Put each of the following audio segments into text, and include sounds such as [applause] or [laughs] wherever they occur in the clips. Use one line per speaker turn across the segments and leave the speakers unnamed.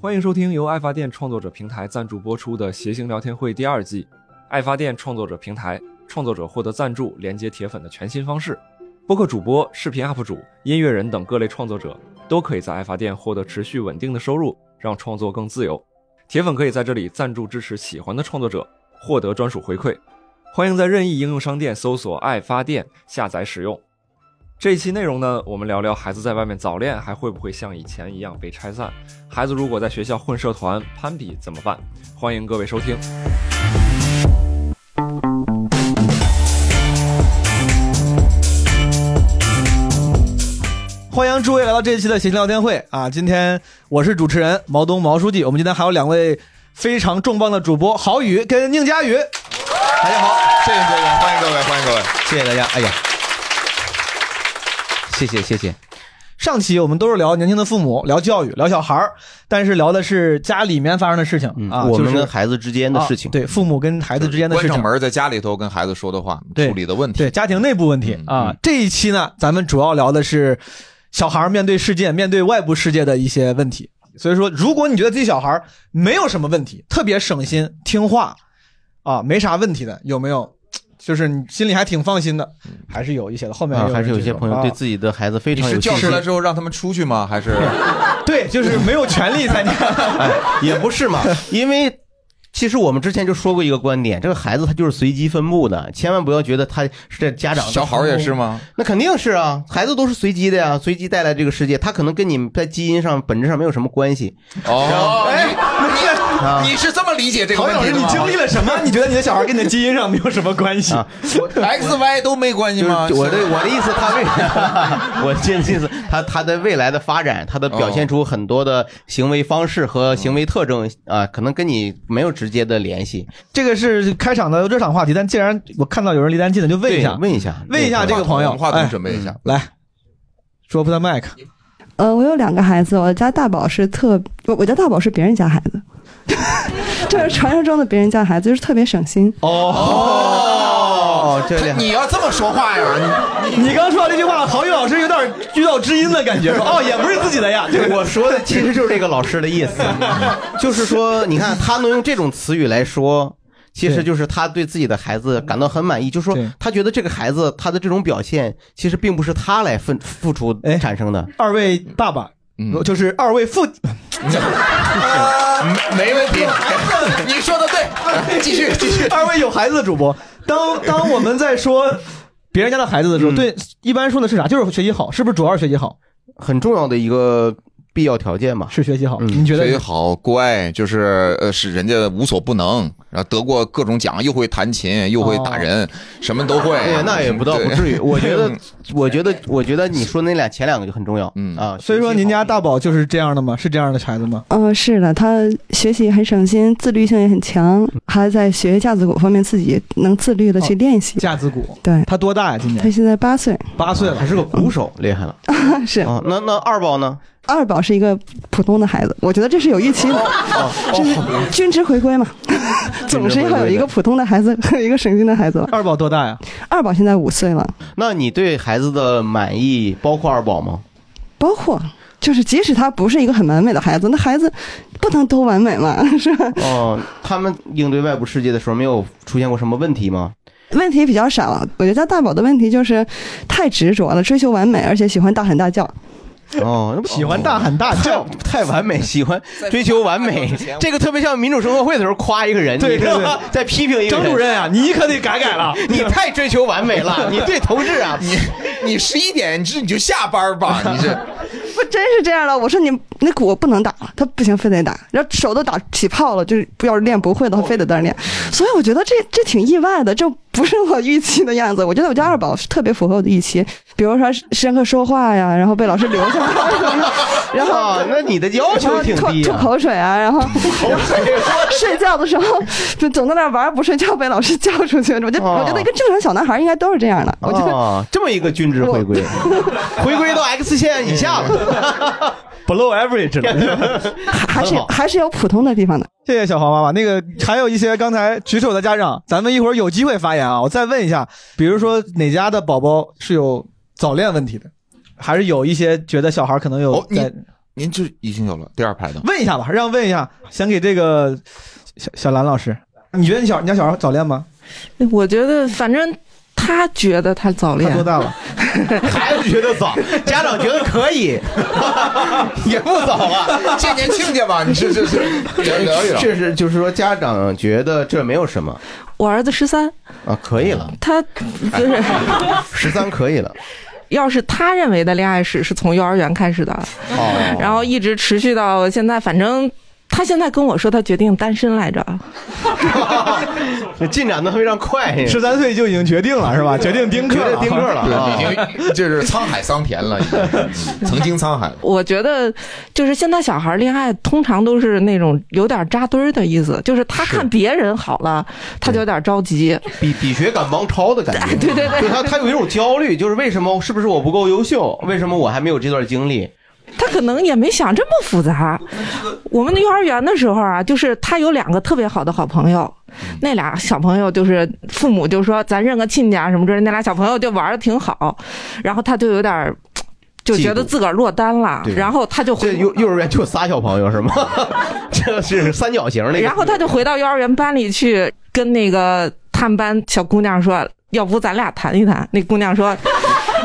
欢迎收听由爱发电创作者平台赞助播出的《谐星聊天会》第二季。爱发电创作者平台，创作者获得赞助、连接铁粉的全新方式。播客主播、视频 UP 主、音乐人等各类创作者都可以在爱发电获得持续稳定的收入，让创作更自由。铁粉可以在这里赞助支持喜欢的创作者，获得专属回馈。欢迎在任意应用商店搜索“爱发电”下载使用。这一期内容呢，我们聊聊孩子在外面早恋还会不会像以前一样被拆散？孩子如果在学校混社团、攀比怎么办？欢迎各位收听。
欢迎诸位来到这一期的闲情聊天会啊！今天我是主持人毛东毛书记，我们今天还有两位非常重磅的主播郝宇跟宁佳宇，大家好，
谢谢各位，欢迎各位，欢迎各位。
谢谢大家，哎呀，
谢谢谢谢，
上期我们都是聊年轻的父母，聊教育，聊小孩儿，但是聊的是家里面发生的事情啊，
我
就是
们跟孩子之间的事情，
啊对父母跟孩子之间的
嗯关
事
上
情，
门，在家里头跟孩子说的话，
对
处理的问题。
对家庭内部问
嗯
题啊。这一期呢，咱们主要聊的是小孩儿面对世界、面对外部世界的一些问题。所以说，如果你觉得自己小孩儿没有什么问题，特别省心、听话啊，没啥问题的，有没有？就是你心里还挺放心的，还是有一些的。后面
嗯啊，
也
还是有
这
些
种
朋友
啊
对自己的孩子非
你
常
是
有信
叫出
心
来，之后让他们出去吗？还是
对，就是没有权利
[laughs]
参加。
哎也不是嘛， [laughs] 因为。其实我们之前就说过一个观点，这个孩子他就是随机分布的，千万不要觉得他是这家长的
小好也是吗？
那肯定是啊，孩子都是随机的呀，随机带来这个世界，他可能跟你们在基因上本质上没有什么关系。
哦哦，你你你是这么理解这个
陶
问
老
题
师，
的
你经
吗
历了什么？你觉得你的小孩跟你的基因上没有什么关系？
啊
？X、Y 都
[laughs]
没关系
就是
吗？
我的我的意思，他为 [laughs] 我这意思，他他的未来的发展，他的表
哦
现出很多的行为方式和行为特征啊，可能跟你没有直接的联系。
这个是开场的热场话题，但既然我看到有人离咱近了，就问一下
对，问一下，
问一下这个朋友，
话筒
哎
准备一下。
来说不他麦克。
呃，我有两个孩子，我家大宝是特，我我家大宝是别人家孩子， [laughs] 就是传说中的别人家孩子，就是特别省心。
哦，这厉害。
你要这么说话呀？
你刚说完这句话，郝宇老师有点遇到知音的感
[laughs]
觉，说
[laughs]
哦，也不是自己的呀。这个
我说的其实就是这个老师的意思，
[laughs]
就是说，你看他能用这种词语来说，其实
对
就是他对自己的孩子感到很满意，就是说
对
他觉得这个孩子他的这种表现，其实并不是他来付付出
哎
产生的。
二位爸爸，
嗯
就是二位父，
你没问题， [laughs] 你说的
[laughs]
对，继 [laughs] 续继续。
二位有孩子的主播，当当我们在说别人家的孩子的时候，
嗯
对，一般说的是啥？就是学习好，是不是主要是学习好？
很重要的一个必要条件吧。
是学习好，
嗯
你觉
所以
得？
好乖，就是呃，是人家无所不能，然后得过各种奖，又会弹琴，又会打人，什么都会。啊
对，哎那也不到
对
不至于。我觉得， [laughs] 我觉得，我觉得你说那俩前两个就很重要。
嗯
啊，
所以说您家大宝就是这样的吗？是这样的孩子吗？
嗯、是的，他学习很省心，自律性也很强，还在学架子鼓方面自己能自律的去练习。
架子鼓，
对
他多大呀？今
他
年
现在八岁，
八岁了
还，是个鼓手，厉害了
[laughs] 是
啊。那那二宝呢？
二宝是一个普通的孩子，我觉得这是有预期的，
哦
哦
这哦是均值回归嘛，总是要有一个普通的孩子 [laughs] 和一个省心的孩子吧。
二宝多大呀？
二宝现在五岁了，
那你对孩子的满意包括二宝吗？
包括就是即使他不是一个很完美的孩子，那孩子不能都完美嘛，是吧？
哦，他们应对外部世界的时候没有出现过什么问题吗？
问题比较少，我觉得家大宝的问题就是太执着了，追求完美，而且喜欢大喊大叫。
哦，那
[laughs]
不
喜欢大喊大叫
太。太完美，喜欢追求完美，这个特别像民主生活会的时候夸一个人，
对
你知道吗
对
在批评一个
张
人。
主任啊，你可得改改了。
你太追求完美
[laughs]
了，你对同志啊，
你你十一点这你就下班吧，你这。
[laughs]
不真是这样的，我说你那鼓我不能打，他不行，非得打，然后手都打起泡了，就是要是练不会的话，非得在那练。所以我觉得这这挺意外的，这不是我预期的样子。我觉得我家二宝是特别符合我的预期，比如说上课说话呀，然后被老师留下来，然后
啊，那你的要求挺低
吐吐
啊。
口水啊，然后 [laughs]
[laughs]
睡觉的时候就总在那玩儿不睡觉，被老师叫出去。我觉得、
哦
我觉得一个正常小男孩应该都是这样的。我觉得、
啊，这么一个均值回归，
[laughs]
回归到 X 线以下了。
嗯 Below average 了。
还还是
很好
还是有普通的地方的。
谢谢小黄妈妈。那个还有一些刚才举手的家长，咱们一会儿有机会发言啊。我再问一下，比如说哪家的宝宝是有早恋问题的，还是有一些觉得小孩可能有
哦你
在
您就已经有了第二排的，
问一下吧，让问一下，先给这个小小兰老师，你觉得你小你家小孩早恋吗？
我觉得反正他觉得他早恋，
他多大了？
孩子觉得早，家长觉得可以，
[laughs]
也不早啊，
见年亲家吧，你是是是，聊一聊。
确实就是说家长觉得这没有什么
我儿子十三，
啊，可以了，
他就是
十三可以了，
要是他认为的恋爱史是从幼儿园开始的，
哦
然后一直持续到现在，反正。他现在跟我说他决定单身来着，
进展的非常快，
十三岁就已经决定了是吧？决定丁克
觉
了，
得丁克了啊，
对，已经就是沧海桑田了，已
[laughs]
经嗯曾经沧海。
我觉得就是现在小孩恋爱通常都是那种有点扎堆儿的意思，就是他看别人好了，他就有点着急，
比比学赶帮超的感觉，
对对对
就他他有一种焦虑，就是为什么是不是我不够优秀，为什么我还没有这段经历？
他可能也没想这么复杂。我们的幼儿园的时候啊，就是他有两个特别好的好朋友，那俩小朋友就是父母就说咱认个亲家什么之类，那俩小朋友就玩的挺好，然后他就有点儿就觉得自个儿落单了
对，
然后他就
这
回。
幼幼儿园就仨小朋友是吗？ [laughs] 这是三角形那个。
然后他就回到幼儿园班里去跟那个他们班小姑娘说，要不咱俩谈一谈？那姑娘说。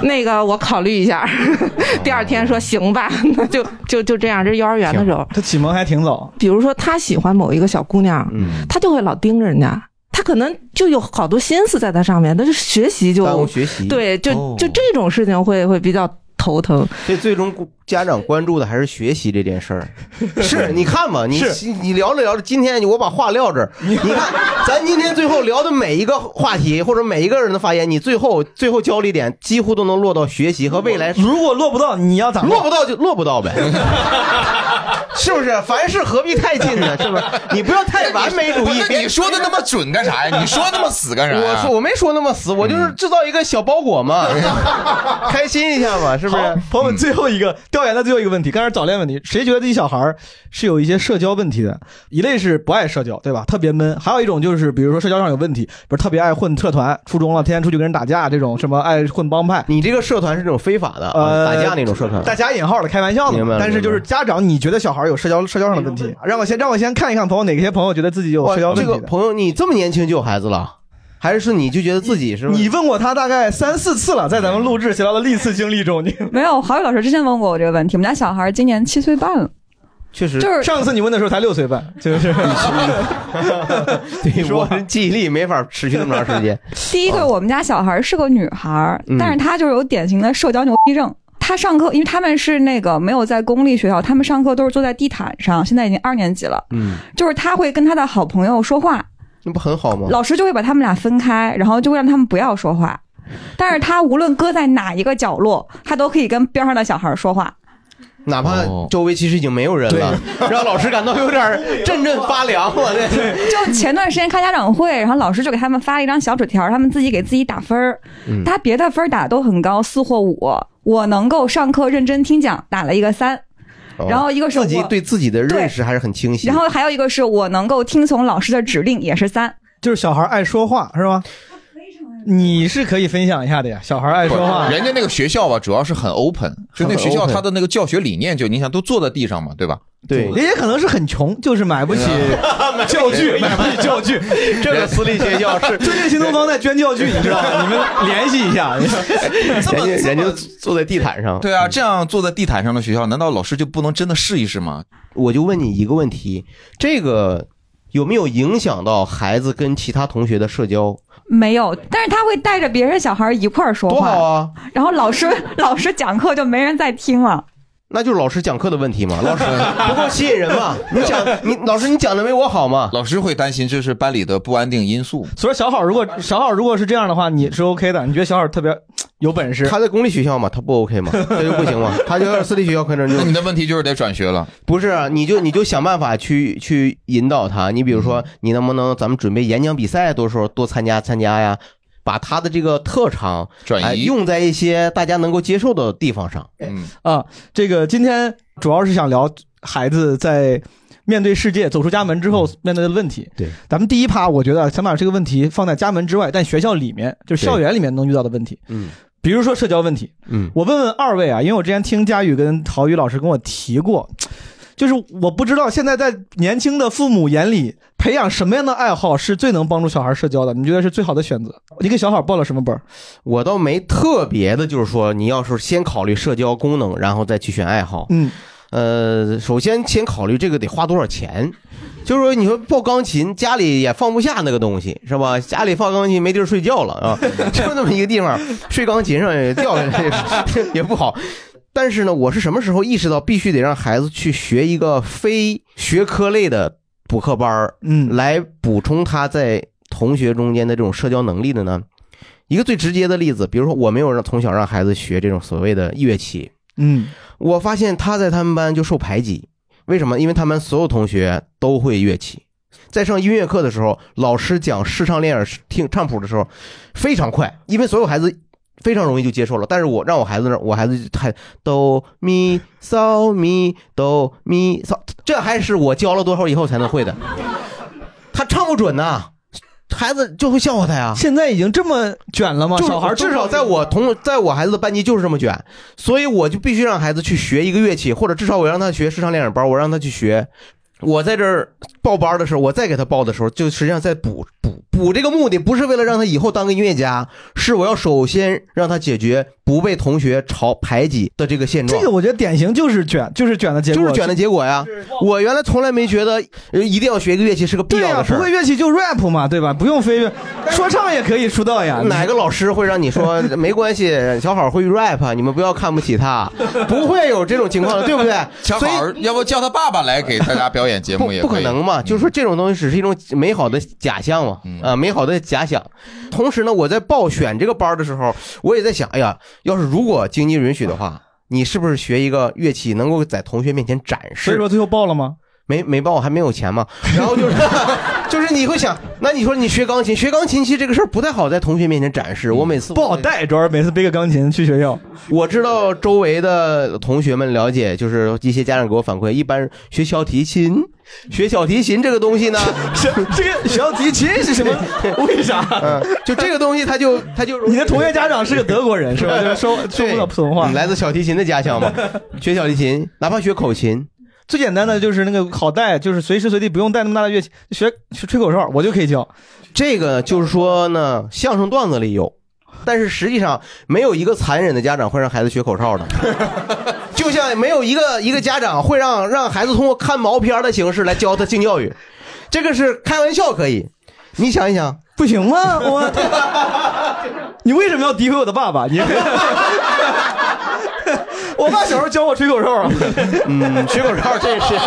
那个我考虑一下， [laughs] 第二天说行吧，那就就就这样。这是幼儿园的时候，
他启蒙还挺早，
比如说他喜欢某一个小姑娘，
嗯，
他就会老盯着人家，他可能就有好多心思在他上面，但是学习
耽误
就
学习。，
对，就
哦
就这种事情会会比较头疼。
这最终顾家长关注的还是学习这件
[laughs]
事儿。是，你看吧，你你聊着聊着，今天我把话撂这儿，你看，咱今天最后聊的每一个话题或者每一个人的发言，你最后最后焦虑点几乎都能落到学习和未来。
如果落不到，你要咋
落不到就落不到
[laughs]
呗，是不是？凡事何必太近呢？是不是？你不要太完美主义
不。是你说的那么准干啥哎呀？你说那么死干啥
我
呀嗯
说？我没说那么死，我就是制造一个小包
[laughs]
裹嘛，开心一下嘛，是不
好
是？，嗯
朋友们，最后一个调研的最后一个问题，刚才是早恋问题，谁觉得自己小孩儿是有一些社交问题的？一类是不爱社交，对吧？特别闷；还有一种就是，比如说社交上有问题，比如特别爱混社团，初中了天天出去跟人打架，这种什么爱混帮派，
你这个社团是那种非法的，啊
呃，
打架那种社团。
打加引号的，开玩笑的
明白
嘛。
了
但是就是家长，你觉得小孩有社交社交上的问题，让我先让我先看一看朋友哪些朋友觉得自己有
哇
社交问
这
题
个
的。
朋友，你这么年轻就有孩子了，还是说你就觉得自己是吧
你问过他大概三四次了，在咱们录制闲聊的历次经历中，你
没有，郝宇老师之前问过我这个问题，我们家小孩今年七岁半了，
确实
就是
上次你问的时候才六岁半，
[laughs]
就是 [laughs]
对我这记忆力没法持续那么长时间。
第一个，我们家小孩是个女孩儿
哦嗯，
但是她就是有典型的社交牛逼症。她上课，因为他们是那个没有在公立学校，他们上课都是坐在地毯上。现在已经二年级了，
嗯，
就是她会跟她的好朋友说话，
那不很好吗？
老师就会把他们俩分开，然后就会让他们不要说话。但是她无论搁在哪一个角落，她都可以跟边上的小孩说话。
哪怕
哦
周围其实已经没有人了，让老师感到有点
[laughs]
儿阵阵发凉了。那
[laughs] 就前段时间开家长会，然后老师就给他们发了一张小纸条，他们自己给自己打分儿
嗯，
他别的分儿打得都很高，四或五。我能够上课认真听讲，打了一个三，然后一个是
哦自己
我，
对自己的认识还是很清晰。
然后还有一个是我能够听从老师的指令，也是三。
就是小孩爱说话是吗？你是可以分享一下的呀，小孩爱说话
不，人家那个学校吧，主要是很 open，就那个学校
open
它的那个教学理念，就你想都坐在地上嘛，对吧？
对，
人家可能是很穷，就是买不起
啊
[laughs] 教
[laughs]
具，买不起教具。
这个私立学校是
最近新东方
[laughs]
在捐教具，你知道吗？你们联系一下。
这么
人家人
这
家
么
坐在地毯
[laughs]
上。
对啊，这样坐在地毯上的学校，难道老师就不能真的试一试吗？
我就问你一个问题：这个有没有影响到孩子跟其他同学的社交？
没有，但是他会带着别人小孩一块儿说
多好
话，
啊！
然后老师 [laughs] 老师讲课就没人再听了。
那就是老师讲课的
[laughs]
问题嘛，老师不够吸引人嘛？你讲你老师你讲的没我好嘛？
老师会担心这是班里的不安定因素。
所以小好，如果小好如果是这样的话，你是 OK [laughs] 的。你觉得小好特别有本事？
他在公立学校嘛，他
[laughs]
不 OK 嘛，他就不行嘛，他就要是私立学校可能就 [laughs]
那你的问题就是得转学了。
不是啊，你就你就想办法去去引导他。你比如
嗯
说，你能不能咱们准备演讲比赛多时候多参加参加呀？把他的这个特长
转移
哎用在一些大家能够接受的地方上。
嗯，
啊，这个今天主要是想聊孩子在面对世界、走出家门之后面对的问题。
对，
咱们第一趴，我觉得想把这个问题放在家门之外，但学校里面，就是校园里面能遇到的问题。
嗯，
比如说社交问题，
嗯，
我问问二位啊，因为我之前听佳宇跟陶宇老师跟我提过，就是我不知道现在在年轻的父母眼里，培养什么样的爱好是最能帮助小孩社交的？你觉得是最好的选择？你给小孩报了什么班？
我倒没特别的，就是说你要是先考虑社交功能，然后再去选爱好。
嗯，
呃，首先先考虑这个得花多少钱， [laughs] 就是说你说报钢琴，家里也放不下那个东西，是吧？家里放钢琴没地儿睡觉了啊，就那么一个地方，睡钢琴上也掉下来也也不好。但是呢，我是什么时候意识到必须得让孩子去学一个非学科类的补课班儿，
嗯，
来补充他在同学中间的这种社交能力的呢？一个最直接的例子，比如说我没有让从小让孩子学这种所谓的乐器，
嗯，
我发现他在他们班就受排挤。为什么？因为他们所有同学都会乐器，在上音乐课的时候，老师讲视唱练耳听唱谱的时候，非常快，因为所有孩子非常容易就接受了。但是我让我孩子那儿，我孩子就太哆咪嗦咪哆咪嗦，这还是我教了多少以后才能会的，他唱不准呐，孩子就会笑话他呀。
现在已经这么卷了吗？
就是
小孩
至少在我同在我孩子的班级就是这么卷，所以我就必须让孩子去学一个乐器，或者至少我让他学视唱练耳包，我让他去学。我在这儿报班的时候，我再给他报的时候，就实际上在补补补这个目的，不是为了让他以后当个音乐家，是我要首先让他解决不被同学嘲排挤的这个现状。
这个我觉得典型就是卷，就是卷的结果，
就是卷的结果呀！我原来从来没觉得呃一定要学一个乐器是个必
对
要
呀、
的事
不
儿。
会乐器就 rap 嘛，啊对吧？不用非乐，说唱也可以出道呀。
哪个老师会让你说 [laughs] 没关系？小好会 rap，你们啊不要看不起他， [laughs] 不会有这种情况的，
[laughs]
对不对？
小
所以
好儿，要不叫他爸爸来给大家表演节目
不
也
不可
以嗯
能嘛，就是说这种东西只是一种美好的假象嘛，啊，美好的假想。同时呢，我在报选这个班儿的时候，我也在想，哎呀，要是如果经济允许的话，你是不是学一个乐器能够在同学面前展示？
所以说最后报了吗？
没没报，还没有钱嘛。然后就是 [laughs] 就是你会想，那你说你学钢琴，学钢琴其实这个事儿不太好在同学面前展示。我每次
不好带，主要是每次背个钢琴去学校。
我知道周围的同学们了解，就是一些家长给我反馈，一般学小提琴， [laughs] 学小提琴这个东西
[laughs]
呢，
这这个小提琴是 [laughs] 什么？为啥？
嗯，就这个东西，它就它就
啊你的同学家长是个德国人是吧？就是说说不了普通话
你。来自小提琴的家 [laughs] 乡嘛，学小提琴，哪怕学口琴，
最简单的就是那个好带，就是随时随地不用带那么大的乐器，学学吹口哨我就可以教。
这个就是说呢，相声段子里有，但是实际上没有一个残忍的家长会让孩子学口
[laughs]
哨的。就像没有一个一个家长会让让孩子通过看毛片儿的形式来教他性教育，这个是开玩笑可以。你想一想，
不行吗？我，你为什么要诋毁我的 [laughs] 爸爸？你， [laughs] 我爸小时候教我吹
[laughs]
口哨，啊
嗯，学口哨这 [laughs] 是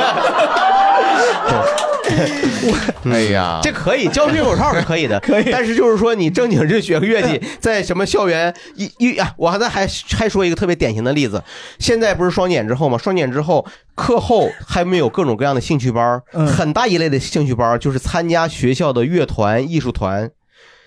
哎呀，？
嗯这可以教吹口哨是可以的，
[laughs] 可以
但是就是说你正经是学个乐
[laughs]
器，在什么校园一一啊，我还在还还说一个特别典型的例子，现在不是双减之后吗？双减之后课后还没有各种各样的兴趣班儿，
嗯
很大一类的兴趣班儿就是参加学校的乐团、艺术团。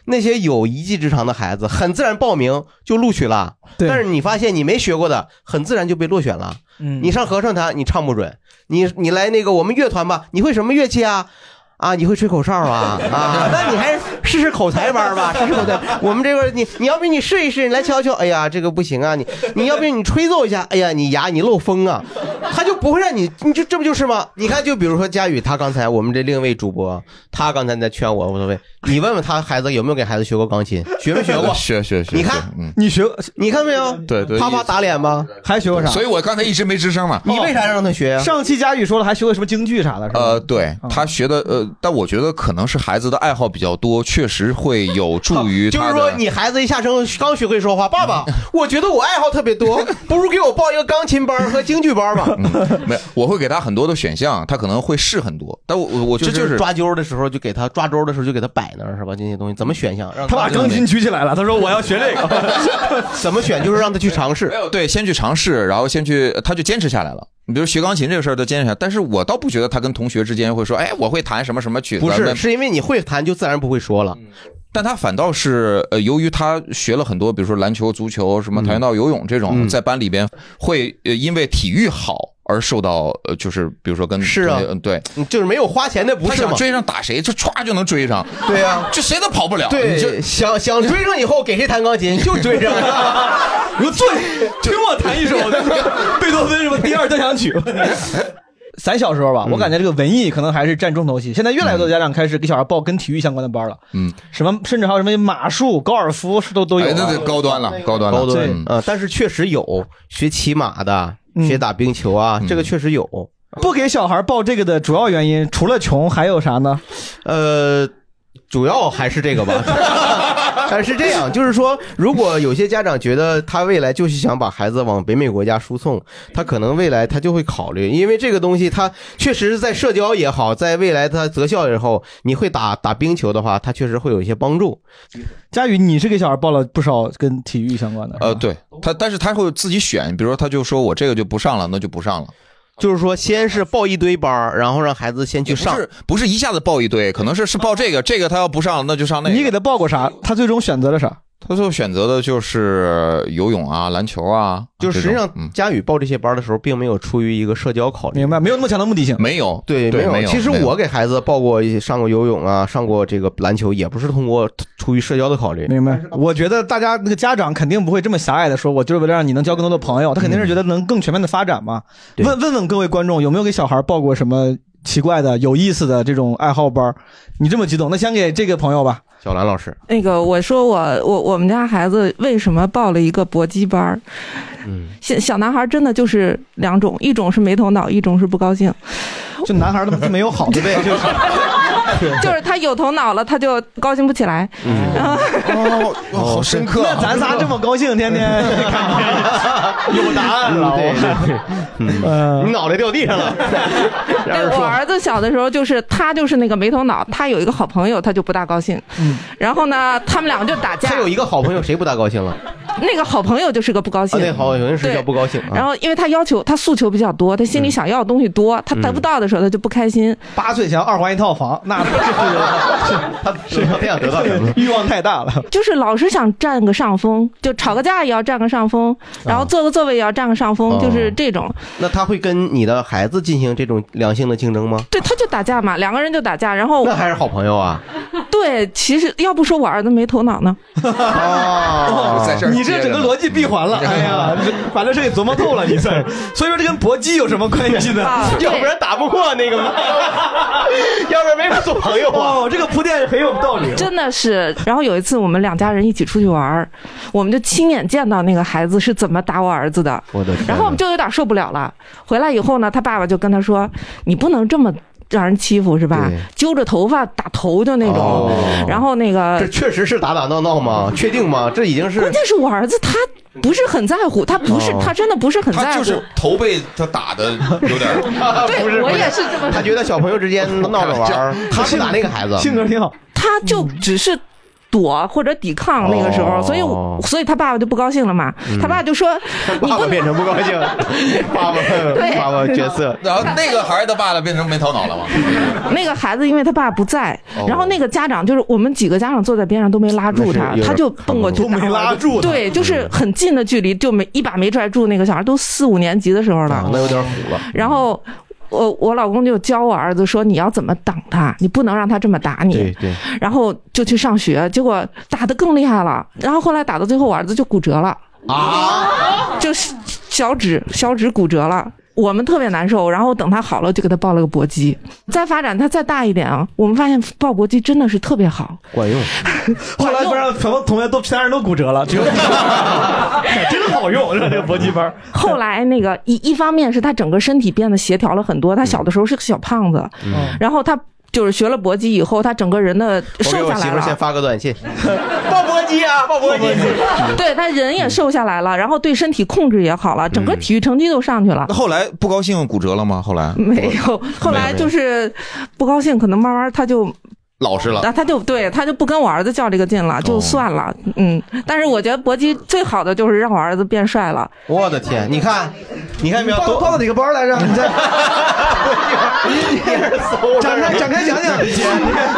那些有一技之长的孩子，很自然报名就录取了。
对
但是你发现你没学过的，很自然就被落选了。
嗯
你上合唱团你唱不准，你你来那个我们乐团吧，你会什么乐器啊？啊，你会吹口哨啊？啊，那你还是试试口才班吧，试试口才。我们这边你你要不你试一试，你来瞧瞧。哎呀，这个不行啊，你你要不你吹奏一下，哎呀，你牙你漏风啊，他就不会让你，你这这不就是吗？你看，就比如说佳宇，他刚才我们这另一位主播，他刚才在劝我，无所谓。你问问他孩子有没有给孩子学过钢琴，学没学过
[laughs] 学学学，
你看
学嗯，
你学
你看没
[laughs]
有？
对对
啪啪啊打脸吧。
还学过啥？哦
所以我刚才一直没吱声嘛。哦
你为啥让他学呀、哦
上期佳宇说了，还学过什么京剧啥的，是吧？
呃，对他学的，呃，但我觉得可能是孩子的爱好比较多，确实会有助于
就是
他
说，
的。
你孩子一下生刚学会说话，爸
嗯
爸，我觉得我爱好特
[laughs]
别多，不如给我报一个钢琴班儿和京剧班儿吧。
嗯，没有，我会给他很多的选项，他可能会试很多，但我我我就
这就是是抓阄的时候就给他抓阄的时候就给他摆那儿是吧？这些东西怎么选项？让
他把钢琴举起来了，他说我要学这个。
怎么选？就是让他去尝
没
试。
有对，先去尝试，然后先去，他就坚持下来了。你比如学钢琴这个事儿，他坚持下来，但是我倒不觉得他跟同学之间会说，哎，我会弹什么什么曲子，
[laughs] 不是，
问
是因为你会弹就自然不会说了。
但他反倒是呃，由于他学了很
嗯
多，比如说篮球、足球、什么跆拳道、游泳这种，在班里边会呃，因为体育好而受到呃，就是比如说跟
是啊
同学对，
就是没有花钱的不
他
是
想
吗？
追上打谁，就歘就能追上，
对
啊
呀
就谁都跑不了。你就
对，想想追上以后给谁弹钢琴就追
[laughs]
上，
我坐，听我弹 [laughs] 一首那个贝多芬什么第二交响曲。 [laughs] 咱小时候
嗯
吧，我感觉这个文艺可能还是占重头戏。现在越来越多的家长开始给小孩报跟体育相关的班了，
嗯，
什么甚至还有什么马术、高尔夫是都
啊
都有啊
哎，
了。
那得高端了，高端了，
高端
嗯
啊！但是确实有学骑马的，
嗯
学打冰球啊，这个确实有。
不给小孩报这个的主要原因，除了穷，还有啥呢？
呃，主要还是这
[laughs]
个吧。但是这样，就是说，如果有些家长觉得他未来就是想把孩子往北美国家输送，他可能未来他就会考虑，因为这个东西，他确实在社交也好，在未来他择校以后，你会打打冰球的话，他确实会有一些帮助。
佳宇，你是给小孩报了不少跟体育相关的，
啊
呃，对他，但是他会自己选，比如说他就说我这个就不上了，那就不上了。
就是说，先是报一堆班儿，然后让孩子先去
不
上。
是不是一下子报一堆，可能是是报这个，这个他要不上那就上那个。
你给他报过啥？他最终选择了啥？
他最后选择的就是游泳啊、篮球啊，
就是实际
这种
上，佳宇报这些班儿的时候，并没有出于一个社交考虑。
明白，没有那么强的目的性
嗯、。没有，
对，
对
有。
没有
其实
没有
我给孩子报过一上过游泳啊，上过这个篮球，也不是通过出于社交的考虑。
明白，我觉得大家那个家长肯定不会这么狭隘的说，我就是为了让你能交更多的朋友，他肯定是觉得能更全面的发展嘛。
对
问问问各位观众，有没有给小孩报过什么奇怪的、有意思的这种爱好班儿？你这么激动，那先给这个朋友吧。
小兰老师，
那个我说我我我们家孩子为什么报了一个搏击班儿？
嗯，
小小男孩真的就是两种，一种是没头脑，一种是不高兴。
就男孩儿他们就没有好的呗，就是
[laughs] 就是他有头脑了，他就高兴不起来。
嗯
[laughs]
哦，好深刻啊、
那咱仨这么高兴，天
[laughs]
天有答案了。
对对对，
嗯
你脑袋掉地上
[laughs]
了。
对
让人
我
说
儿子小的时候，就是他就是那个没头脑，他有一个好朋友，他就不大高兴。
嗯
然后呢，他们两个就打架
他。有一个好朋友，谁不大高兴了？啊，
那个好朋友就是个不高兴。
那好朋友是叫不高兴
然
啊。
后，因为他要求他诉求比较多，他心里想要的东西多，他得不到的时候他就不开心。
八岁想二环一套房，那
他是他想得到什么？
欲望太大了。
[laughs] 就是老是想占个上风，就吵个架也要占个上风，然后坐个座位也要占个上风，
哦
就是这种。
那他会跟你的孩子进行这种良性的竞争吗？
对，他就打架嘛，两个人就打架。然后
那还是好朋友啊！
对，其实要不说我儿子没头脑呢，
哦
在这儿
你这整个逻辑闭环了，哎呀，这把这事给琢磨透了，你算
[laughs]
是。所以说这跟搏击有什么关系呢？
啊，对
要不然打不过那个，要不然没法做朋友啊。
哦，这个铺垫很有道理。啊
真的是。然后有一次我们两家人一起出去玩儿，我们就亲眼见到那个孩子是怎么打我儿子的，
我的天哪！
然后我们就有点受不了了。回来以后呢，他爸爸就跟他说：“你不能这么让人欺负是吧
对？
揪着头发打头就那种。
哦
然后那个
这确实是打打闹闹吗？确定吗？这已经是
关键是我儿子他不是很在乎，他不是、
哦
他真的不是很在
他
乎。
就是头被他打的有点儿，
[laughs]
对
[laughs] 不
[laughs]
是
我
不是
也是这么
他觉得小朋友之间闹着玩儿，
[laughs]
他不打那个孩子，
性格挺好，
他就只是躲或者抵抗那个时候，
哦
所以我所以他爸爸就不高兴了嘛。他爸就
[laughs]
说：“你不
爸爸
能
变成不高兴，爸爸
对
爸爸角色
然后那个孩子的爸爸变成没头脑了嘛？
[laughs] 那个孩子，因为他爸不在
哦，
然后那个家长就是我们几个家长坐在边上都没拉住他
那是有点，
他就蹦过去
都没
打我
拉住他
对，
嗯
就是很近的距离就没一把没拽住那个小孩，都四五年级的时候
啊，那
了。
有点虎了。
然后我我老公就教我儿子说，你要怎么挡他，你不能让他这么打你。
对，
然后就去上学，结果打得更厉害了。然后后来打到最后，我儿子就骨折了。
啊，
就是小指小指骨折了。我们特别难受，然后等他好了，就给他报了个搏击。再发展他再大一点啊，我们发现报搏击真的是特别好。
管用，
[laughs] 后来不让全部同学都其他人都骨折了，只
[laughs]
有你哎真好用，这个搏击班儿。
后来那个一一方面是他整个身体变得协调了很多，他小的时候是个小胖子，
嗯
然后他就是学了搏击以后，他整个人的
我给
瘦
我
下
媳
来
妇儿先
了，
发个短信，鲍勃鸡啊，鲍勃鸡，
嗯
对他人也瘦下来了，然后对身体控制也好了，整个体育成绩都上去了
那。后来不高兴骨折了吗？后来
没有，后来就是不高兴，可能慢慢他就
老实了。
那他就对，他就不跟我儿子较这个劲了，就算了，嗯。但是我觉得搏击最好的就是让我儿子变帅了，
我的天，你看，你看没有，
报
都 [laughs]
报到哪个班儿来着？你在
啊一人搜着
展
[laughs]
开展开讲讲
姐，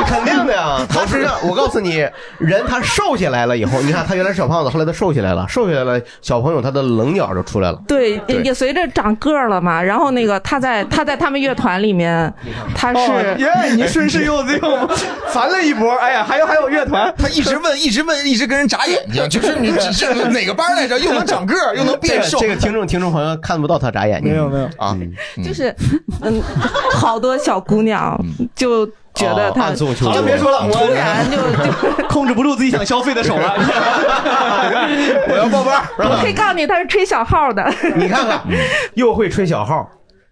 肯定的呀。他是让我告诉你，人他瘦下来了以后，你看他原来是小胖子，后来他瘦下来了，瘦下来了，小朋友他的棱角就出来了。 [laughs]
对，
对
也也随着长个儿了嘛。然后那个他在他在他们乐团里面，他
哦
是
耶，你顺势又又烦了一波。哎呀，还有还有乐团，
他一直问，一直问，一直跟人眨眼
[laughs]
睛，就是你这这哪个班来着？又能长个儿，又能
这
变
个
瘦。
这个听众听众朋友看不到他眨眼睛，
没有没有
啊，
就是嗯，好多小姑娘就觉得
哦
他
暗送秋
嗯好
菊
了，啊别说了，
突
我 [laughs]
然就就。
控制不住自己想消费的手 [laughs] 了。
我要报班儿，
[laughs] 我可以告诉你，他是吹小号的。
你看看，
嗯
又会吹小号，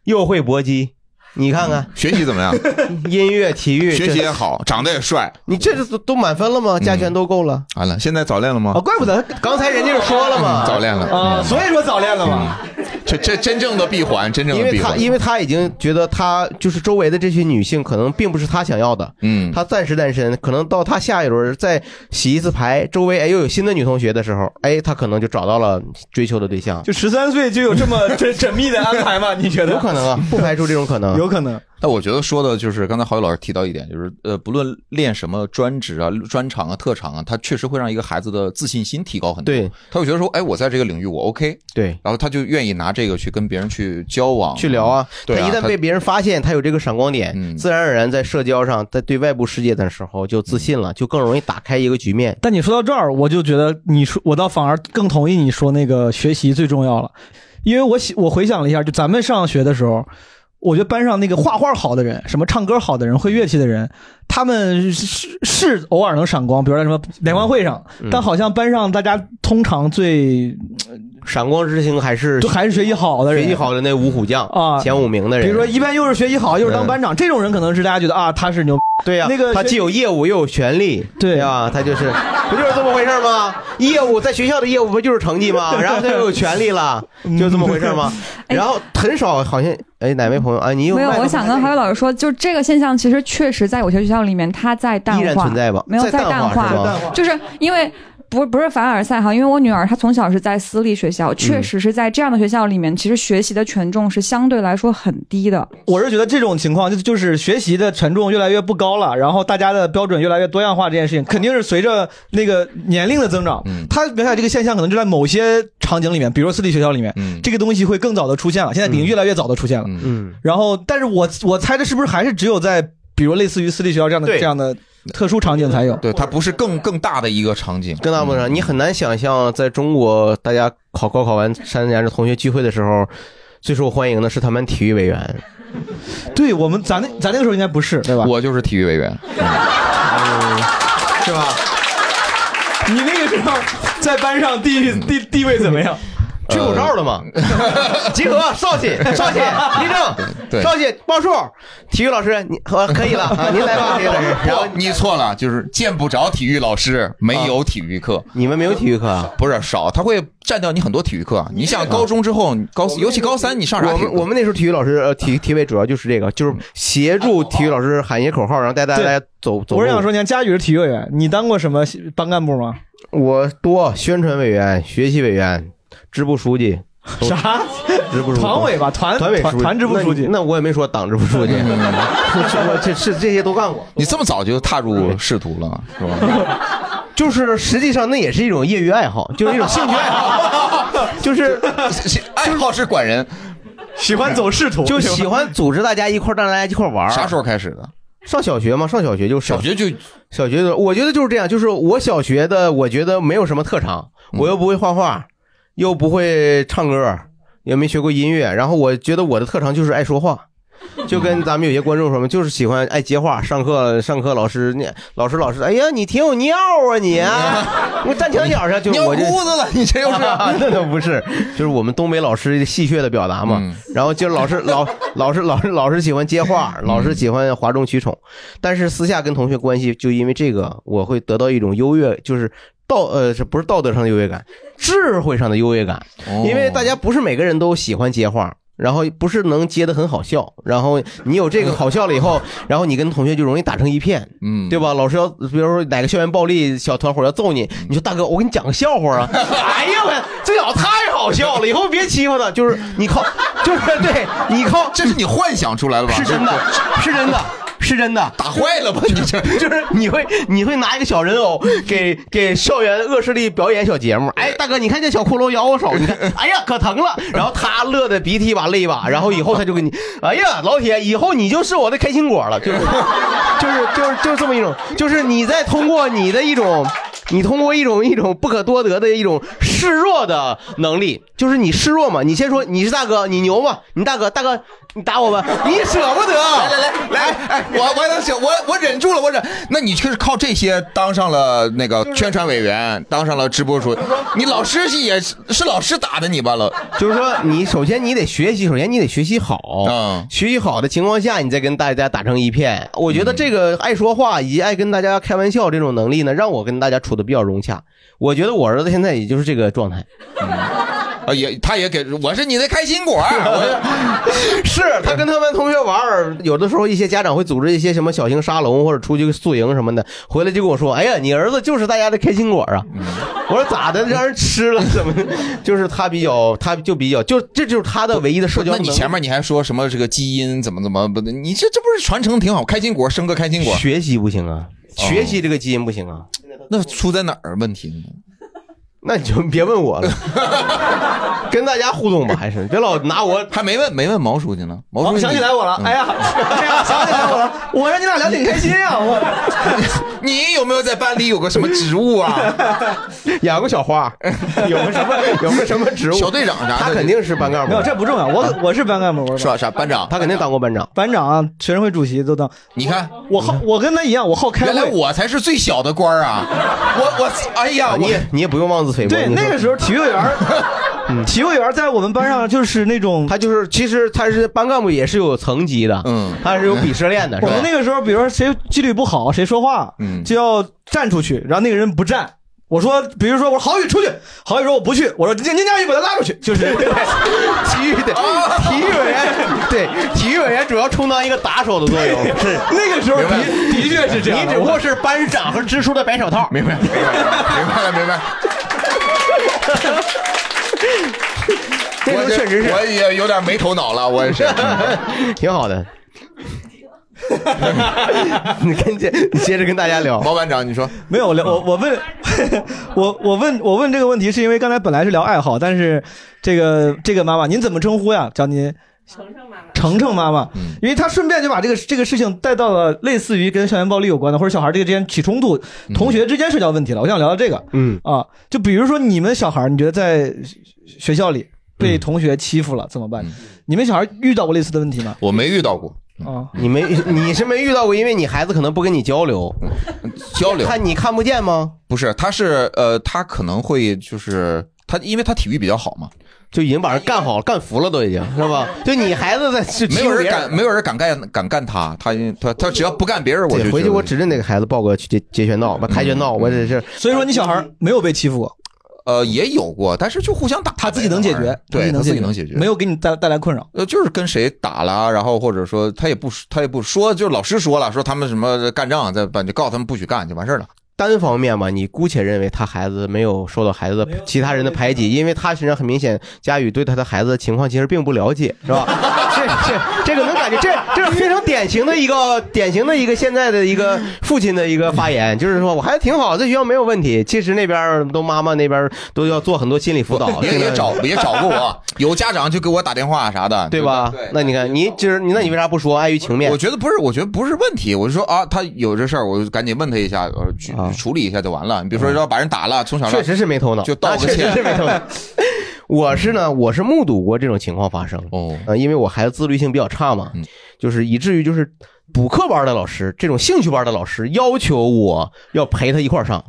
又会搏击，你看看
嗯学习怎么样？
[laughs] 音乐、体育，
学习
这
也好，长得也帅。
你这都都满分了吗？加权都够了。
完了，现在早恋了吗
啊，？嗯
哦
怪不得
[laughs] 刚才人家就
[laughs]
说了嘛，
嗯早恋了，嗯
啊，所以说早恋了嘛。
这这真正的闭环，真正
因
的
为
闭
他
环。
因为他已经觉得他就是周围的这些女性可能并不是他想要的，
嗯，
他暂时单身，可能到他下一轮再洗一次牌，周围哎又有新的女同学的时候，哎，他可能就找到了追求的对象，
[laughs] 就十三岁就有这么缜缜密的安排吗？你觉得？
有可能啊，不排除这种可能。
有可能。
那我觉得说的就是刚才郝宇老师提到一点，就是呃，不论练什么专职啊、专长啊、特长啊，它确实会让一个孩子的自信心提高很多。
对，
他会觉得说，哎，我在这个领域我 OK，
对，
然后他就愿意拿这个去跟别人去交往、
去聊。啊，
对啊
他一旦
他
被别人发现他有这个闪光
嗯
点，自然而然在社交上，在对外部世界的时候就自信了，就更容易打开一个局面。
但你说到这儿，我就觉得你说，我倒反而更同意你说那个学习最重要了，因为我喜我回想了一下，就咱们上学的时候，我觉得班上那个画画好的人，什么唱歌好的人，会乐器的人，他们是是偶尔能闪光，比如在什么联欢会上，
嗯
但好像班上大家通常最
闪光之星还是
就还是学习好的人，
学习好的那五虎将
啊
前五名的人，嗯
比如说一般又是学习好又是当班长，这种人可能是大家觉得啊他是牛，
对呀、
那个
他
学
既有业务又有权利，
对
啊，他就是不就是这么回事吗？业务在学校的业务不就是成绩
[laughs]
吗？然后他又有权利了，就这么回事吗？
嗯
哎
然后很少好像哎哪位朋友啊，你有
没有
麦，克
我
风
想跟郝宇老师说，就这个现象其实确实在有些学校里面，它在淡
依然
化
存，在吧？
没有
在
在
淡
淡化
是吧？
就是因为。不不是凡尔赛哈，因为我女儿她从小是在私立学校，
嗯
确实是在这样的学校里面，其实学习的权重是相对来说很低的。
我是觉得这种情况就就是学习的权重越来越不高了，然后大家的标准越来越多样化，这件事情肯定是随着那个年龄的增长，
嗯
它描写这个现象可能就在某些场景里面，比如说私立学校里面，
嗯，
这个东西会更早的出现了，现在已经越来越早的出现了。
嗯
嗯，
然后，但是我我猜这是不是还是只有在比如类似于私立学校这样的
对
这样的特殊场景才有？
对，它不是更更大的一个场景，嗯
跟大不上，你很难想象在中国大家考高考完参加这同学聚会的时候。最受欢迎的是他们体育委员，
对我们咱那咱那个时候应该不是对吧？
我就是体育委员，
是吧？
你那个时候在班上地地地位怎么样？
[laughs] 吹口哨的嘛， [laughs] 集合，少起，
[laughs]
少起，立
对
正，少起，报数。体育老师，你呃可
[laughs]
以了啊，您来吧，体育老师。然后
不，你错了，就是见不着体育老师，没有体育课。
你们没有体育课啊？
不是少，他会占掉你很多体育课啊。你想高中之后，你高尤其高三，你上啥
我
体育
们
课？
我们那时候体育老师呃体体委主要就是这个，就是协助体育老师喊一些口号，然后带大家走走。
我是想说，，你看佳宇是体育委员，你当过什么班干部吗？
我多宣传委员、学习委员、支部书记、
啥？
支部书记
团委吧，团
团委书
团
记、
团支部书
那
记
你。那我也没说党支部
[laughs]
书记，我这是这些都干过。
你这么早就踏入仕途了，是吧？
就是实际上那也是一种业余爱好，就是一种兴趣爱好， [laughs] 就是
爱好 [laughs] 是管人，
喜欢走仕途，
就喜欢组织大家一块儿，让大家一块儿玩儿。
啥时候开始的？
上小学嘛，上小学就是
小学就
小学的，我觉得就是这样，就是我小学的，我觉得没有什么特长，
嗯
我又不会画画，又不会唱歌，也没学过音乐，然后我觉得我的特长就是爱说话。
嗯
就跟咱们有些观众说嘛，就是喜欢爱接话。上课上课，老师那老师老师，哎呀，你挺有尿啊你
[laughs]
啊！我站墙角上就
尿
我就
裤子了，你这
[laughs]
又是
那倒不是，就是我们东北老师戏谑的表达嘛。
嗯
然后就是老师老老师老师老师喜欢接话，老
嗯
师喜欢哗众取宠，但是私下跟同学关系就因为这个，我会得到一种优越，就是道呃是不
哦
是道德上的优越感，智慧上的优越感，因为大家不是每个人都喜欢接话。然后不是能接的很好笑，然后你有这个好笑了以后，然后你跟同学就容易打成一片，
嗯，
对吧？老师要比如说哪个校园暴力小团伙要揍你，你说大哥，我给你讲个笑话啊， [laughs] 哎呀我这小子太好笑了，以后别欺负他，就是你靠，就是对你靠，
这是你幻想出来的吧？
是真的，是真的。是真的，
打坏了吧？
就是就是你会你会拿一个小人偶给给校园恶势力表演小节目。哎，大哥，你看这小骷髅咬我手，你看，哎呀，可疼了。然后他乐的鼻涕一把泪一把，然后以后他就给你，哎呀，老铁，以后你就是我的开心果了，就是就是就是就是这么一种，就是你在通过你的一种。你通过一种一种不可多得的一种示弱的能力，就是你示弱嘛，你先说你是大哥，你牛嘛，你大哥大哥，你打我吧， [laughs] 你舍不得。啊
来来来来，哎，我我还能行，我我忍住了，我忍。那你就是靠这些当上了那个宣传委员，当上了直播主，你老师是也是是老师打的你吧？老
就是说，你首先你得学习，首先你得学习好，
嗯，
学习好的情况下，你再跟大家打成一片。
嗯
我觉得这个爱说话以及爱跟大家开玩笑这种能力呢，让我跟大家处的比较融洽。我觉得我儿子现在也就是这个状态，
啊也他也给我是你的开心果儿，我
[laughs]
是他跟他们同学玩儿，有的时候一些家长会组织一些什么小型沙龙或者出去宿营什么的，回来就跟我说：“哎呀，你儿子就是大家的开心果啊！”
嗯
我说：“咋的？让人吃了怎么的？” [laughs] 就是他比较，他就比较，就这就是他的唯一的社交
那
能力。
你前面你还说什么这个 [laughs] 基因怎么怎么不？你这这不是传承挺好，开心果生个开心果，
学习不行啊，
哦
学习这个基因不行啊，
那出在哪儿啊问题呢？
那你就别问我了，
[laughs]
跟大家互动吧，还是别老拿我。
还没问没问毛书记呢，毛书
我
记
想起来我
嗯 [laughs]
了，哎呀，哎呀想起来我了，
我让你俩聊挺开心啊！ [laughs] 我
你有没有在班里有个什么职务啊？ [laughs]
养个小花，有个什么有个什么职务？
小队长啥的
他肯定是班干部
没有，，这不重要。我我哦是班干部，我是
是吧？啥班长？
他肯定当过班长。
班长啊、学生会主席都当。
你看，
我好，我跟他一样，我好开
原来
会。
我才是最小的官儿
[laughs]
啊！我我哎呀，
啊你
我
也你也不用妄自菲薄。
对，
你说嗯
那个时候体育委
[laughs]
员，体育委员在我们班上就是那种，
他就是其实他是班干部也是有层级的，
嗯
他是有鄙
[laughs]
视链的，是
我
吧
们？那个时候，比如说谁纪律不好，谁说话，
嗯
就要站出去，然后那个人不站。我说，比如说，我说郝宇出去，郝宇说我不去，我说您您俩就把他拉出去，就是这哦样
[laughs] 体育的体育委员，对体育委员主要充当一个打手的
[laughs]
作用，是
那个时候的的确是这样的。
你只不过是班长和支书的白手套。
明白明白明白了明白了。
[laughs]
我
那时候确实是
[laughs] 这我也有点没头脑了，我也是。
[laughs] 挺好的。 [laughs] 你跟接你接着跟大家聊，
毛班长，你说
没有，我聊我我问，我我问我问这个问题是因为刚才本来是聊爱好，但是这个这个妈妈您怎么称呼呀？叫您程程妈妈，
嗯
因为她顺便就把这个这个事情带到了类似于跟校园暴力有关的，或者小孩这个之间起冲突、同学之间社交问题了。我想聊聊这个，
嗯
啊，就比如说你们小孩，你觉得在学校里被
嗯
同学欺负了怎么办？你们小孩遇到过类似的问题吗？
我没遇到过
啊，
你没你是没遇到过，因为你孩子可能不跟你交流，
嗯交流，
看你看不见吗？
不是，他是呃，他可能会就是他，因为他体育比较好嘛，
就已经把人干好了，干服了都已经是吧？就你孩子在是
没有人敢，没有人敢干敢干他，他他他只要不干别人，我
对
就
回
觉
去
得嗯
我指着那个孩子报个截截拳道，把跆拳道，我这是
所以说你小孩没有被欺负过，
呃也有过，但是就互相打呗，
他自己能解决，
对，他
自
自
己
己能
解
解
决，
决，
没有给你带带来困扰。
呃，就是跟谁打了，然后或者说他也不他也不说，就是老师说了，说他们什么干仗，再把就告诉他们不许干就完事儿了。
单方面嘛，你姑且认为他孩子没有受到孩子的其他人的排挤，因为他身上很明显，佳宇对他的孩子的情况其实并不了解，是吧？这这这个能感觉，这这是非常典型的一个典型的一个现在的一个父亲的一个发言，就是说我孩子挺好，在学校没有问题。其实那边都妈妈那边都要做很多心理
哦
辅导，
[laughs] 也
这个
也找也找过
[laughs]
我，有家长就给我打电话啥的，
对吧？那你看，你就是你，那你为啥不说？碍于情面
我。觉得不是，我觉得不是问题。我就说啊，他有这事儿，我就赶紧问他一下，呃，去
啊
处理一下就完了。你比
嗯
如说要把人打了，从小
确实是没头脑，
就
啊
道个
那确实
歉
是没头脑。 [laughs] 我是呢，我是目睹过这种情况发生，
哦，嗯
呃，因为我孩子自律性比较差嘛，就是以至于就是补课班的老师，这种兴趣班的老师要求我要陪他一块儿上。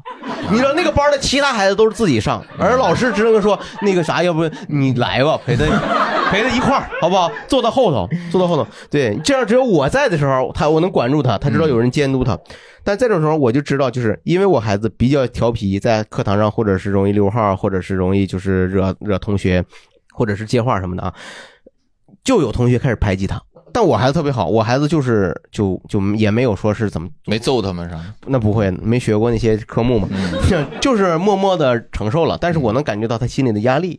你知道那个班的其他孩子都是自己上，而老师只能说那个啥，要不你来吧，陪他陪他一块儿，好不好？坐到后头，坐到后头。对，这样只有我在的时候，他我能管住他，他知道有人监督他。但这种时候，我就知道，就是因为我孩子比较调皮，在课堂上或者是容易溜号，或者是容易就是惹惹同学，或者是接话什么的啊。就有同学开始排挤他。但我孩子特别好，我孩子就是就就也没有说是怎么
[laughs] 没揍他们是吧？
那不会，没学过那些科目嘛， [laughs] 就是默默的承受了。但是我能感觉到他心里的压力，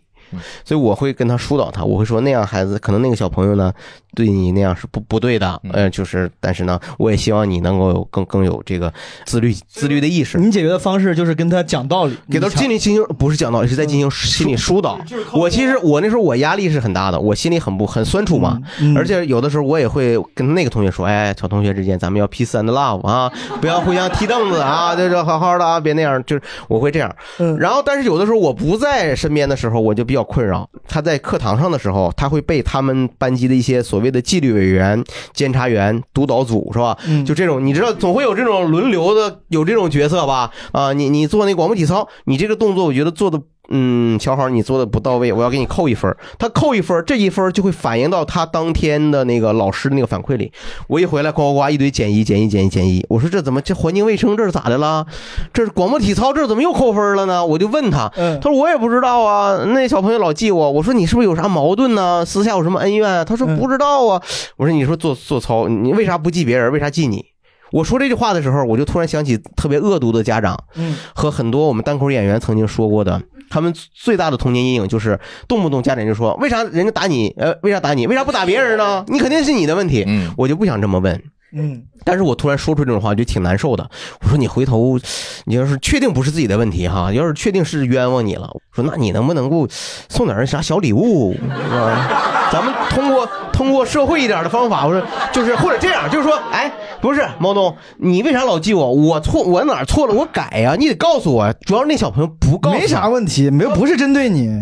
所以我会跟他疏导他，我会说那样孩子可能那个小朋友呢对你那样是不不对的，呃，就是但是呢，我也希望你能够有更更有这个自律自律的意识。
你解决的方式就是跟他讲道理，
给他
你想
心理进行不是讲道理，是在进行心理疏导。我其实我那时候我压力是很大的，我心里很不很酸楚嘛。而且有的时候我也会跟那个同学说，哎，小同学之间咱们要 peace and love 啊，不要互相踢凳子啊，这这好好的啊，别那样。就是我会这样。然后但是有的时候我不在身边的时候，我就比较困扰。他在课堂上的时候，他会被他们班级的一些所谓的纪律委员、监察员、督导组是吧？就这种，你知道总会有这种轮流的有这种角色吧？啊，你你做那广播体操，你这个动作我觉得做的。嗯，小好，你做的不到位，我要给你扣一分儿。他扣一分儿，这一分儿就会反映到他当天的那个老师那个反馈里。我一回来，呱呱呱，一堆减一、减一、减一、减一。我说这怎么这环境卫生这是咋的啦？这是广播体操，这怎么又扣分儿了呢？我就问他，他说我也不知道啊。那小朋友老记我，我说你是不是有啥矛盾呢？私下有什么恩怨啊？他说不知道啊。我说你说做做操，你为啥不记别人？为啥记你？我说这句话的时候，我就突然想起特别恶毒的家长，
嗯，
和很多我们单口演员曾经说过的，他们最大的童年阴影就是动不动家长就说，为啥人家打你，呃，为啥打你，为啥不打别人呢？你肯定是你的问题，
嗯，
我就不想这么问。
嗯，
但是我突然说出这种话，我就挺难受的。我说你回头，你要是确定不是自己的问题哈，要是确定是冤枉你了，我说那你能不能够送点儿啥小礼物？是吧咱们通过通过社会一点的方法，我说就是或者这样，就是说，哎，不是毛东，你为啥老记我？我错，我哪儿错了？我改呀、你得告诉我。主要是那小朋友不告诉我，
没啥问题，没有不是针对你。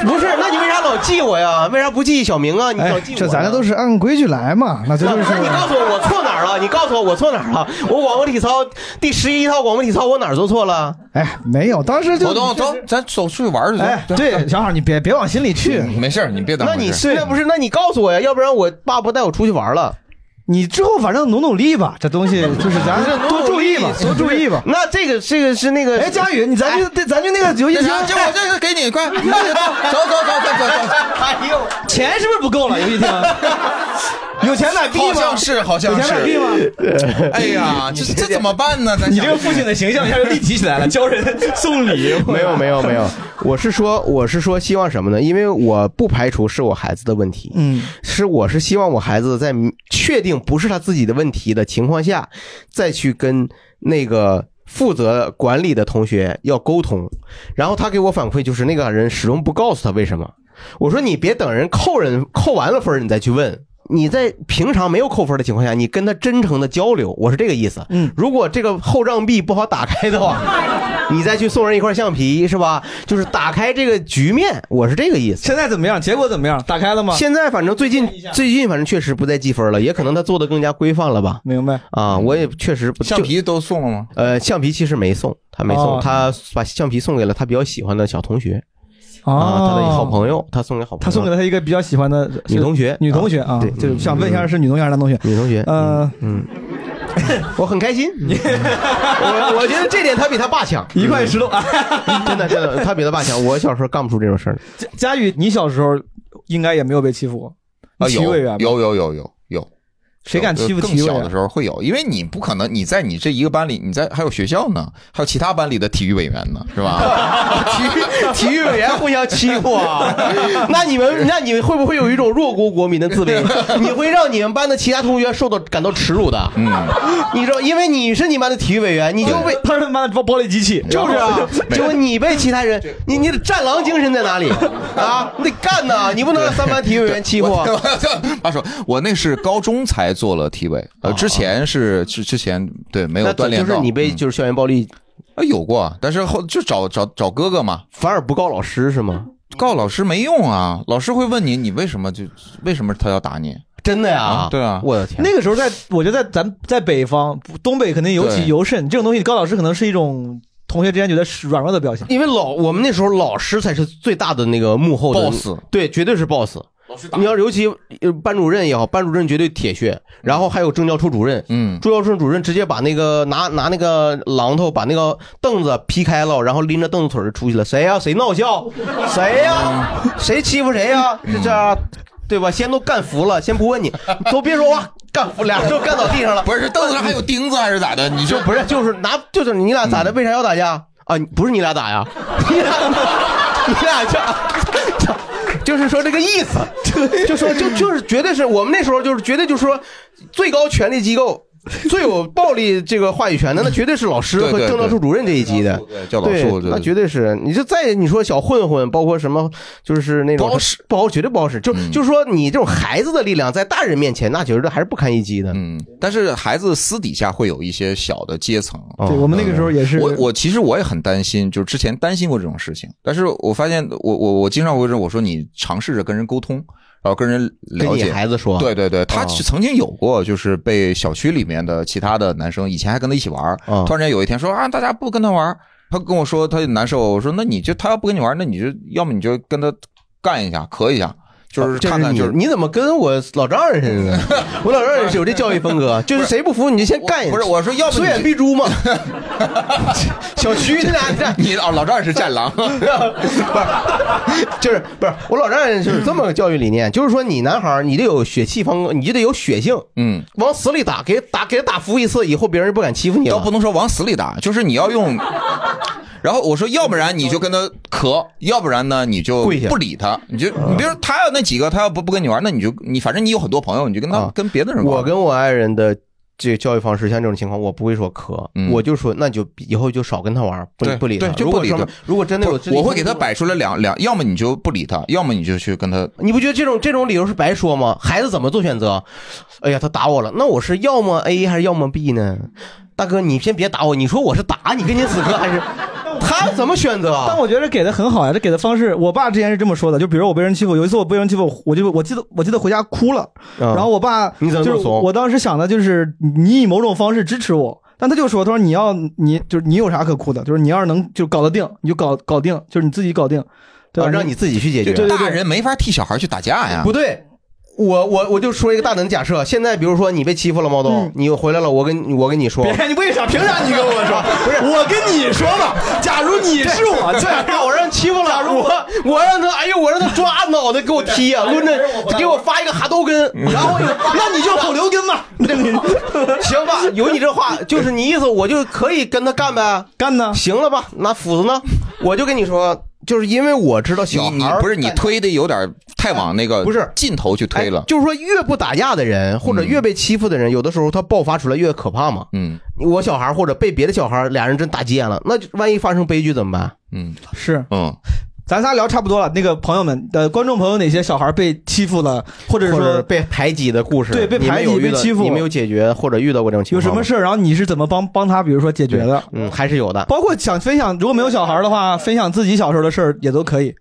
不是，那你为啥老记我呀？为啥不记小明啊？你老
哎
记我、，
这咱这都是按规矩来嘛，那这就是
那你告诉我我错哪儿了？你告诉我我错哪儿了？我广播体操第十一套广播体操我哪儿做错了？
哎，没有，当时就
我懂
走，咱走出去玩去。嗯
哎，对，小好你别别往心里去，
没事儿，你别当
那
回
你
事儿。
是那不是？那你告诉我呀，要不然我爸不带我出去玩了。
你之后反正努努力吧，这东西就是咱多注意吧，多注意吧。
那这个这个是那个
哎，佳宇，你咱就咱就那个游戏厅，
这我这个给你，快，走走走走走走走。
[laughs] 哎呦，
钱是不是不够了？游戏厅 [laughs] 有钱买币吗？
好像是好像
有
是
钱买币吗？
哎呀，这这怎么办呢？咱
[laughs] 你这个父亲的形象一下就立体起来了，教人送礼。
[laughs] 没有没有没有，我是说我是说希望什么呢？因为我不排除是我孩子的问题，
嗯，
是我是希望我孩子在确定不是他自己的问题的情况下，再去跟那个负责管理的同学要沟通，然后他给我反馈就是那个人始终不告诉他为什么。我说你别等人扣人扣完了分儿你再去问。你在平常没有扣分的情况下，你跟他真诚的交流，我是这个意思。嗯，如果这个后账币不好打开
[laughs]
的话，你再去送人一块橡皮是吧？就是打开这个局面，我是这个意思。
现在怎么样？结果怎么样？打开了吗？
现在反正最近最近反正确实不再记分了，也可能他做的更加规范了吧？
明白。
啊，我也确实
[laughs]
不
橡
就
皮都送了吗？
呃，橡皮其实没送，他没送，
哦
他把橡皮送给了他比较喜欢的小同学啊，
哦
他的好朋友，他送给好朋友，
他 [laughs] 送给了他一个比较喜欢的
女同学
女同学
啊
啊，
对
就是想问一下是女同学还是男同学？
女同学，
呃，
嗯， [laughs] 我很开心，我我觉得这点他比他爸强，
一块石头啊。
嗯 [laughs] 真的真的，他比他爸强。我小时候干不出这种事儿，
佳佳宇，你小时候应该也没有被欺负过，
啊，
体育
有
委员吧
有有有有有，
谁敢欺负啊
更
体育委
小的
员？
时候会有，因为你不可能你在你这一个班里，你在还有学校呢，还有其他班里的体育委员呢，是吧？
[laughs] 啊
[laughs]
体育委员互相欺负 [laughs] 啊！那你们，那你们会不会有一种弱国国民的自卑？你会让你们班的其他同学受到感到耻辱的。嗯，你知道，因为你是你们班的体育委员，你就被
他是他妈的暴暴力机器，
就是啊，就你被其他人，你你的战狼精神在哪里啊？你得干呐，你不能让三班体育委员欺负啊。
我 [laughs] 他说我那是高中才做了体委，呃，之前是之之前对没有
哦那
锻炼
就
到，嗯
是你被就是校园暴力，
啊有过，但是后就找找找哥哥嘛，
反而不告老师是吗？
告老师没用啊，老师会问你你为什么就为什么他要打你
真的呀
啊？？对啊，
我的天，
那个时候在，我觉得在咱在北方，东北肯定尤其
对
尤甚。这种东西，高老师可能是一种同学之间觉得是软弱的表现。
因为老我们那时候老师才是最大的那个幕后的
boss
对，绝对是 boss。你要尤其呃班主任也好，班主任绝对铁血，然后还有政教处主任，
嗯，
政教处主任直接把那个拿拿那个榔头把那个凳子劈开了，然后拎着凳子腿儿出去了，谁呀、谁闹笑？谁呀、谁欺负谁呀、这这对吧？先都干服了，先不问你，都别说话，干服俩人都干倒地上了。
不是凳子上还有钉子还啊是咋的？你嗯
就不是就是拿就是你俩咋的？为啥要打架啊？你不是你俩打呀？ [laughs] 你俩你俩就就是说这个意
[laughs]
思，就说就就是绝对是我们那时候就是绝对就是说最高权力机构。最有暴力这个话语权的，那绝对是老师
对
和
对
政治处主任这一级的，
对叫老树对对
那绝对是。你就再你说小混混，包括什么，就是那种不好使，不好，绝对不好使。就
嗯
就是说，你这种孩子的力量在大人面前，那绝对还是不堪一击的。
嗯，但是孩子私底下会有一些小的阶层。
哦
对我们那个时候也是
我我其实我也很担心，就之前担心过这种事情，但是我发现我我我经常会说，我说你尝试着跟人沟通，然后跟人了
跟
解
你孩子说
对对对，他
哦
曾经有过，就是被小区里面的其他的男生，以前还跟他一起玩儿，
嗯
突然间有一天说啊，大家不跟他玩儿，他跟我说他就难受，我说那你就他要不跟你玩儿，那你就要么你就跟他干一下，磕一下，就是
哦这
看看
你
就是
你怎么跟我老丈人似的？我老丈人是有这教育风
[laughs]
格，就是谁不服你就先干一
不是我说要不
虽
你
远
[laughs]
必诛嘛。小区这俩这
你哦，老丈人是战
[laughs]
狼，
就是不是我老丈人就是这么个教育理念，就是说你男孩儿你得有血气方刚，你就得有血性，
嗯。
往死里打，给打给他打服一次，以后别人就不敢欺负你
倒
了
不。能说往死里打，就是你要
[laughs]
用。然后我说，要不然你就跟他磕，要不然呢你就
跪下嗯
不理他，你就你别说他要那几个，他要不不跟你玩，那你就你反正你有很多朋友，你就跟他、
啊
跟别的人玩。
我跟我爱人的这个教育方式，像这种情况，我不会说磕，
嗯
我就说那就以后就少跟他玩，不
对
不理他。
对就
如
不
果
理
什么
他
如果真的有
不
肢
是
体
我
冲突，
会给他摆出来两两，要么你就不理他，要么你就去跟他。
你不觉得这种这种理由是白说吗？孩子怎么做选择？哎呀，他打我了，那我是要么 A 还是要么 B 呢？大哥，你先别打我，你说我是打你，跟你死磕还是 [laughs] 他怎么选择？
但我觉得给的很好呀，这给的方式，我爸之前是这么说的，就比如我被人欺负，有一次我被人欺负，我就我记得我记得回家哭了，
嗯
然后我爸
你怎么
就
这么
是
怂
我当时想的就是你以某种方式支持我，但他就说他说你要你就是你有啥可哭的，就是你要是能就搞得定你就搞搞定，就是你自己搞定，对
啊
吧？
让你自己去解决。
对对
大人没法替小孩去打架呀
不。对，我我我就说一个大胆假设，现在比如说你被欺负了，猫东，你回来了，我跟我跟你说，
嗯别，你为啥？凭啥你跟我
[laughs]
[laughs]
说？不是，我跟你说吧。假如你是我， [laughs]
对，让我让欺负了，我我让他，哎呦，我让他抓脑袋给我踢
[laughs]
啊，抡着给我发一个哈兜跟，
嗯
然后有
那你就手榴根吧。
行吧，有你这话就是你意思，我就可以跟他干呗。
干呢？
行了吧，拿斧子呢？我就跟你说，就是因为我知道
你
小
你
孩儿
不是你推的有点太往那个
不是
尽头去推了。
哎就是说越不打架的人，或者越被欺负的人，有的时候他爆发出来越可怕嘛。
嗯
我小孩儿或者被别的小孩儿俩人真打急眼了，那就万一发生悲剧怎么办？
嗯
是，
嗯，
咱仨聊差 [laughs] 不多了，那个朋友们呃，观众朋友哪些小孩被欺负了，或者
或者
说
被排挤的故事，
对被
你们
排挤
有遇到
被欺负
你们有解决或者遇到过这种情
有
况
什么
吗
事儿，然后你是怎么帮帮他，比如说解决的？
嗯，还是有的。
包括想分享，如果没有小孩的话，分享自己小时候的事儿也都可以。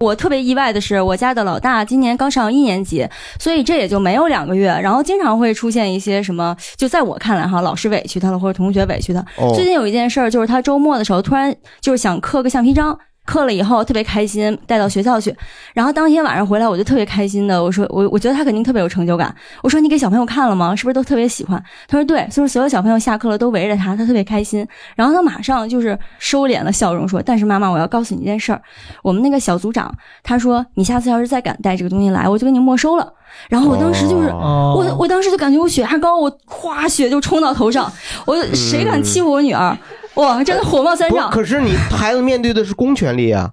我特别意外的是，我家的老大今年刚上一年级，所以这也就没有两个月，然后经常会出现一些什么，就在我看来哈，老师委屈他了，或者同学委屈他。
哦
最近有一件事儿，就是他周末的时候突然就是想刻个橡皮章。刻了以后特别开心，带到学校去，然后当天晚上回来我就特别开心的，我说我我觉得他肯定特别有成就感。我说你给小朋友看了吗？是不是都特别喜欢？他说对，就是所有小朋友下课了都围着他，他特别开心。然后他马上就是收敛了笑容说：“但是妈妈，我要告诉你一件事儿，我们那个小组长他说，你下次要是再敢带这个东西来，我就给你没收了。然后我当时就是，
哦
我我当时就感觉我血压高，我哗血就冲到头上，我谁敢欺负我女
[laughs]
儿，哇，真的火冒三
不，
丈。
可是你孩子面对的是公权力啊，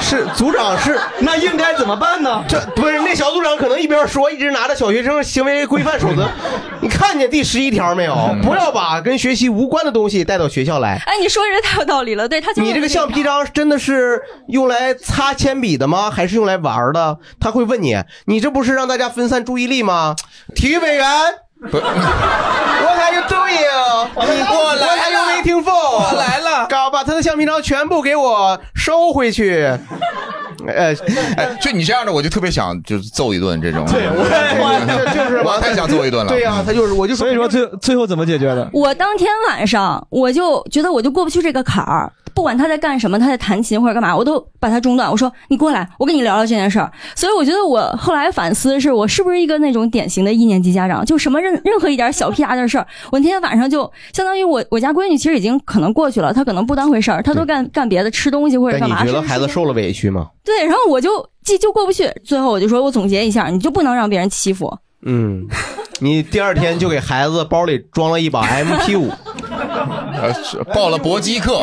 是组长是
那应该怎么办呢？
这不是那小组长可能一边说，一直拿着小学生行为规范守则。你看见第十一条没有？
嗯
不要把跟学习无关的东西带到学校来。
哎，你说这太有道理了，对他就是
你这个橡皮章真的是用来擦铅笔的吗？还是用来玩儿的？他会问你，你这不是让大家分散注意力吗？体育委员
不
，What are you doing？
[laughs]
你
我来
What are you
了
waiting for？
我来了
嘎，把他的橡皮章全部给我收回去。呃，
[laughs] 哎，就你这样的，我就特别想就是揍一顿这种。
我就就
[laughs]
是
我太想揍一顿了。
对呀、他就是我就
所以说最最后怎么解决的？
我当天晚上我就觉得我就过不去这个坎儿，不管他在干什么，他在弹琴或者干嘛，我都把他中断。我说你过来，我跟你聊聊这件事儿。所以我觉得我后来反思是我是不是一个那种典型的一年级家长，就什么任任何一点小屁孩的事儿，我那天晚上就相当于我我家闺女其实已经可能过去了，她可能不当回事儿，她都干干别的，吃东西或者
但
[laughs] 干
你
嘛。
觉
甚
得
至
孩子
是
受了委屈吗？
对，然后我就这就过不去。最后我就说我总结一下，你就不能让别人欺负。
嗯，你第二天就给孩子包里装了一把 MP 五，
呃报了搏击课，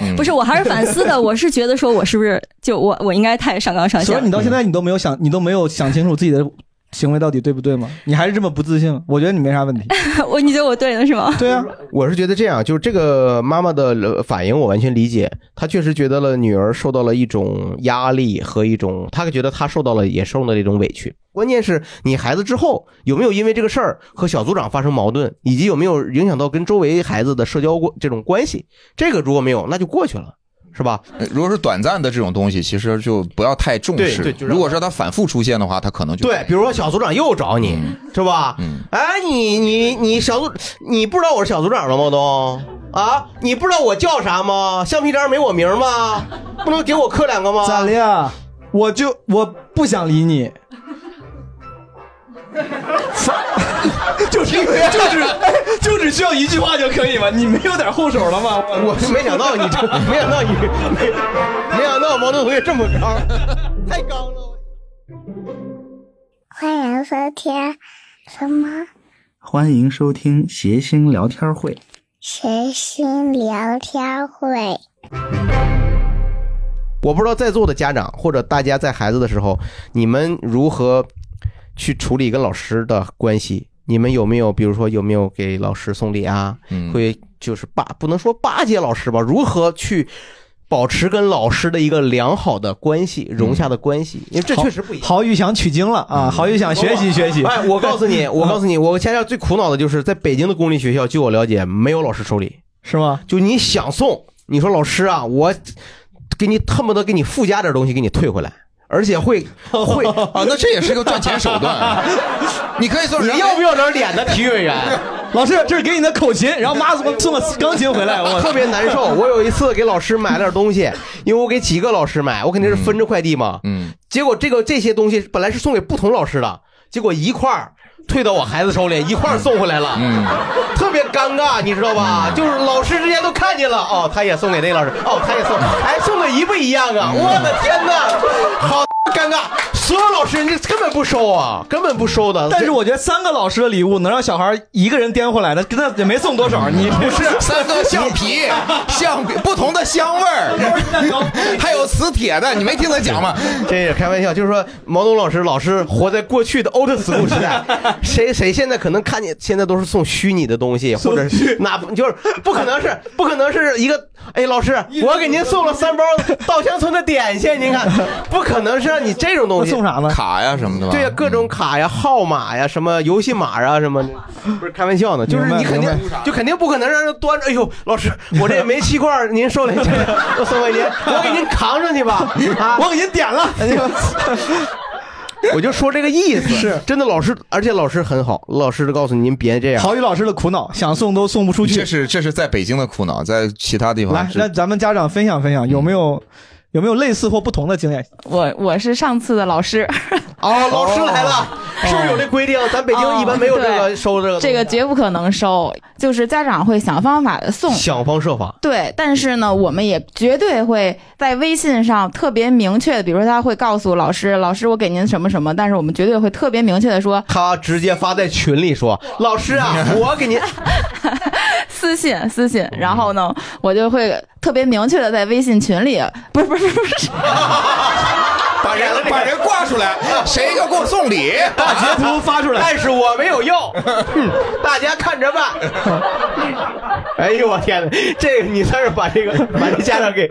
嗯
不是，我还是反思的。我是觉得说我是不是就我我应该太上纲上线
所
了？
以你到现在你都没有想，你都没有想清楚自己的行为到底对不对吗？你还是这么不自信吗？我觉得你没啥问题。
[laughs] 我你觉得我对了是吗？
对啊，
我是觉得这样，就是这个妈妈的呃反应，我完全理解。她确实觉得了女儿受到了一种压力和一种，她觉得她受到了也受到了一种委屈。关键是你孩子之后有没有因为这个事儿和小组长发生矛盾，以及有没有影响到跟周围孩子的社交过这种关系？这个如果没有，那就过去了，是吧？
如果是短暂的这种东西，其实就不要太重视。
对对就让
如果说它反复出现的话，它可能就
对，比如说小组长又找你，是吧？哎，你你你小组，你不知道我是小组长了吗？都啊，你不知道我叫啥吗？橡皮章没我名吗？不能给我刻两个吗？
咋的呀？我就我不想理
[laughs]
你，就是
[laughs]
就是哎就只需要一句话就可以吗？你没有点后手了吗？
我没想到你这，没想到你，没没想到毛豆同学这么刚，太刚了。
欢迎收听什么
欢迎收听谐星聊天会。
谐星聊天会。
我不知道在座的家长或者大家在孩子的时候，你们如何去处理跟老师的关系？你们有没有，比如说有没有给老师送礼啊？
嗯
会就是巴不能说巴结老师吧？如何去保持跟老师的一个良好的关系、融洽的关系？因为这确实不一样。
郝宇想取经了啊！郝宇想学习学习。嗯
哎，我告诉
[laughs]
你，我告诉
你，
你，我现在最苦恼的就是在北京的公立学校，据我了解，没有老师收礼，
是吗？
就你想送，你说老师啊，我给你恨不得给你附加点东西，给你退回来，而且
[laughs]
会会啊，
那这也是个赚钱手
[laughs]
段。啊你可以送
你
人
要不要点脸的体育委员？
老师，这是给你的口琴，然后妈送送个钢琴回来，我
特别难受。我有一次给老师买了点东西，因为我给几个老师买，我肯定是分着快递嘛。
嗯，
结果这个这些东西本来是送给不同老师的，结果一块儿退到我孩子手里，一块儿送回来了。嗯，特别尴尬，你知道吧？就是老师之间都看见了，哦，他也送给那个老师，哦，他也送，哎，送的一不一样啊？我的天哪，好尴尬！所有老师人家根本不收啊，根本不收的。
但是我觉得三个老师的礼物能让小孩一个人颠回来的，那也没送多少。你不是
三个橡皮、
[laughs]
橡皮不同的香味儿，还有磁铁的，你没听他讲吗？
[laughs] 这也开玩笑，就是说毛东老师老是活在过去的 old school 时
[laughs]
代，谁谁现在可能看见现在都是送虚拟的东西，或者是哪就是不可能是不可能是一个哎老师，我给您送了三包稻香村的点心，您看不可能是让你这种东西
送啥呢？
卡呀什么的吧。嗯
对呀、各种卡呀、号码呀、什么游戏码呀、什么的，不是开玩笑呢，就是
明白
你肯定
明
就肯定不可能让人端着。哎呦，老师，我这煤气罐儿您收了，我送给您，我给您扛上去吧。啊，
我给您点了。
[laughs] 我就说这个意思，是真的。老师，而且老师很好，老师告诉您别这
[laughs]
样。
郝宇老师的苦恼，想送都送不出去
这。是这是在北京的苦恼，在其他地方
来，
是
让咱们家长分享分享，有没有有没有类似或不同的经验？
我我是 [laughs] 上次的老师，
哦，老师来了，是不是有这规定？咱北京一般没有这个
对
收这个东西。
这个绝不可能收，就是家长会想方法的送。
想方设法，
对，但是呢，我们也绝对会在微信上特别明确的，比如说他会告诉老师，老师我给您什么什么，但是我们绝对会特别明确的说，
他直接发在群里说：“老师
[laughs]
啊，我 [laughs] 给您。
私信私信，然后呢，我就会特别明确的在微信群里，不是不是不是，
把人把人挂出来，谁要给我送礼？
把截图发出”来。
但是我没有要，哼大家看着办。 [laughs] 哎呦我天哪，这个你算是把 [laughs] 这个把这家长给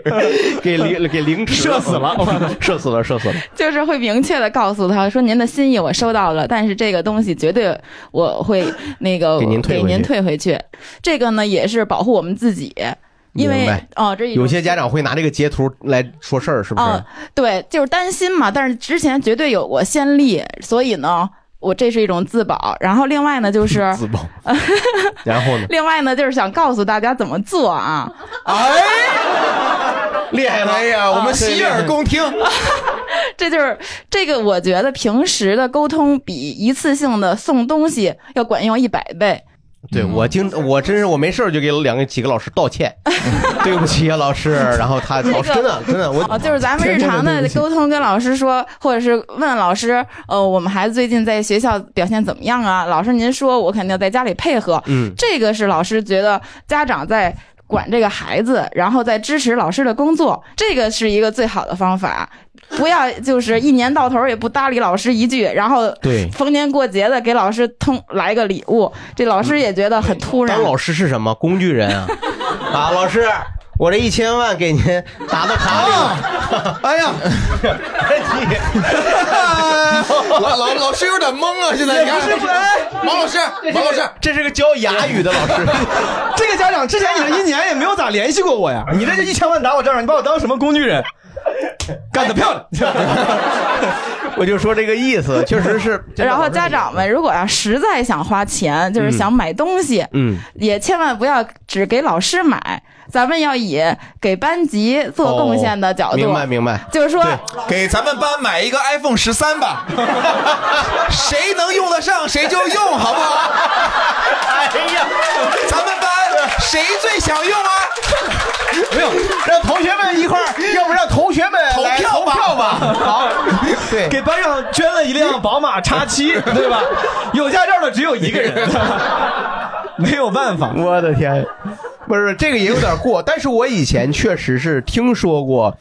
给凌给凌迟
射死了，
[laughs] 射死了，射死了。
就是会明确的告诉他说您的心意我收到了，但是这个东西绝对我
[laughs]
会那个
给您退回去
退回去。这个呢也是保护我们自己，因
明
为
白
哦这一种
有些家长会拿这个截图来说事儿，是不是？
嗯，对，就是担心嘛。但是之前绝对有过先例，所以呢，我这是一种自保。然后另外呢，就是
[laughs] 自爆。然后呢？
另外呢，就是想告诉大家怎么做啊。
哎，
厉害了！
哎呀，我们洗耳恭听。
[laughs] 这就是这个，我觉得平时的沟通比一次性的送东西要管用一百倍。
对我经我真是我没事儿就给两个几个老师
[laughs]
道歉，对不起啊老师，然后他老师真的真的我
哦，就是咱们日常的沟通，跟老师说，或者是问老师，呃，我们孩子最近在学校表现怎么样啊？老师您说，我肯定在家里配合。
嗯
这个是老师觉得家长在。管这个孩子，然后再支持老师的工作，这个是一个最好的方法。不要就是一年到头儿也不搭理老师一句，然后
对
逢年过节的给老师通来个礼物，这老师也觉得很突然。嗯
当嗯老师是什么工具
[laughs]
人啊？啊，老师，我这一千万给您打到卡里
哦
了。
哎呀，
[laughs] 哎老老老师有点懵啊，现在你看
也不是哎，
王老师，王老师，
这是个教哑语的老师。
[laughs] 这个家长之前你这一年也没有咋联系过我
[laughs]
呀，你这就一千万打我账上，你把我当什么工具人？干得漂亮！
[laughs] 我就说这个意思，确实是。
然后家长们如果要实在想花钱，就是想买东西，
嗯，
也千万不要只给老师买，咱们要以给班级做贡献的角度，
哦明白明白。
就是说，
给咱们班买一个 iPhone 十三吧，谁能用得上谁就用，好不好？
哎呀，
咱们班谁最想用啊？
没有，让同学们一块儿，要不让同学们
投
来
票吧，
投票吧 [laughs]
好，对，
给班上捐了一辆宝马叉七，对
[laughs]
吧？有驾照的只有一个人，没有办法。
我的天，不是这个也有点过，但是我以前确实是听说过，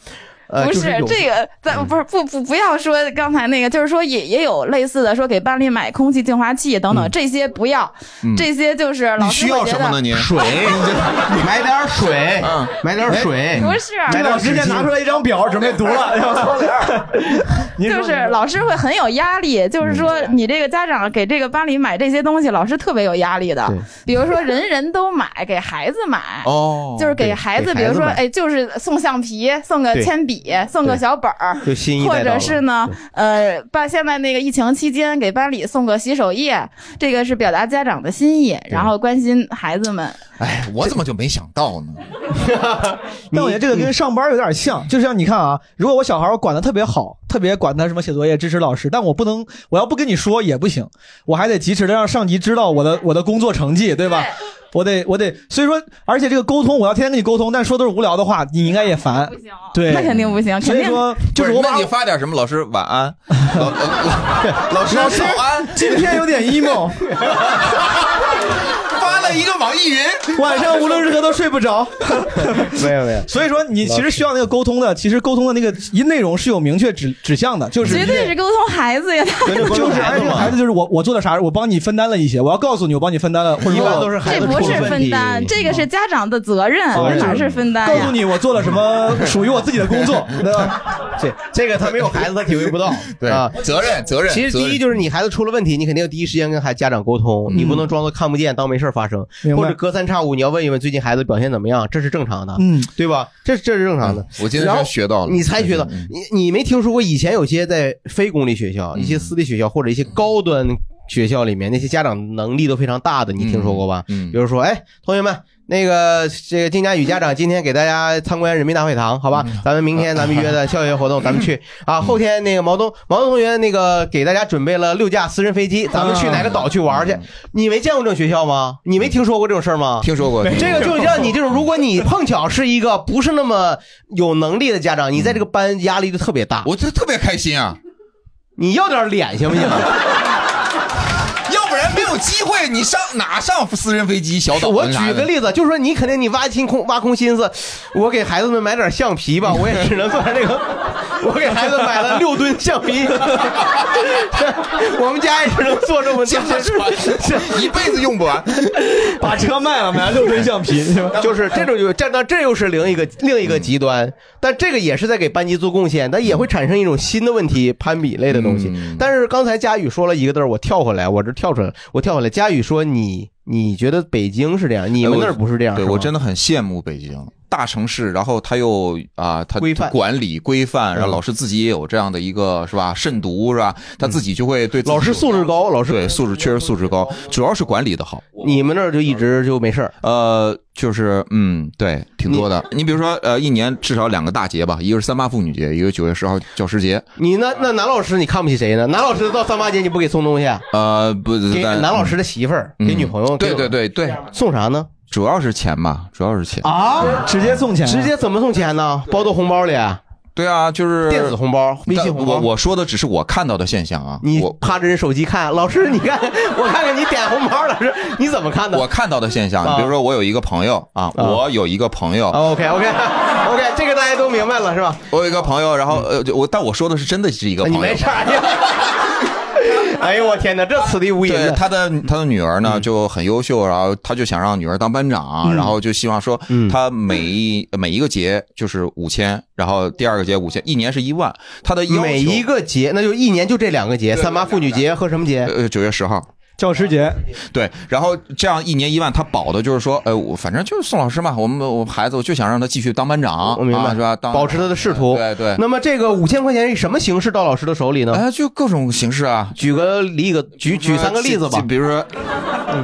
呃，
不
就是有嗯
这个，咱不是不不不要说刚才那个，就是说也也有类似的，说给班里买空气净化器等等，这些不要，
嗯
这些就是老师会觉得
水， [laughs] 买点水，
嗯
买点水。
哎不是啊
买点纸巾
一张表，准备读了。
就是老师会很有压力，
嗯
就是说你这个家长给这个班里买这些东西，老师特别有压力的
对。
比如说人人都买，给孩子买，
哦
[laughs] 就是
对
给孩子，比
给
如
孩子
说
买
哎，就是送橡皮，送个
对
铅笔，送个
对
小本儿
就新一，代
或
到了
者是呢，呃，班现在那个疫情期间给班里送个洗手液，这个是表达家长的心意，然后关心孩子们。
哎，我怎么就没想到呢？
但我觉得这个跟上班有点像，就像你看啊，如果我小孩我管得特别好，特别管他什么写作业、支持老师，但我不能，我要不跟你说也不行，我还得及时的让上级知道 [laughs] 我的我的工作成绩，对吧？我得我得，所以说，而且这个沟通，我要天天跟你沟通，但说都是无聊的话，你应该也烦。对，
那肯定不行，
所
肯
以
定
说，就是
不
我
那
把
你发点什么？老师晚安，老老老师
老师
早安。
今天有点 emo，
[laughs] 发了一个网易云，
晚上无论如何都睡不着。
[laughs] 没有没有，
所以说，你其实需要那个沟通的，其实沟通的那个一内容是有明确指指向的，就是
绝对是沟通孩子呀。 [laughs]
就是哎，这个孩子就是我，我做了啥，我帮你分担了一些，我要告诉你，我帮你分担了，或者说我
这不是分担，这
嗯
个是家长的责任，
责任
哪是分担
告
呀？
诉你我做了什么属于我自己的工
[laughs]
作，对吧？
这这个他没有孩子，他体会
[laughs]
不到。
对
啊，
责任责任
其实
责任
第一就是你孩子出了问题，你肯定要第一时间跟孩家长沟通，
嗯
你不能装作看不见当没事儿发生，
明白
或者隔三差五你要问一问最近孩子表现怎么样，这是正常的，
嗯，
对吧？这这是正常的。
嗯我今天
然后
真学到了嗯
你才学到，你你没听说过以前有些在非公立学校、
嗯
一些私立学校或者一些高端学校里面那些家长能力都非常大的，你听说过吧？
嗯
比如说，哎，同学们，那个这个金佳宇家长今天给大家参观人民大会堂，好
嗯
吧？咱们明天咱们约的校园活动，咱们去啊。后天那个毛东毛东同学那个给大家准备了六架私人飞机，咱
嗯
们去哪个岛去玩去？你没见过这种学校吗？你没听说过这种事儿吗？
听说过
这个就让你这种，如果你碰巧是一个不是那么有能力的家长，你在这个班压力就特别大。
我这特别开心啊！
你要点脸行不行？
要不然没有机会，你上哪上私人飞机小岛？
我举个例子，就是说你肯定你挖心空挖空心思，我给孩子们买点橡皮吧，我也只能做成这个。我给孩子买了六吨橡皮， [laughs] 我们家也只能做这么多。 [laughs]
一辈子用不完，
把车
[laughs]
卖了，买了六吨橡
[laughs]
皮，
就是这种就这那这又是另一个另一个极端，但这个也是在给班级做贡献，但也会产生一种新的问题攀比类的东西。
嗯
但是刚才佳宇说了一个字儿，我跳回来，我这跳出来，我跳回来。佳宇说你你觉得北京是这样，你们那儿不是这样？
对
是吗
呃哎我真的很羡慕北京大城市，然后他又啊，他
规范
管理规范，
嗯
然后老师自己也有这样的一个是吧，慎独是吧？他自己就会对
老师素质高，老师
对素质确实素质高，主要是管理的好。
你们那儿就一直就没事儿。
呃，就是嗯，对，挺多的。你比如说，呃，一年至少两个大节吧，一个是三八妇女节，一个九月十号教师节。
你那那男老师你看不起谁呢？男老师到三八节你不给送东西啊？
呃，不，
给
但嗯
男老师的媳妇儿，给女朋友，
对对对对，
送啥呢？
主要是钱吧，主要是钱。
啊，
直接送钱，
直接怎么送钱呢？包到红包里？
对啊，就是
电子红包、微信红包。
我我说的只是我看到的现象啊，
你
我
趴着人手机看，老师你看，我看看你点红包，老师你怎么看的？
我看到的现象。
啊
比如说，我有一个朋友啊，我有一个朋友
OK OK OK，这个大家都明白了是吧？
我有一个朋友，然后呃，就我但我说的是真的是一个朋
你
友。
没啥呀？
[laughs]
哎呦我天哪，这此地无银
对
啊！
他的他的女儿呢就很优秀，然后他就想让女儿当班长，
嗯
然后就希望说他每一呃每一个节就是五千，然后第二个节五千，一年是一万。他的要求
每一个节，那就一年就这两个节，三八妇女节和什么节？
呃，九月十号。
教师节，
对，然后这样一年一万，他保的就是说，呃，我反正就是宋老师嘛，我们我孩子我就想让他继续当班长，
我明白
啊是吧？当
保持他的仕途。
嗯对对。
那么这个五千块钱以什么形式到老师的手里呢？
哎，就各种形式啊。
举个例个举举三个例子吧嗯
就就比如说，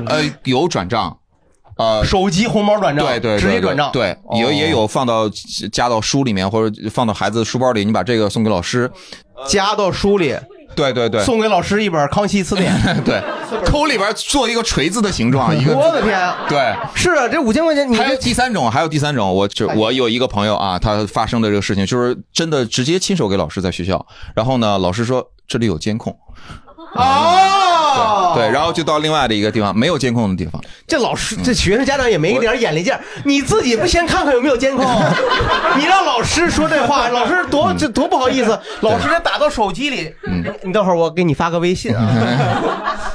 呃，有转账，呃，
手机红包转账
对对，对
直接转账
对，
哦
有也有放到加到书里面，或者放到孩子书包里，你把这个送给老师，
加到书里，
对对对，
送给老师一本《康熙词典》
[laughs] 对，抠里边做一个锤子的形状，啊
[laughs]
一个
我的天啊！
对。
是啊，这五哎千块钱你
还有第三种，还有第三种，我就我有一个朋友啊，他发生的这个事情就是真的直接亲手给老师在学校，然后呢，老师说这里有监控，
哦，
对，然后就到另外的一个地方没有监控的地方，
这老师这学生家长也没一点眼力劲儿，你自己不先看看有没有监控？
哦
[laughs] 你让老师说这
[laughs]
话，老师
嗯
多这多不好意思，老师这打到手机里。你等会儿我给你发个微信啊，
嗯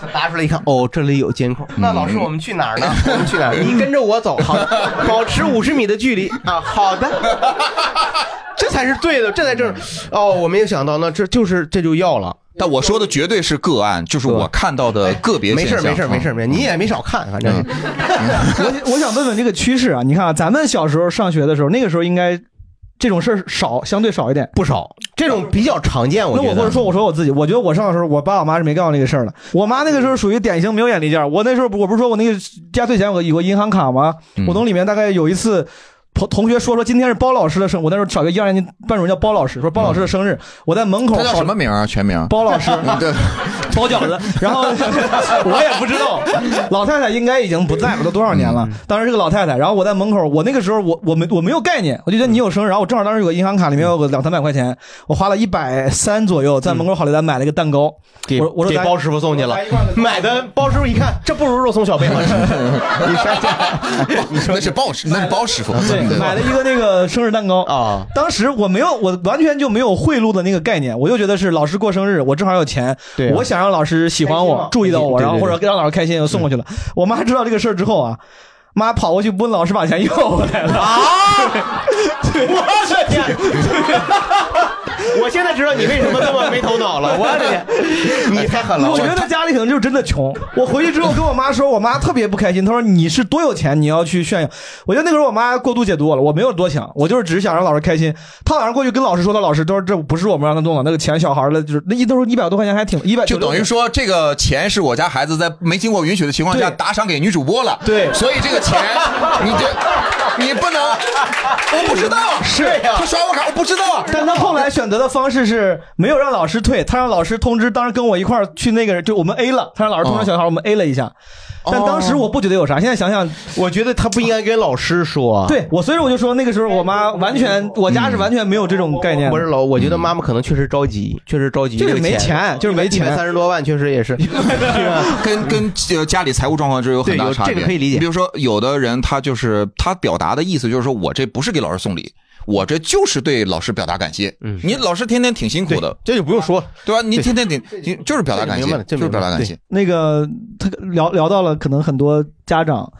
[laughs] 拿出来一看，哦，这里有监控。那老师，我们去哪儿呢？我们去哪儿？嗯你跟着我走，好的， [laughs] 保持五十米的距离啊，好的。这才是对的，这才正哦，我没有想到，那这就是这就要了。
但我说的绝对是个案，就是我看到的个别
哎
嗯
没事儿没事儿没事儿没事儿，你也没少看，反正是
我我想问问这个趋势啊，你看啊，咱们小时候上学的时候，那个时候应该这种事儿少，相对少一点，
不少，这种比较常见。我
那
觉
我
得
或者说我说我自己，我觉得我上的时候，我爸我妈是没干过这个事儿的。我妈那个时候属于典型没有眼力见儿。我那时候不我不是说我那个压岁钱我有个银行卡吗？
嗯
我从里面大概有一次。同同学说说今天是包老师的生，我那时候找个一二年级班主任叫包老师，说包老师的
嗯
生日，我在门口
他叫
扫
什么名啊？全名？
包老师
对，
包饺子。
[laughs]
然后我也不知道， [laughs] 老太太应该已经不在了，都多少年了。
嗯
当时是个老太太，然后我在门口，我那个时候我我没我没有概念，我就觉得你有生日，然后我正好当时有个银行卡里面有个两三百块钱，我花了一百三左右，在门口好利来买了一个蛋糕。
嗯给
我我说
给
咱
包师傅
[laughs]
送去了，买的包师傅一看，这不如肉松小贝 [laughs] 好吃。你说
那是包师，那是包师傅，
对， [laughs] 买了一个那个生日蛋糕
啊。
当时我没有，我完全就没有贿赂的那个概念，我就觉得是老师过生日，我正好有钱，
对啊
我想让老师喜欢我，注意到我，
对对嗯
然后
对
或者让老师开心，我送过去了。我妈知道这个事儿之后啊。妈跑过去问老师把钱要回来
[laughs]
了 [laughs] 啊！
我的天！ [laughs] 我现在知道你为什么这么没头脑了，我的天，你哎太狠了！
我觉得家里可能就真的穷。 [laughs] 我回去之后跟我妈说，我妈特别不开心，她说你是多有钱，你要去炫耀。我觉得那个时候我妈过度解读我了，我没有多想，我就是只是想让老师开心。她晚上过去跟老师说，她老师都说这不是我们让她弄的，那个钱小孩儿的，就是那一都是一百多块钱，还挺一百，
就等于说这个钱是我家孩子在没经过允许的情况下打赏给女主播了，
对
所以这个
[laughs]
钱你
[laughs]
这你不能，我不知道，
是
哎
他刷我卡，我不知道，
但他后来选择的方式是没有让老师退，他让老师通知，当时跟我一块儿去那个人，就我们 A 了，他让老师
哦
通知小孩，我们 A 了一下。但当时我不觉得有啥，现在想想，
我觉得他不应该跟老师
啊
说。
对我，所以我就说那个时候我妈完全，我家是完全没有这种概念的。
不是老，哎我觉
嗯
得妈妈可能确实着急，确实着急，
就是
这个
没钱就是没钱
三十多万确实
[laughs]
也是。
跟跟呃家里财务状况这有很大
嗯对有
差别，
这个可以理解
你比如说，有的人他就是他表达的意思就是说我这不是给老师送礼。我这就是对老师表达感谢，嗯，你老师天天挺辛苦的，
这就不用说了，
对吧？你天天挺，你就是表达感谢
这明白了，这
就是
明白
表达
了
感
对
谢。
那个他聊聊到了，可能很多家长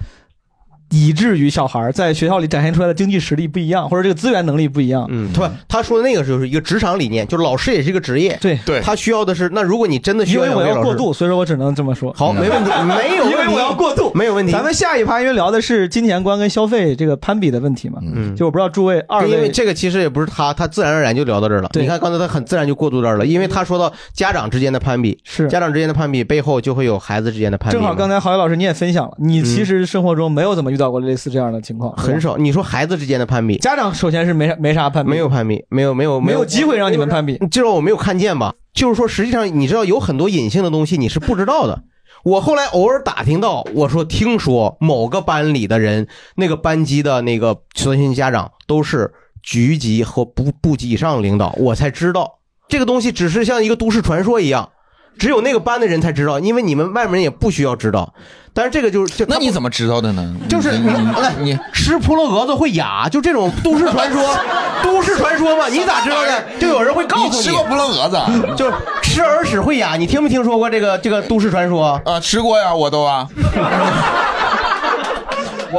以至于小孩儿在学校里展现出来的经济实力不一样，或者这个资源能力不一样。
嗯，对，他说的那个就是一个职场理念，就是老师也是一个职业。
对
对，
他需要的是，那如果你真的
因
需要
为
两
我
位
要
老
过
师，
渡，所以说我只能这么说。
嗯
好没
[laughs]
[laughs]
问题没有问题
因为我要过渡，
没有问题
咱们下一趴因为聊的是金钱观跟消费这个攀比的问题嘛，
嗯，
就我不知道诸位二
因为
位
这个其实也不是他，他自然而然就聊到这儿了。你看刚才他很自然就过渡这儿了，因为他说到家长之间的攀比，
是
家长之间的攀比背后就会有孩子之间的攀比
正
嘛。
好刚才郝宇老师你也分享了，
嗯
你其实生活中没有怎么遇到过类似这样的情况，
很少。你说孩子之间的攀比，
家长首先是没啥没啥攀比，
没有攀比，没有没有
没有机会让你们攀比，
就是我没有看见吧？就是说，实际上你知道有很多隐性的东西你是不知道的。我后来偶尔打听到，我说听说某个班里的人，那个班级的那个所有亲家长都是局级和部部级以上领导，我才知道这个东西只是像一个都市传说一样。只有那个班的人才知道，因为你们外面人也不需要知道。但是这个就是，就那你
怎么知道的呢？
就是
你
你你吃扑棱蛾子会哑，就这种都市传说，都市传说嘛，你咋知道的？就有人会告诉
你吃过扑棱蛾子啊
就是吃耳屎会哑，你听没听说过这个这个都市传说？
啊，吃过呀，我都啊。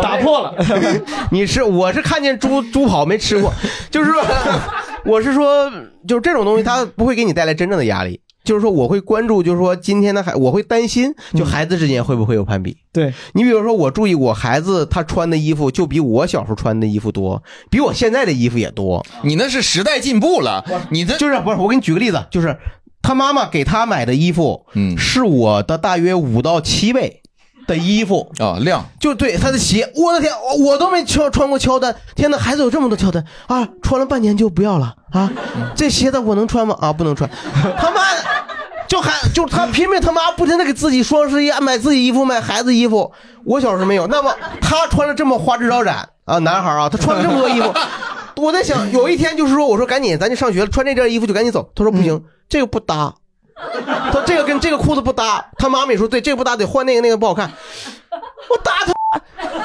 打破了，
[laughs] 你是我是看见猪猪跑没吃过，就是说， [laughs] 我是说，就是这种东西它不会给你带来真正的压力。就是说，我会关注，就是说，今天的孩，我会担心，就孩子之间会不会有攀比？
嗯对
你比如说，我注意我孩子他穿的衣服就比我小时候穿的衣服多，比我现在的衣服也多。
你那是时代进步了，你这
就是不是？我给你举个例子，就是他妈妈给他买的衣服，嗯，是我的大约五到七倍的衣服
啊、量。
就对他的鞋，我的天，我我都没穿穿过乔丹，天哪，孩子有这么多乔丹啊！穿了半年就不要了啊！这鞋子我能穿吗？啊，不能穿，他妈的，就还就他拼命他妈不停的给自己双十一啊买自己衣服，买孩子衣服。我小时候没有，那么他穿了这么花枝招展啊，男孩啊，他穿了这么多衣服，我在想有一天就是说，我说赶紧咱就上学了，穿这件衣服就赶紧走。他说不行，
嗯
这个不搭。他这个跟这个裤子不搭，他妈妈也说对，这个不搭，得换那个，那个不好看。我打他！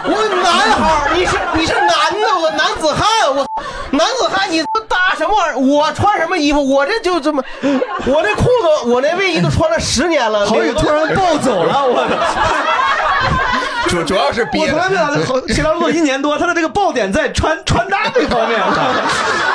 我男孩儿，你是你是男的，我男子汉，我男子汉，你他妈搭什么玩意儿？我穿什么衣服？我这就这么，我这裤子，我那卫衣都穿了十年了。
郝宇突然暴走了，我。
主主要是
我
憋
从来没想到好闲聊录一年多，他的这个爆点在穿穿搭这方面，啊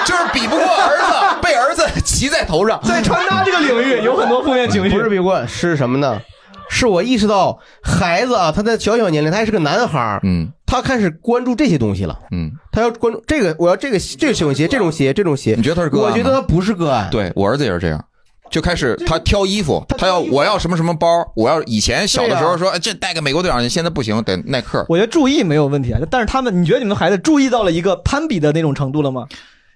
就是比不过儿子，被儿子骑 [laughs] 在头上，
在穿搭这个领
[laughs]
域有很多负面情绪。
不是比过，是什么呢？是我意识到孩子啊，他在小小年龄，他还是个男孩，
嗯，
他开始关注这些东西了，
嗯，
他要关注这个，我要这个这种鞋，这种鞋，这种鞋。你
觉得他是个案
我
吗
觉得他不是个案，
对我儿子也是这样。就开始他挑衣服，他要我要什么什么包，我要以前小的时候说、哎这带个美国队长，现在不行，得 [laughs] 耐克。
我觉得注意没有问题啊，但是他们，你觉得你们孩子注意到了一个攀比的那种程度了吗？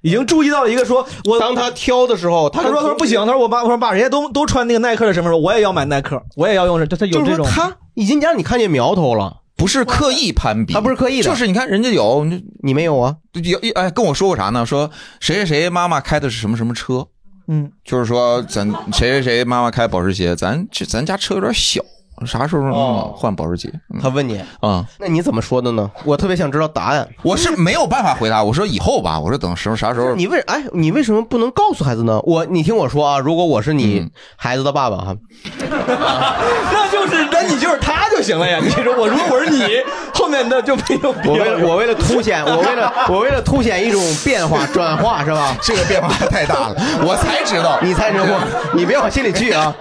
已经注意到了一个说，我
当他挑的时候，
他说他说不行，他说我爸我说爸，人家都都穿那个耐克的什么时候，我也要买 [laughs] 耐克，我也要用这，他他有
就是
这种
说他已经让你看见苗头了，
不是刻意攀比，
他不是刻意的，
就是你看人家有，你
你没有啊？
有哎，跟我说过啥呢？说谁谁谁妈妈开的是什么什么车，
嗯，
就是说咱谁谁谁妈妈开保时捷，咱这咱家车有点小，啥时候能换保时捷？嗯
他问你
啊，
那你怎么说的呢？我特别想知道答案。
我是没有办法回答。我说以后吧，我说等什么啥时候
你为哎，你为什么不能告诉孩子呢？我你听我说啊，如果我是
嗯
你孩子的爸爸哈，
那就是那你就是他就行了呀。你 [laughs] 说我如果我是你，后面的就没有必
我
要
为了我为了凸显，我为了我为了凸显一种变化转化是吧？
[laughs] 这个变化太大了，我才知道，
你才知道，我你别往心里去啊！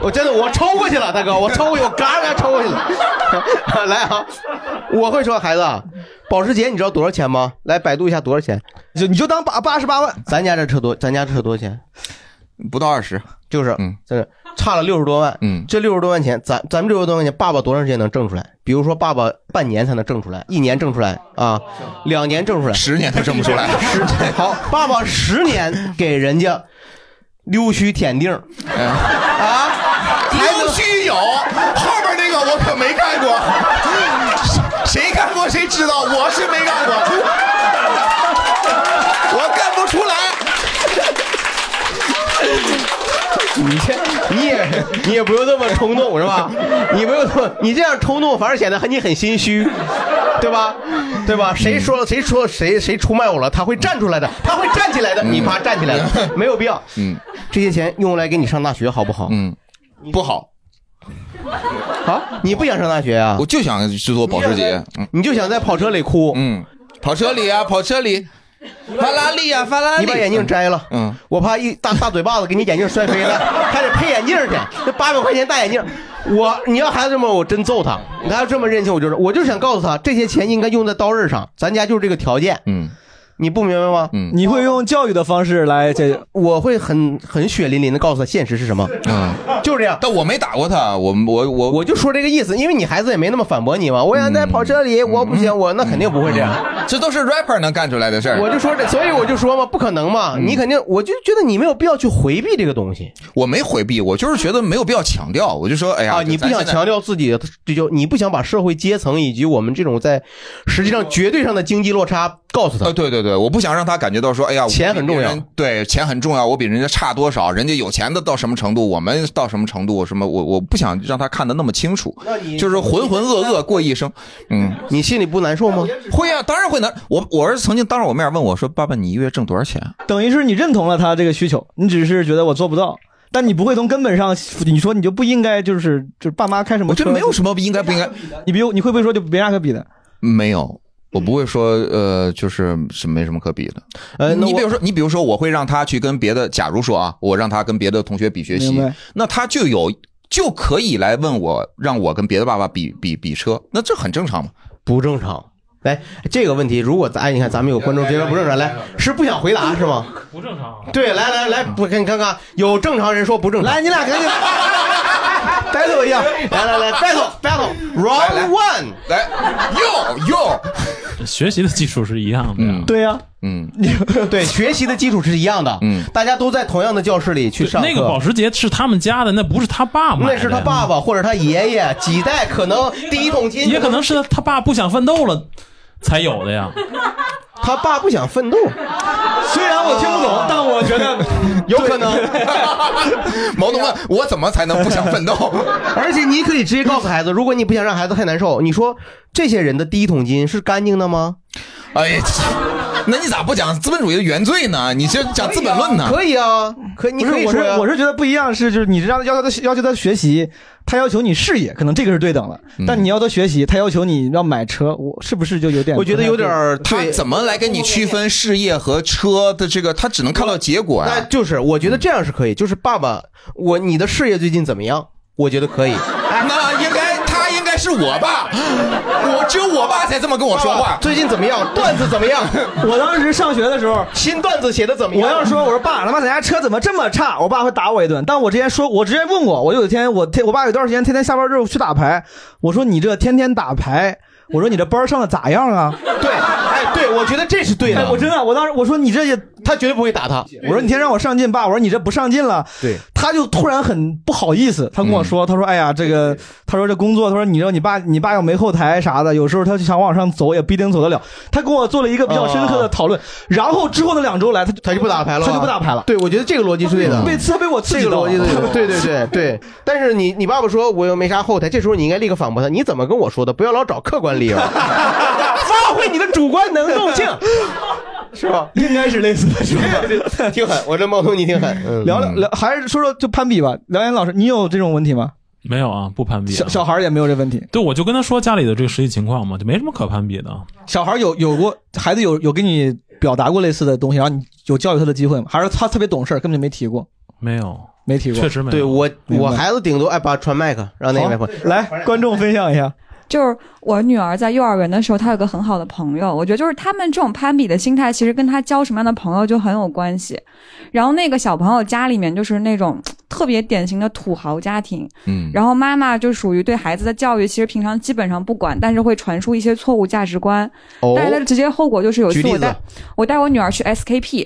我真的我抽过去了，大哥，我抽过去，我嘎嘎抽过去了。 [laughs] 来啊，我会说孩子，保时捷你知道多少钱吗？来百度一下多少钱？
就你就当八八十八万。
咱家这车多，咱家这车多少钱？
不到二十，
就是，嗯，真的差了六十多万，
嗯，
这六十多万钱，咱咱们六十多万钱，爸爸多长时间能挣出来？比如说，爸爸半年才能挣出来，一年挣出来啊，两年挣出来，
十年都挣不出来
十年好，爸爸十年给人家溜须舔腚，
嗯溜须有，后边那个我可没看过， [laughs] 谁谁看过谁知道，我是没看过，我干不出来。
你这你也你也不用这么冲动是吧？你不用这么，你这样冲动反而显得你很心虚，对吧？对吧？谁说了谁说谁谁出卖我了？他会站出来的，他会站起来的，你怕站起来了，没有必要。
嗯，
这些钱用来给你上大学好不好？
嗯，不好。
啊，你不想上大学啊？
我就想去做保时捷，
你就想在跑车里哭。
嗯，跑车里啊，跑车里，法拉利啊，法拉利。
你把眼镜摘了，
嗯，
我怕一大大嘴巴子给你眼镜摔
[laughs]
飞了，还得配眼镜去，这八百块钱大眼镜，我你要孩子这么，我真揍他。你看他这么任性，我就是，我就想告诉他，这些钱应该用在刀刃上，咱家就是这个条件，
嗯，
你不明白吗？
嗯，
你会用教育的方式来解决，我会很很血淋淋的告诉他现实是什么，
嗯，
就是这样。
但我没打过他，我我我
我就说这个意思，因为你孩子也没那么反驳你嘛。我想在跑车里，我不行，我那肯定不会这样。
这都是 rapper 能干出来的事儿。
嗯我就说这，所以我就说嘛，不可能嘛，你肯定，我就觉得你没有必要去回避这个东西。
我没回避，我就是觉得没有必要强调，我就说，哎呀，
啊，你不想强调自己的，这就你不想把社会阶层以及我们这种在实际上绝对上的经济落差告诉他。
呃，对对对，我不想让他感觉到说，哎呀，钱很重要，对，钱很重要，我比人家差多少，人家有钱的到什么程度，我们到什么程度，什么，我我不想让他看得那么清楚，就是浑浑噩噩过一生。嗯，
[laughs] 你心里不难受吗？
会啊，当然会难。我我儿子曾经当着我面问我说：“爸爸，你一月挣多少钱啊
等于是你认同了他这个需求，你只是觉得我做不到，但你不会从根本上，你说你就不应该就是就是爸妈开什么
我
车，
觉得没有什么应该不应该。
你比如你会不会说就没啥可比的？？”
没有，我
嗯
不会说，呃，就是是没什么可比的。
呃，
你比如说，你比如说，我会让他去跟别的，假如说啊，我让他跟别的同学比学习
明白，
那他就有就可以来问我，让我跟别的爸爸比比比车，那这很正常嘛。
不正常。来，这个问题，如果咱哎，你看咱们有观众觉得不正常，来是不想回答是 [laughs] 吗？
不正常。
对，来来来，不，你看看，有正常人说不正常。来，你俩赶 [laughs] 紧 battle 一下，来来来，battle [laughs] battle round one，
来，哟哟，
学习的基础是一样的呀。
对呀、
嗯，
[laughs] 对，学习的基础是一样的，
嗯，
大家都在同样的教室里去上课。
那个保时捷是他们家的，那不是他爸买的，
那是他爸爸或者他爷爷几代，可能第一桶金，
也可能是他爸不想奋斗了才有的呀。
他爸不想奋斗，啊
虽然我听不懂，但我觉得
[laughs] 有可能。 [laughs]
毛东问我怎么才能不想 [laughs] 奋斗？
而且你可以直接告诉孩子，如果你不想让孩子太难受，你说这些人的第一桶金是干净的吗？
哎呀，那你咋不讲资本主义的原罪呢？你这讲《资本论》呢？
可以啊，可以你
不
可
是，
以
我
说
是
呀
我是觉得不一样，是就是你让要求他要求他学习，他要求你视野，可能这个是对等了，
嗯
但你要他学习，他要求你要买车，我是不是就有点？
我觉得有点儿
他怎么来跟你区分事业和车的这个？他只能看到结果啊
那
呀。
就是我觉得这样是可以，就是爸爸，我你的事业最近怎么样？我觉得可以。
那应该他应该是我爸，我只有我爸才这么跟我说话。
最近怎么样？段子怎么样？
我当时上学的时候，
新段子写的怎么
我
样？
要说，我说爸，他妈咱家车怎么这么差？我爸会打我一顿。但我之前说，我之前问过，我有一天我天我爸有段时间天天下班之后去打牌，我说你这天天打牌，我说你这班上的咋样啊？
对，哎，对，我觉得这是对的。
哎我真的，我当时我说你这也，
他绝对不会打他。
我说你天天让我上进，爸，我说你这不上进了。
对，嗯
他就突然很不好意思，他跟我说，他说哎呀这个，他说这工作，他说你知道你爸你爸要没后台啥的，有时候他想往上走也不一定走得了。他跟我做了一个比较深刻的讨论，然后之后的两周来，他
哦他就不打牌了，
他就不打牌了。
对，我觉得这个逻辑是对的。
被刺被我刺激
这个
到
逻
了
辑是对
[laughs]
的对对对对。但是你你爸爸说我又没啥后台，这时候你应该立刻反驳他，你怎么跟我说的？不要老找客
[laughs]
观理由，发挥你的主观能动性，是吧？
应 [laughs] 该是类似的，是吧？
挺狠，我这冒充你挺狠。
[laughs]
嗯
聊聊聊，还是说说就攀比吧。梁岩老师，你有这种问题吗？
没有啊，不攀比啊、
小小孩儿也没有这问题。
对，我就跟他说家里的这个实际情况嘛，就没什么可攀比的。
小孩儿有有过孩子有有跟你表达过类似的东西，然后你有教育他的机会吗？还是他特别懂事儿，根本就没提过？
没有，
嗯没提过，
确实没有
对我
明白
我孩子顶多哎把传麦克，让那个麦克
来观众分享一下。
就是我女儿在幼儿园的时候，她有个很好的朋友，我觉得就是他们这种攀比的心态，其实跟她交什么样的朋友就很有关系。然后那个小朋友家里面就是那种特别典型的土豪家庭，
嗯
然后妈妈就属于对孩子的教育，其实平常基本上不管，但是会传输一些错误价值观。
哦
带来的直接后果就是有一
举
次
例
我
子
带我带我女儿去 SKP，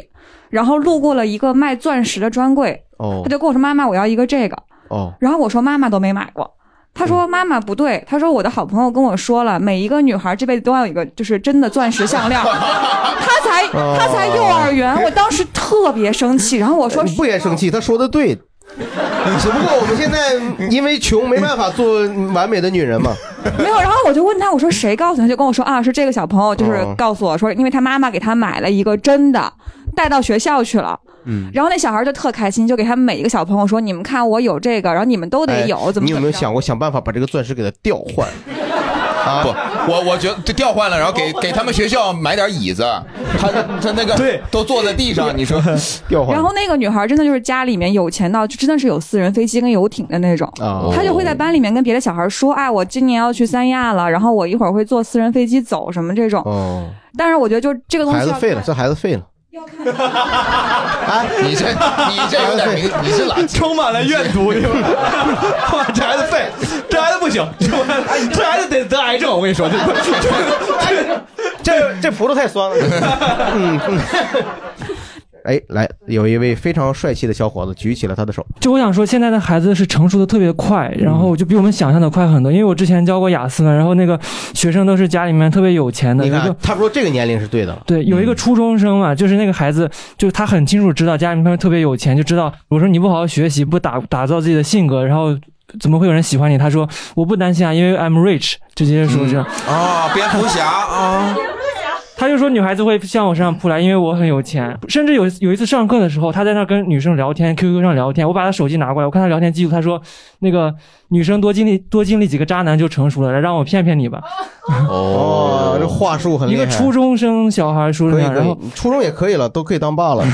然后路过了一个卖钻石的专柜，
哦
她就跟我说：“妈妈，我要一个这个。”
哦
然后我说妈妈都没买过，他
嗯
说妈妈不对，他说我的好朋友跟我说了，每一个女孩这辈子都要有一个就是真的钻石项链， [laughs] 他才
哦
他才幼儿园，我当时特别生气，然后我说
哎你不也生气？他说
[laughs]
的对。只不过我们现在因为穷没办法做完美的女人嘛。
没有，然后我就问他，我说谁告诉你？他就跟我说啊，是这个小朋友，就是
哦
告诉我说，因为他妈妈给他买了一个真的，带到学校去了。
嗯
然后那小孩就特开心，就给他们每一个小朋友说：“你们看，我有这个，然后你们都得有，
哎
怎么
你
怎
有没
么
有
着。
想过想办法把这个钻石给它调
[laughs]
换？
啊，不，我我觉得调换了，然后给给他们学校买点椅子，
[laughs]
他他那个对都坐在地上，你说调”
然后那个女孩真的就是家里面有钱到，就真的是有私人飞机跟游艇的那种。
啊
她就会在班里面跟别的小孩说：“哎，我今年要去三亚了，然后我一会儿会坐私人飞机走什么这种。
哦，
但是我觉得就这个东西
孩子
要
废了，这孩子废了。
啊
哎，你这你这有点明，你是垃圾，
充满了怨
[laughs]
毒，对吧？这孩子废，这孩子不行，哎这孩子得得癌症。我跟你 [laughs] 说，这
这这葡萄太酸了。嗯，
[laughs]
嗯哎，来，有一位非常帅气的小伙子举起了他的手。
就我想说，现在的孩子是成熟的特别快，然后就比我们想象的快很多。因为我之前教过雅思嘛，然后那个学生都是家里面特别有钱的，
你
有一
看
个，
他说这个年龄是对的了。
对，有一个初中生嘛，就是那个孩子，就是他很清楚知道家里面特别有钱，就知道我说你不好好学习，不打打造自己的性格，然后怎么会有人喜欢你？他说我不担心啊，因为 I'm rich，就直接说这样。
啊，蝙蝠侠啊，
[laughs]
他就说女孩子会向我身上扑来，因为我很有钱。甚至有有一次上课的时候，他在那儿跟女生聊天，QQ 上聊天，我把他手机拿过来，我看他聊天记录，他说那个女生多经历多经历几个渣男就成熟了，让我骗骗你吧。
哦，这话术很厉
啊一
害。
个初中生小孩说
可
这
以
样，
可
然后
以，初中也可以了，都可以当爸
[laughs]
了。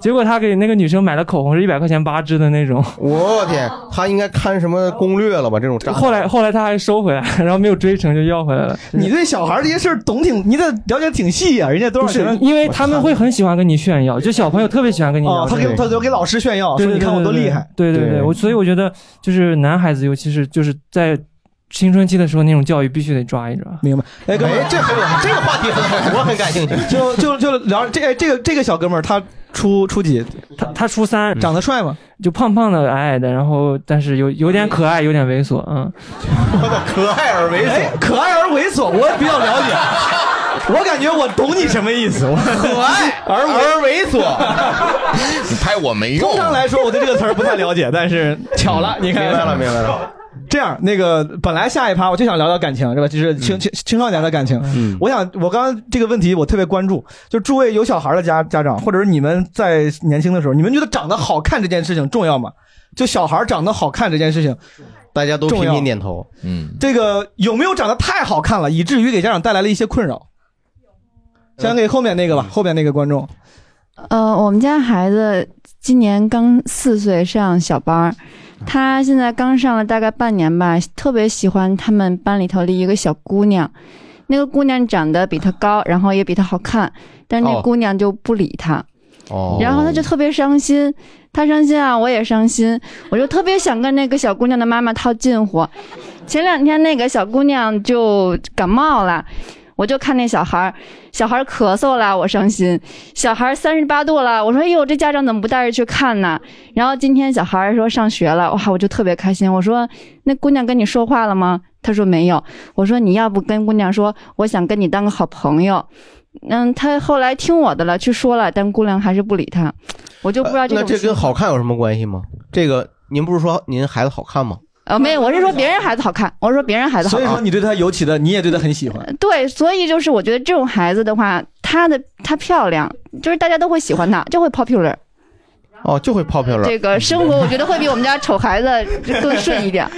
结果他给那个女生买了口红，是一百块钱八支的那种。
我天，他应该看什么攻略了吧？这种渣。
后来后来他还收回来， [laughs] 然后没有追成就要回来了。
你对小孩这些事儿懂挺，你得了解挺细啊呀、人家多少
不是
钱？，
因为他们会很喜欢跟你炫耀，就小朋友特别喜欢跟你聊
哦，他
天。
给他都给老师炫耀，
对
哦说
对
你
对
看我多
对
厉害。
对对
对
对，我所以我觉得就是男孩子，尤其是就是在青春期的时候，那种教育必须得抓一抓。
明白？哎，哥们儿
哎，这很有 [laughs] 这个话题很好，我很感兴趣。
[laughs] 就就就聊这哎这个这个小哥们儿，他初初几？
他他初三，
长得帅吗？
就胖胖的、矮矮的，然后但是有有点可爱，有点猥琐，嗯。
可爱而猥琐，
哎可爱而猥琐，我比较了解。我感觉我懂你什么意思，我
可
[laughs]
爱哎
而
而猥琐。
你拍我没用啊
通。常来说，我对这个词儿不太了解，但是巧了，你看
明白了明白了。
这样，那个本来下一趴我就想聊聊感情，是吧？就是
嗯
青青青少年的感情。嗯，我想我刚刚这个问题我特别关注，就诸位有小孩的家家长，或者是你们在年轻的时候，你们觉得长得好看这件事情重要吗？就小孩长得好看这件事情，
大家都
重
频
要
频点头。
嗯，
这个有没有长得太好看了，以至于给家长带来了一些困扰？先给后面那个
嗯
吧，后面那个观众，
呃，我们家孩子今年刚四岁，上小班儿。他现在刚上了大概半年吧，特别喜欢他们班里头的一个小姑娘。那个姑娘长得比他高，然后也比他好看，但是那
哦
姑娘就不理他。
哦
然后他就特别伤心，他伤心啊，我也伤心，我就特别想跟那个小姑娘的妈妈套近乎。前两天那个小姑娘就感冒了，我就看那小孩儿，小孩儿咳嗽了，我伤心。小孩三十八度了，我说哎呦，这家长怎么不带着去看呢？然后今天小孩儿说上学了，哇，我就特别开心。我说那姑娘跟你说话了吗？他说没有。我说你要不跟姑娘说，我想跟你当个好朋友。嗯，他后来听我的了，去说了，但姑娘还是不理他，我就不知道这
呃那
种事、
这跟好看有什么关系吗？这个您不是说您孩子好看吗？
呃没有，我是说别人孩子好看，我是说别人孩子好啊
所以
看。
说你对他尤其的，你也对他很喜欢。
对，所以就是我觉得这种孩子的话，她的她漂亮，就是大家都会喜欢她，就会 popular。
哦，就会 popular。
这个生活我觉得会比我们家丑孩子更顺一点。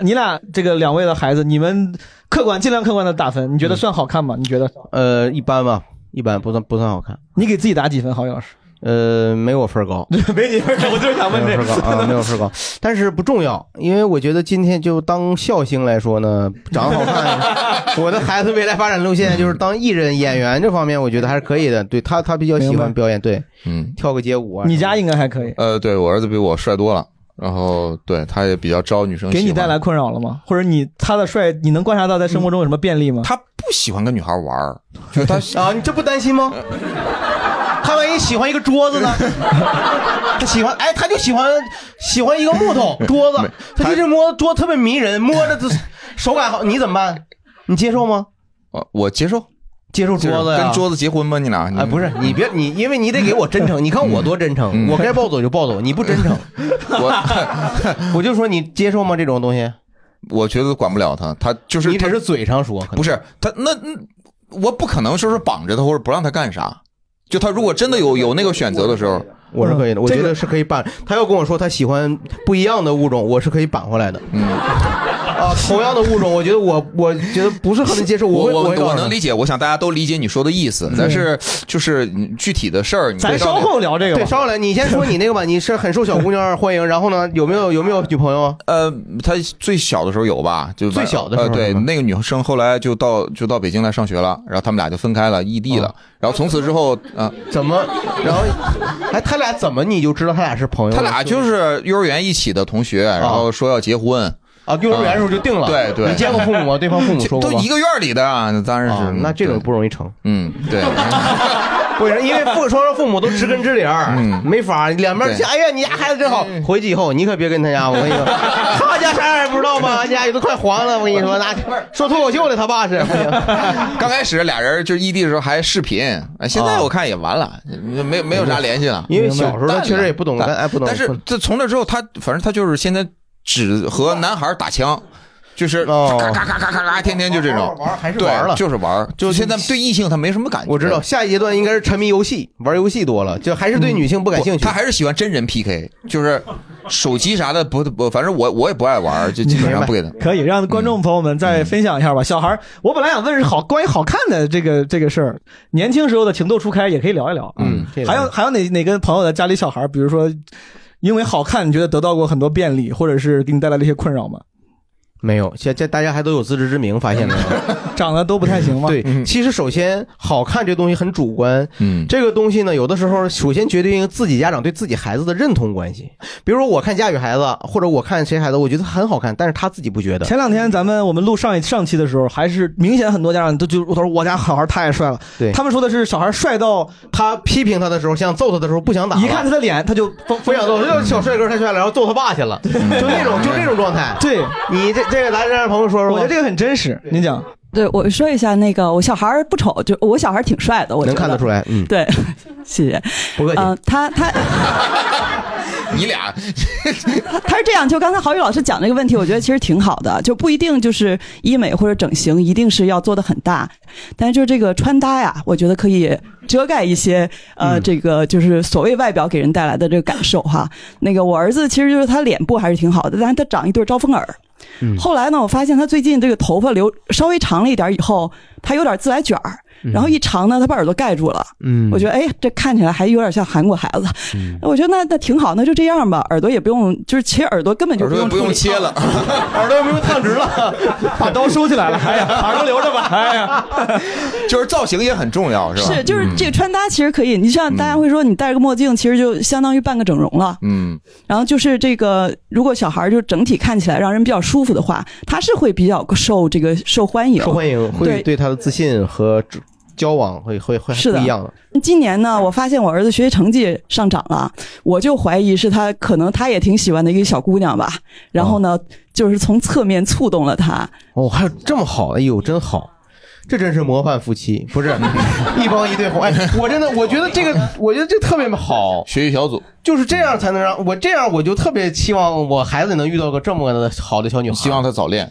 你俩这个两位的孩子，你们客观尽量客观的打分，你觉得算好看吗？你觉得？
呃，一般吧，一般不算不算好看。
你给自己打几分？好像是。
呃，没我分儿高，
没你分儿高，我就是想问
没
这
有分儿
[laughs]
高啊，没有分儿高， [laughs] 但是不重要，因为我觉得今天就当笑星来说呢，长得好看，我 [laughs] 的孩子未来发展路线就是当艺人、演员这方面，我觉得还是可以的。对他，他比较喜欢表演，对，
嗯，
跳个街舞啊。
你家应该还可以，
呃，对我儿子比我帅多了，然后对他也比较招女生喜
给
欢。
你带来困扰了吗？或者你他的帅，你能观察到在生活中有什么便利吗？
他不喜欢跟女孩玩儿，就他
啊，你这不担心吗？他万一喜欢一个桌子呢？他喜欢，哎，他就喜欢喜欢一个木头桌子，他就这摸桌子特别迷人，摸着这手感好，你怎么办？你接受吗？
我我接受
接受桌子呀
跟桌子结婚吗？你俩？
哎，不是你别你，因为你得给我真诚。你看我多真
嗯
诚，我该暴走就暴走，你不真诚， [laughs] 我我就说你接受吗？这种东西，
我觉得管不了他，他就是
你只是嘴上说，
不是他那那我不可能说是绑着他或者不让他干啥，就他如果真的有有那个选择的时候，
我是可以的，我觉得是可以办。他要跟我说他喜欢不一样的物种，我是可以扳回来的。嗯，啊，同样的物种，我觉得我我觉得不是很能接受。
我
会我
我
会告诉
我
他嗯
能理解，我想大家都理解你说的意思，但是就是具体的事儿，你
咱稍后聊这个吧对稍后来你先说你那个吧，你是很受小姑娘欢迎，然后呢，有没有有没有女朋友啊？
呃，他最小的时候有吧，就
最小的时
呃
候
对，那个女生后来就到就到北京来上学了，然后他们俩就分开了，异地了。然后从此之后，啊，
哦 [laughs] 怎么？然后，哎，他俩怎么你就知道他俩是朋友了？
他俩就是幼儿园一起的同学，然后说要结婚。
啊，幼儿园的时候就定了
对对，
你见过父母吗对方父母说过
都
吗哦
一个院里的啊，当然是。那
这个不容易成。
嗯，对。
不是，因为父双方父母都知根知底儿，没法儿两边儿
对
哎呀，你家孩子真好。
嗯
回去以后你可别跟他家，我跟你说，他家啥也不知道吗？家里都快黄了，我跟你说，那说脱口秀的他爸是。
刚开始俩人就是异地的时候还视频，哎现在我看也完了，没有没有啥联系了。
哦因为小时候他确实也不懂
淡了
哎不懂
但是这从那之后，他反正他就是现在只和男孩打枪。就是咔咔咔咔咔咔，天天就这种，
还是玩了
对就是玩儿，就现在对异性他没什么感觉。
我知道下一阶段应该是沉迷游戏，玩游戏多了，就还是对女性不感兴趣。
他还是喜欢真人 PK，就是手机啥的不不，反正我我也不爱玩儿，就基本上不给他。
可以让观众朋友们再分享一下吧。小孩儿，我本来想问是好关于好看的这个这个事儿，年轻时候的情窦初开也可以聊一聊。嗯，还有还有哪哪个朋友的家里小孩儿，比如说因为好看，你觉得得到过很多便利，或者是给你带来了一些困扰吗？
没有，现在大家还都有自知之明，发现没有？
嗯 [laughs] 长得都不太行吗？嗯
对，其实首先好看这东西很主观，
嗯，
这个东西呢，有的时候首先决定于自己家长对自己孩子的认同关系。比如说我看佳宇孩子，或者我看谁孩子，我觉得很好看，但是他自己不觉得。
前两天咱们我们录上一上期的时候，还是明显很多家长都就我说我家小孩太帅了，
对
他们说的是小孩帅到
他批评他的时候，想揍他的时候不想打了
一看他的脸他就嗯不
不想揍，就小帅哥太帅了，然后揍他爸去了，就那种就那种状态。
对
你这这个咱让朋友说说吧，
我觉得这个很真实。您讲，
对，我说一下那个，我小孩儿不丑，就我小孩儿挺帅的，我
能看得出来。嗯，
对，谢谢。
不客气。
嗯，他他
你俩
他是这样，就刚才郝宇老师讲这个问题，我觉得其实挺好的，就不一定就是医美或者整形一定是要做的很大，但是就是这个穿搭呀，我觉得可以遮盖一些呃，这个就是所谓外表给人带来的这个感受哈。那个我儿子其实就是他脸部还是挺好的，但是他长一对招风耳。
嗯
后来呢，我发现他最近这个头发留稍微长了一点儿以后，他有点自来卷儿，然后一长呢，他把耳朵盖住了。
嗯
我觉得哎，这看起来还有点像韩国孩子。我觉得那那挺好，那就这样吧，耳朵也不用，就是其实耳朵根本就不用处理
切了，
耳朵不用烫直了，
[laughs] 把刀收起来了， [laughs] 哎呀，耳朵留着吧，哎呀，
就是造型也很重要，是吧？嗯
是，就是这个穿搭其实可以。你像大家会说，你戴个墨镜，其实就相当于半个整容了。
嗯，
然后就是这个，如果小孩儿就整体看起来让人比较舒服的话，他是会比较受这个受欢迎，
受欢迎会对他的自信和交往会会会
是
不
的
一样的。
今年呢，我发现我儿子学习成绩上涨了，我就怀疑是他可能他也挺喜欢的一个小姑娘吧。然后呢，就是从侧面触动了他。
哦，还有这么好，哎呦，真好。这真是模范夫妻，不是 [laughs] 一帮一对红。哎，我真的，我觉得这个，我觉得这特别好。
学习小组
就是这样才能让我这样，我就特别期望我孩子能遇到个这么好的小女孩。希
望她早恋，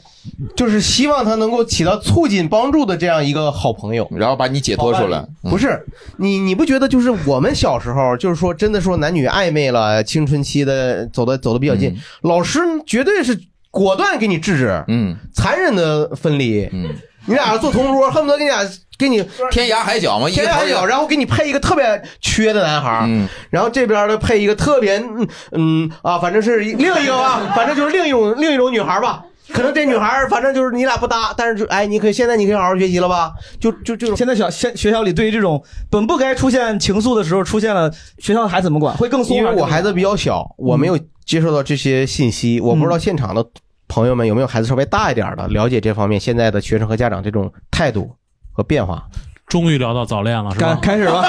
就是希望她能够起到促进帮助的这样一个好朋友，
然后把你解脱出来。嗯
不是你，你不觉得就是我们小时候，就是说真的说男女暧昧了，青春期的走的走的比较近，老师绝对是果断给你制止，
嗯，
残忍的分离，
嗯，
你俩坐同桌，恨不得给你俩给你
天涯海角嘛一个
天涯海
头一
角，
个
然后给你配一个特别缺的男孩，
嗯，
然后这边的配一个特别嗯嗯啊，反正是另一个吧，反正就是另一种另一种女孩吧。可能这女孩儿反正就是你俩不搭，但是就哎，你可以现在你可以好好学习了吧？就就就
现在小现学校里对于这种本不该出现情愫的时候出现了，学校还怎么管？会更松
因
还
为
是嗯
我
更
孩子比较小，我没有接受到这些信息，我
嗯
不知道现场的朋友们有没有孩子稍微大一点的了解这方面现在的学生和家长这种态度和变化。
终于聊到早恋了，是吧？
开始吧，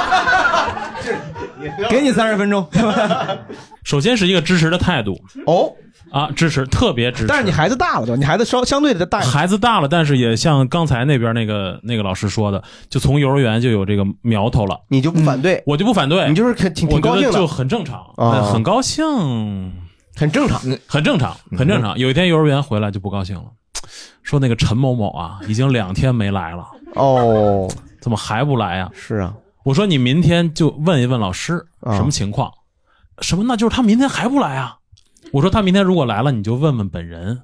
[laughs]
给你三十分钟。
首先是一个支持的态度。
哦，
啊，支持，特别支持。
但是你 [laughs] 孩子大了，对吧？你孩子稍相对的大一点，
孩子大了，但是也像刚才那边那个那个老师说的，就从幼儿园就有这个苗头了。嗯
你就不反对，
我就不反对，你
就是挺
我觉
挺高
得
兴的
就很正常，
啊
很高兴，
很正常，嗯
很正常，很正常。有一天幼儿园回来就不高兴了，说那个陈某某啊，已经两天没来了。
哦，
怎么还不来呀、
是啊，啊
我说你明天就问一问老师什么情况，什么那就是他明天还不来啊？我说他明天如果来了，你就问问本人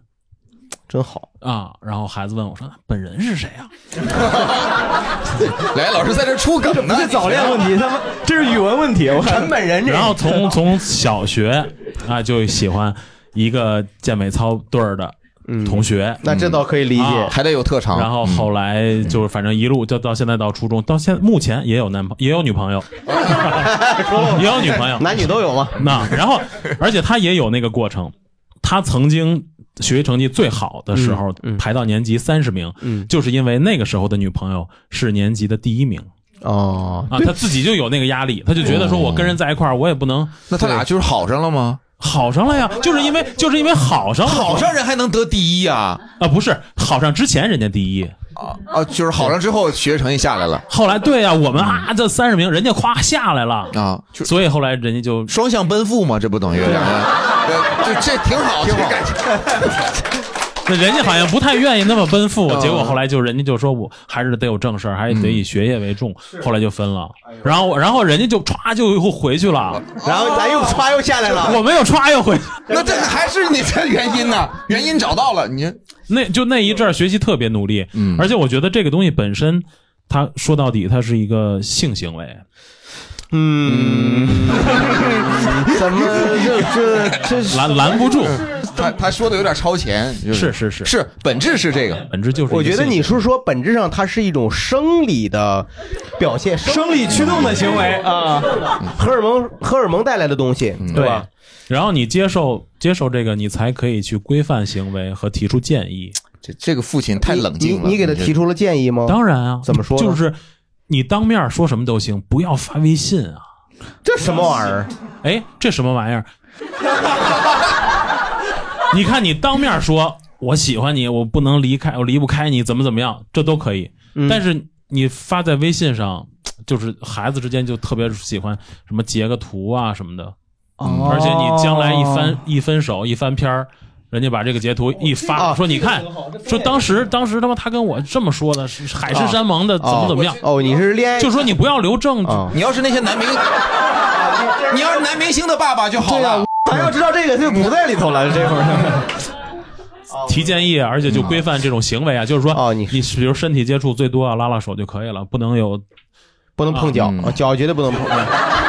真好
啊。然后孩子问我说本人是谁啊？
[laughs] 来，老师在这出梗呢，
这
早恋问题，他妈这是语文问题。我
陈本人
然后从从小学啊就喜欢一个健美操队儿的同学，
那这倒可以理解
啊
嗯还得有特长嗯
然后后来就是反正一路就到现在到初中，到现目前也有男朋也有女朋友，也有女朋友，
男女都有吗？
那然后而且他也有那个过程，他曾经。学习成绩最好的时候，排到年级三十名，
嗯
就是因为那个时候的女朋友是年级的第一名。
哦
啊，他自己就有那个压力，他就觉得说我跟人在一块儿，我也不能。
那他俩就是好上了吗？
好上了呀，就是因为就是因为好上了，
好上人还能得第一啊？
啊，不是，好上之前人家第一。
啊，就是好上之后学习成绩下来了。
后来对呀、我们啊这三十名，人家夸下来了
嗯啊，
所以后来人家就
双向奔赴嘛，这不等于两个
[laughs]
这这挺好，挺好。
那人家好像不太愿意那么奔
[laughs]
赴，
嗯
结果后来就人家就说我还是得有正事儿，还
嗯
得以学业为重，后来就分了。然后然后人家就歘就又回去了，
哎哦然后咱又歘又下来了
[laughs] 我没有歘又回
[laughs]
去。
那这还是你这原因呢？原因找到了，你
那就那一阵儿学习特别努力，
嗯
而且我觉得这个东西本身，它说到底它是一个性行为，
嗯，怎么这这这
拦拦不住？
他他说的有点超前，就是
是是
是，本质是这个，
本质就是
我觉得你是说本质上它是一种生理的表现，
生理驱动的行为啊，
嗯荷尔蒙荷尔蒙带来的东西，对吧？
然后你接受接受这个，你才可以去规范行为和提出建议。
这这个父亲太冷
你你给他提出了建议吗？
当然啊，
怎么说呢？
就是你当面说什么都行，不要发微信啊。
这什么玩意儿？
哎，这什么玩意儿？ [laughs] 你看，你当面说我喜欢你，我不能离开，我离不开你，怎么怎么样，这都可以。
嗯
但是你发在微信上，就是孩子之间就特别喜欢什么截个图啊什么的，
哦
而且你将来一翻一分手一翻篇儿。人家把这个截图一
哦
发，说你看，说当时当时他妈他跟我这么说的，是海誓山盟的，
哦
怎么怎么样？
哦，你是恋爱，啊
就说你不要留证据。
你要是那些男明，你要是男明星的爸爸就好了。
咱要知道这个就不在里头了，这会儿。
提建议，而且就规范这种行为啊，就是说，
哦
你你比如身体接触最多啊，拉拉手就可以了，不能有，
不能碰
嗯
脚，哦脚绝对不能碰，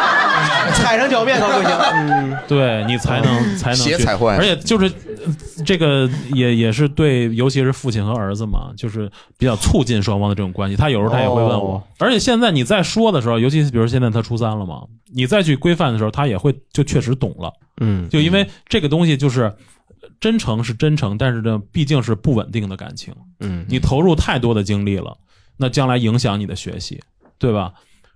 [laughs] 踩上脚面
[laughs]
可不行。嗯，
[laughs] 对你才能才能
嗯鞋
去
踩坏
而且就是呃这个也也是对，尤其是父亲和儿子嘛，就是比较促进双方的这种关系。他有时候他也会问我
哦，
而且现在你再说的时候，尤其是比如现在他初三了嘛，你再去规范的时候，他也会就确实懂了，
嗯，
就因为这个东西就是呃真诚是真诚，但是呢，毕竟是不稳定的感情，
嗯，
你投入太多的精力了，那将来影响你的学习，对吧？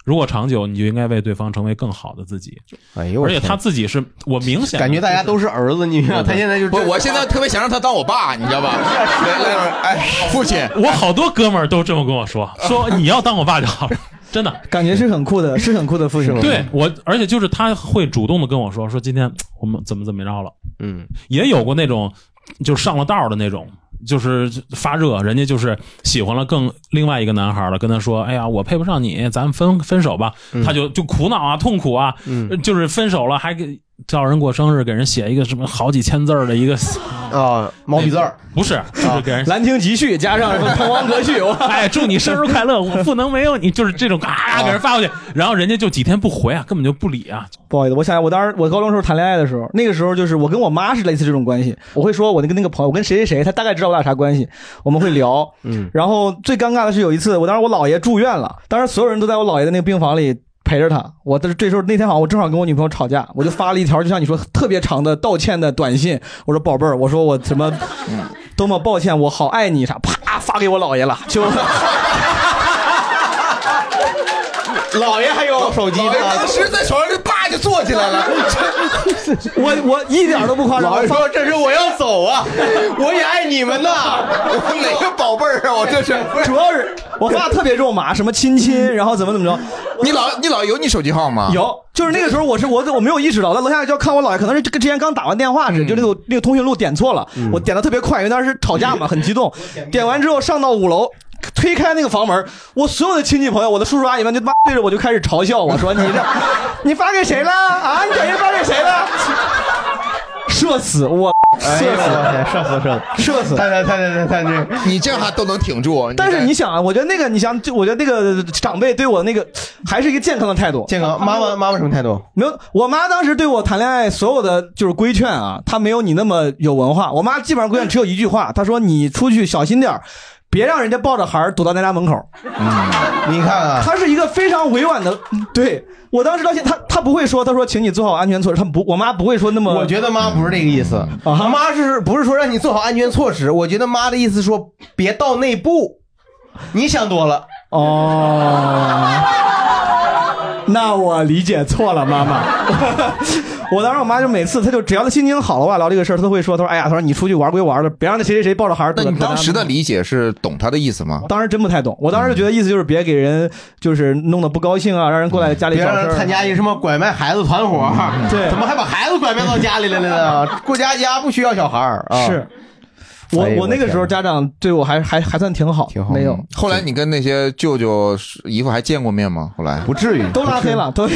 如果长久，你就应该为对方成为更好的自己。
哎呦我
而且
天
他自己是
[laughs]
我明显
感觉大家都是儿子，你知道
对对
他现在就
不，我现在特别想让他当我爸，你知道吧？来来来，哎，父亲，
我好多哥们儿都这么跟我说，说你要当我爸就好了，真的。
感觉是很酷的，是很酷的父亲。
对，我，而且就是他会主动的跟我说，说今天我们怎么怎么着了，
嗯，
也有过那种就上了道的那种，就是发热，人家就是喜欢了更另外一个男孩了，跟他说，哎呀，我配不上你，咱们分分手吧，他就就苦恼啊，痛苦啊，
嗯
就是分手了还给叫人过生日，给人写一个什么好几千字儿的一个 [laughs]
啊毛笔字儿，
不是，就是给人
《兰亭集序》加上什么《滕王阁序》，
[laughs] 哎，祝你生日快乐，我不能没有你，就是这种啊给人发过去，然后人家就几天不回啊，根本就不理啊。
不好意思，我想想，我当时我高中时候谈恋爱的时候，那个时候就是我跟我妈是类似这种关系。我会说，我跟那个朋友，我跟谁谁谁，他大概知道我俩啥关系，我们会聊。
嗯，
然后最尴尬的是有一次，我当时我姥爷住院了，当时所有人都在我姥爷的那个病房里陪着他。我但是这时候那天好像我正好跟我女朋友吵架，我就发了一条就像你说特别长的道歉的短信，我说宝贝儿，我说我
[laughs]
什么嗯多么抱歉，我好爱你啥，啪发给我姥爷了，
[laughs]
就。
老爷还有手机呢
[laughs] 老爷当时在床上就啪就坐起来了。
我我一点都不夸张
老爷说：“这是我要走啊，我也爱你们呐，我
哪个宝贝儿啊？我这是
[laughs] 主要是我发的特别肉麻，什么亲亲，然后怎么怎么着。
[laughs] 你老你老有你手机号吗？
有，就是那个时候我是我我没有意识到，我在楼下就要看我姥爷，可能是跟之前刚打完电话似的，
嗯
就那个那个通讯录点错了，我点的特别快，因为当时吵架嘛，很激动。点完之后上到五楼，推开那个房门，我所有的亲戚朋友，我的叔叔阿姨们就妈对着我就开始嘲笑我说：“你这， [laughs] 你发给谁了啊？你短信发给谁了？”社死我，社
哎
死，
社死，社
死，社死！
太太太太太太，
你这样还都能挺住。
但是你想啊，我觉得那个，你想，就我觉得那个长辈对我那个 [sniffs] 还是一个健康的态度。
健康，妈妈妈妈什么态度？
没有，我妈当时对我谈恋爱所有的就是规劝啊，她没有你那么有文化。我妈基本上规劝只有一句话，她说：“你出去小心点儿别让人家抱着孩儿堵到咱家门口。”
你看 [laughs] 啊，
她是一个非常委婉的，对我当时到现她她不会说，她说请你做好安全措施，她不，我妈不会说那么。
我觉得妈不是这个意
啊
思，我妈是不是说让你做好安全措施？我觉得妈的意思说别到内部，你想多了
哦。那我理解错了，妈妈。 [laughs] 我当时我妈就每次，她就只要她心情好了吧，聊这个事儿，她都会说，她说：“哎呀，她说你出去玩归玩的，别让那谁谁谁抱着孩儿。”
那你当时的理解是懂他的意思吗？
当时真不太懂，我当时就觉得意思就是别给人就是弄得不高兴啊，让人过来家里
别
找
让
事
人
儿。
参加一个什么拐卖孩子团伙，
对
怎么还把孩子拐卖到家里来了呢？过家家不需要小孩儿啊。
是我
哎呦
我那个时候家长对我还还还算挺好，挺好，没有
后来你跟那些舅舅姨父还见过面吗？后来
不至于，
都拉黑了，都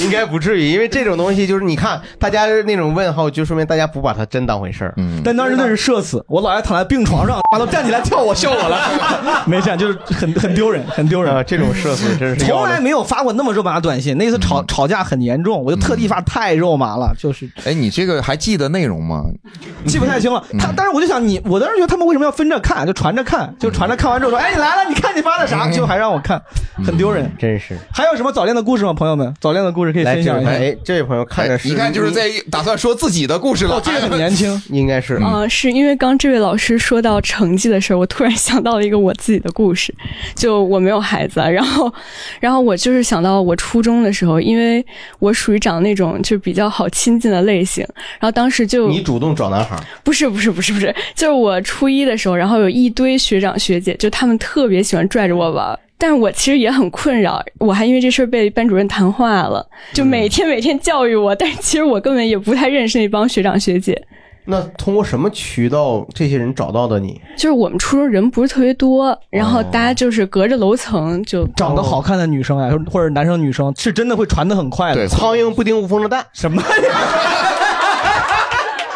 应该不至于，因为这种东西就是你看大家那种问候，就说明大家不把它真当回事儿。
嗯，
但当时那是社死，我姥爷躺在病床上，妈都站起来跳我笑我了， [laughs] 没事，就是很很丢人，很丢人
啊！这种社死真是
从来没有发过那么肉麻的短信，那次
嗯
吵吵架很严重，我就特地发太肉麻了，就是
哎，你这个还记得内容吗？嗯
记不太清了。他，但是我就想你，我当时觉得他们为什么要分着看，就传着看，就传着看完之后说，
嗯
哎，你来了，你看你发的啥，就还让我看，很丢人。
真是。
还有什么早恋的故事吗，朋友们？早恋的故事可以
来
分享一下。
这位朋友哎这位朋友看着是
一看就是在打算说自己的故事了。
哦这个很年轻，
应该是
嗯、是因为刚这位老师说到成绩的事儿，我突然想到了一个我自己的故事。就我没有孩子啊，然后，然后我就是想到我初中的时候，因为我属于长那种就比较好亲近的类型，然后当时就
你主动找男孩儿，
不是不是不是不是，就是我初一的时候，然后有一堆学长学姐，就他们特别喜欢拽着我玩儿。但我其实也很困扰，我还因为这事儿被班主任谈话了，就每天每天教育我，但是其实我根本也不太认识那帮学长学姐。
那通过什么渠道这些人找到的你？
就是我们初中人不是特别多，然后大家就是隔着楼层就
长得好看的女生呀，或者男生女生，是真的会传的很快的。对，
苍蝇不叮无缝的蛋。
什么呀？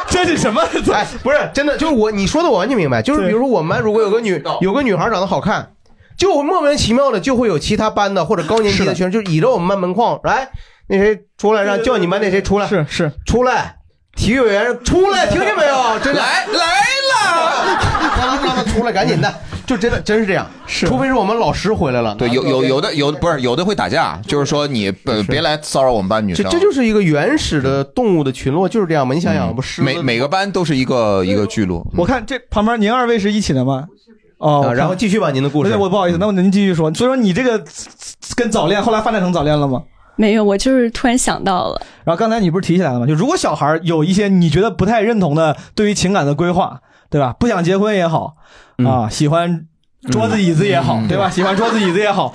这是什么？
哎，不是真的，就是我你说的我完全明白。就是比如说我们班如果有个女有个女孩长得好看，就莫名其妙的就会有其他班的或者高年级的学生就倚着我们班门框来，那谁出来让叫你们那谁出来，
是是
出来，体育委员
[laughs]
出来，听见没有？真的
来来
了， [laughs] 让他让他出来，赶
[laughs]
紧的，就真的真是这样，是，除非是我们老师回来了，
对，有有有的有不是有的会打架，就是说你呃别来骚扰我们班女
这
生。嗯
这就是一个原始的动物的群落，就是这样嘛。你想
嗯
想，不狮子
每每个班都是一个一个聚落。
我看这旁边您二位是一起的吗？
嗯啊
哦，
然后继续吧您的故事嗯
对，我不好意思，那我您继续说。所以说你这个跟早恋后来发展成早恋了吗？
没有，我就是突然想到了，
然后刚才你不是提起来了吗？就如果小孩有一些你觉得不太认同的对于情感的规划，对吧？不想结婚也好，
嗯
啊，喜欢桌子椅子也好，对吧？喜欢桌子椅子也好，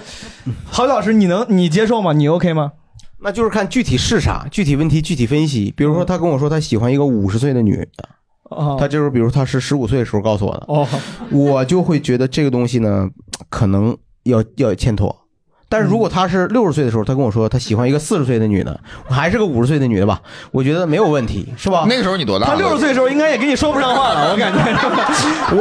郝宇老师，你能你接受吗？你 OK 吗？
嗯那就是看具体是啥，具体问题具体分析。比如说，他跟我说他喜欢一个五十岁的女的，
哦
他就是比如他是十五岁的时候告诉我的，
哦，
我就会觉得这个东西呢，可能要要欠妥。但是如果他是
嗯
六十岁的时候，他跟我说他喜欢一个四十岁的女的，我还是个五十岁的女的吧，我觉得没有问题，是吧？
那个时候你多大？
他六十岁的时候应该也跟你说不上话
[laughs]
了，我感觉。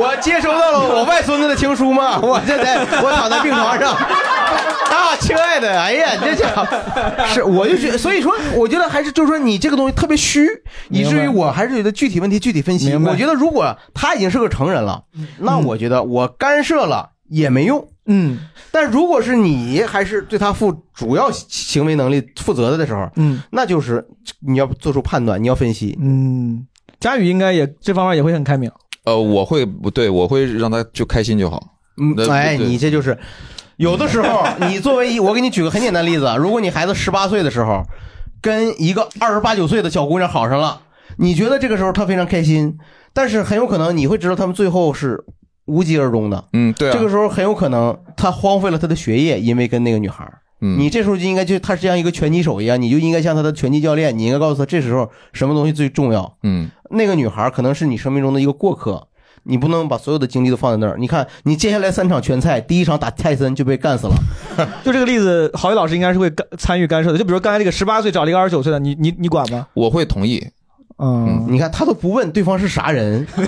我接收到了我外孙子的情书吗？我这在我躺在病床上。啊，亲爱的，哎呀，你这家伙 [laughs] 是，我就觉得，所以说，我觉得还是就是说，你这个东西特别虚，以至于我还是觉得具体问题具体分析。我觉得如果他已经是个成人了，那我觉得我干涉了也没用。
嗯，
但如果是你还是对他负主要行为能力负责的的时候，
嗯，
那就是你要做出判断，你要分析，
嗯，佳宇应该也这方面也会很开明。
呃，我会不对，我会让他就开心就好。
嗯
那
哎，
对
你这就是有的时候，你作为一，我给你举个很简单的例子啊，如果你孩子十八岁的时候，跟一个二十八九岁的小姑娘好上了，你觉得这个时候她非常开心，但是很有可能你会知道他们最后是无疾而终的。
嗯，对啊
这个时候很有可能他荒废了他的学业，因为跟那个女孩儿。
嗯
你这时候就应该就他是像一个拳击手一样，你就应该像他的拳击教练，你应该告诉他这时候什么东西最重要。
嗯，
那个女孩儿可能是你生命中的一个过客，你不能把所有的精力都放在那儿。你看，你接下来三场拳赛，第一场打泰森就被
[laughs]
干死了，
就这个例子，郝宇老师应该是会干参与干涉的。就比如刚才这个十八岁找了一个二十九岁的，你你你管吗？
我会同意。
嗯，
你看他都不问对方是啥人， [laughs]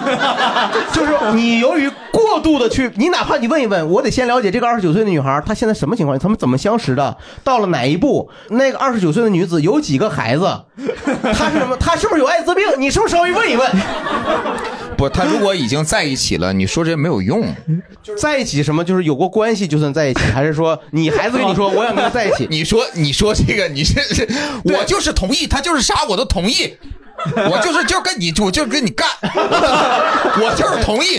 就是你由于过度的去，你哪怕你问一问，我得先了解这个二十九岁的女孩她现在什么情况，他们怎么相识的，到了哪一步，那个二十九岁的女子有几个孩
[laughs]
子，她是什么，她是不是有艾滋病，你是不是稍微问一问？
不，他如果已经在一起了，你说这没有用。
在一起什么？就是有过关系就算在一起，还是说你孩子跟你
[laughs]
说我想跟他在一起？
你说你说这个，你这是我就是同意，他就是啥我都同意，我就是就跟你我就跟你干，我就是同意。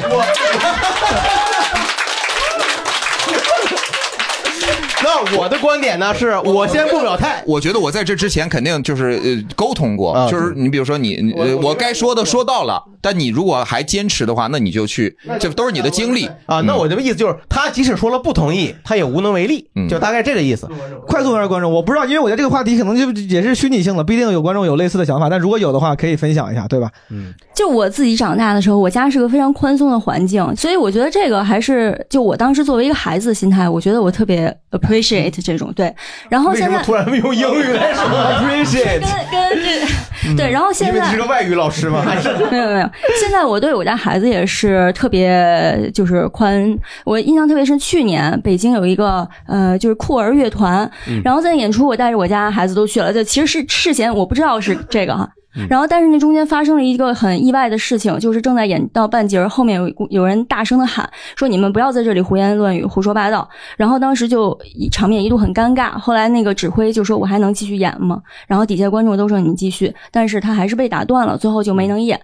那我的观点呢，是我先不表态。
我觉得我在这之前肯定就是呃沟通过，
啊
就是你比如说你你呃
我
我该说的说到了，但你如果还坚持的话，那你就去，这都是你的经历
啊。那我这个意思就是，他即使说了不同意，他也无能为力，
嗯
就大概这个意思。
快速问下观众，我不知道，因为我觉得这个话题可能就也是虚拟性的，不一定有观众有类似的想法，但如果有的话，可以分享一下，对吧？嗯，
就我自己长大的时候，我家是个非常宽松的环境，所以我觉得这个还是就我当时作为一个孩子的心态，我觉得我特别 appreciate 这种对。然后
为什
现
么
在
突然用英
[laughs]
语来 [laughs] 说 appreciate？嗯
跟这对，然后现
因为你
在
是个外语老
[laughs]
师吗？还是
没有没有，现在我对我家孩子也是特别就是宽。我印象特别深，去年北京有一个呃就是酷儿乐团，
嗯
然后在演出，我带着我家孩子都去了。就其实是事先我不知道是这个哈啊
嗯。
然后，但是那中间发生了一个很意外的事情，就是正在演到半截儿，后面有一股有人大声的喊说：“你们不要在这里胡言乱语、胡说八道。”然后当时就一场面一度很尴尬。后来那个指挥就说：“我还能继续演吗？”然后底下观众都说：“你继续。”但是他还是被打断了，最后就没能演。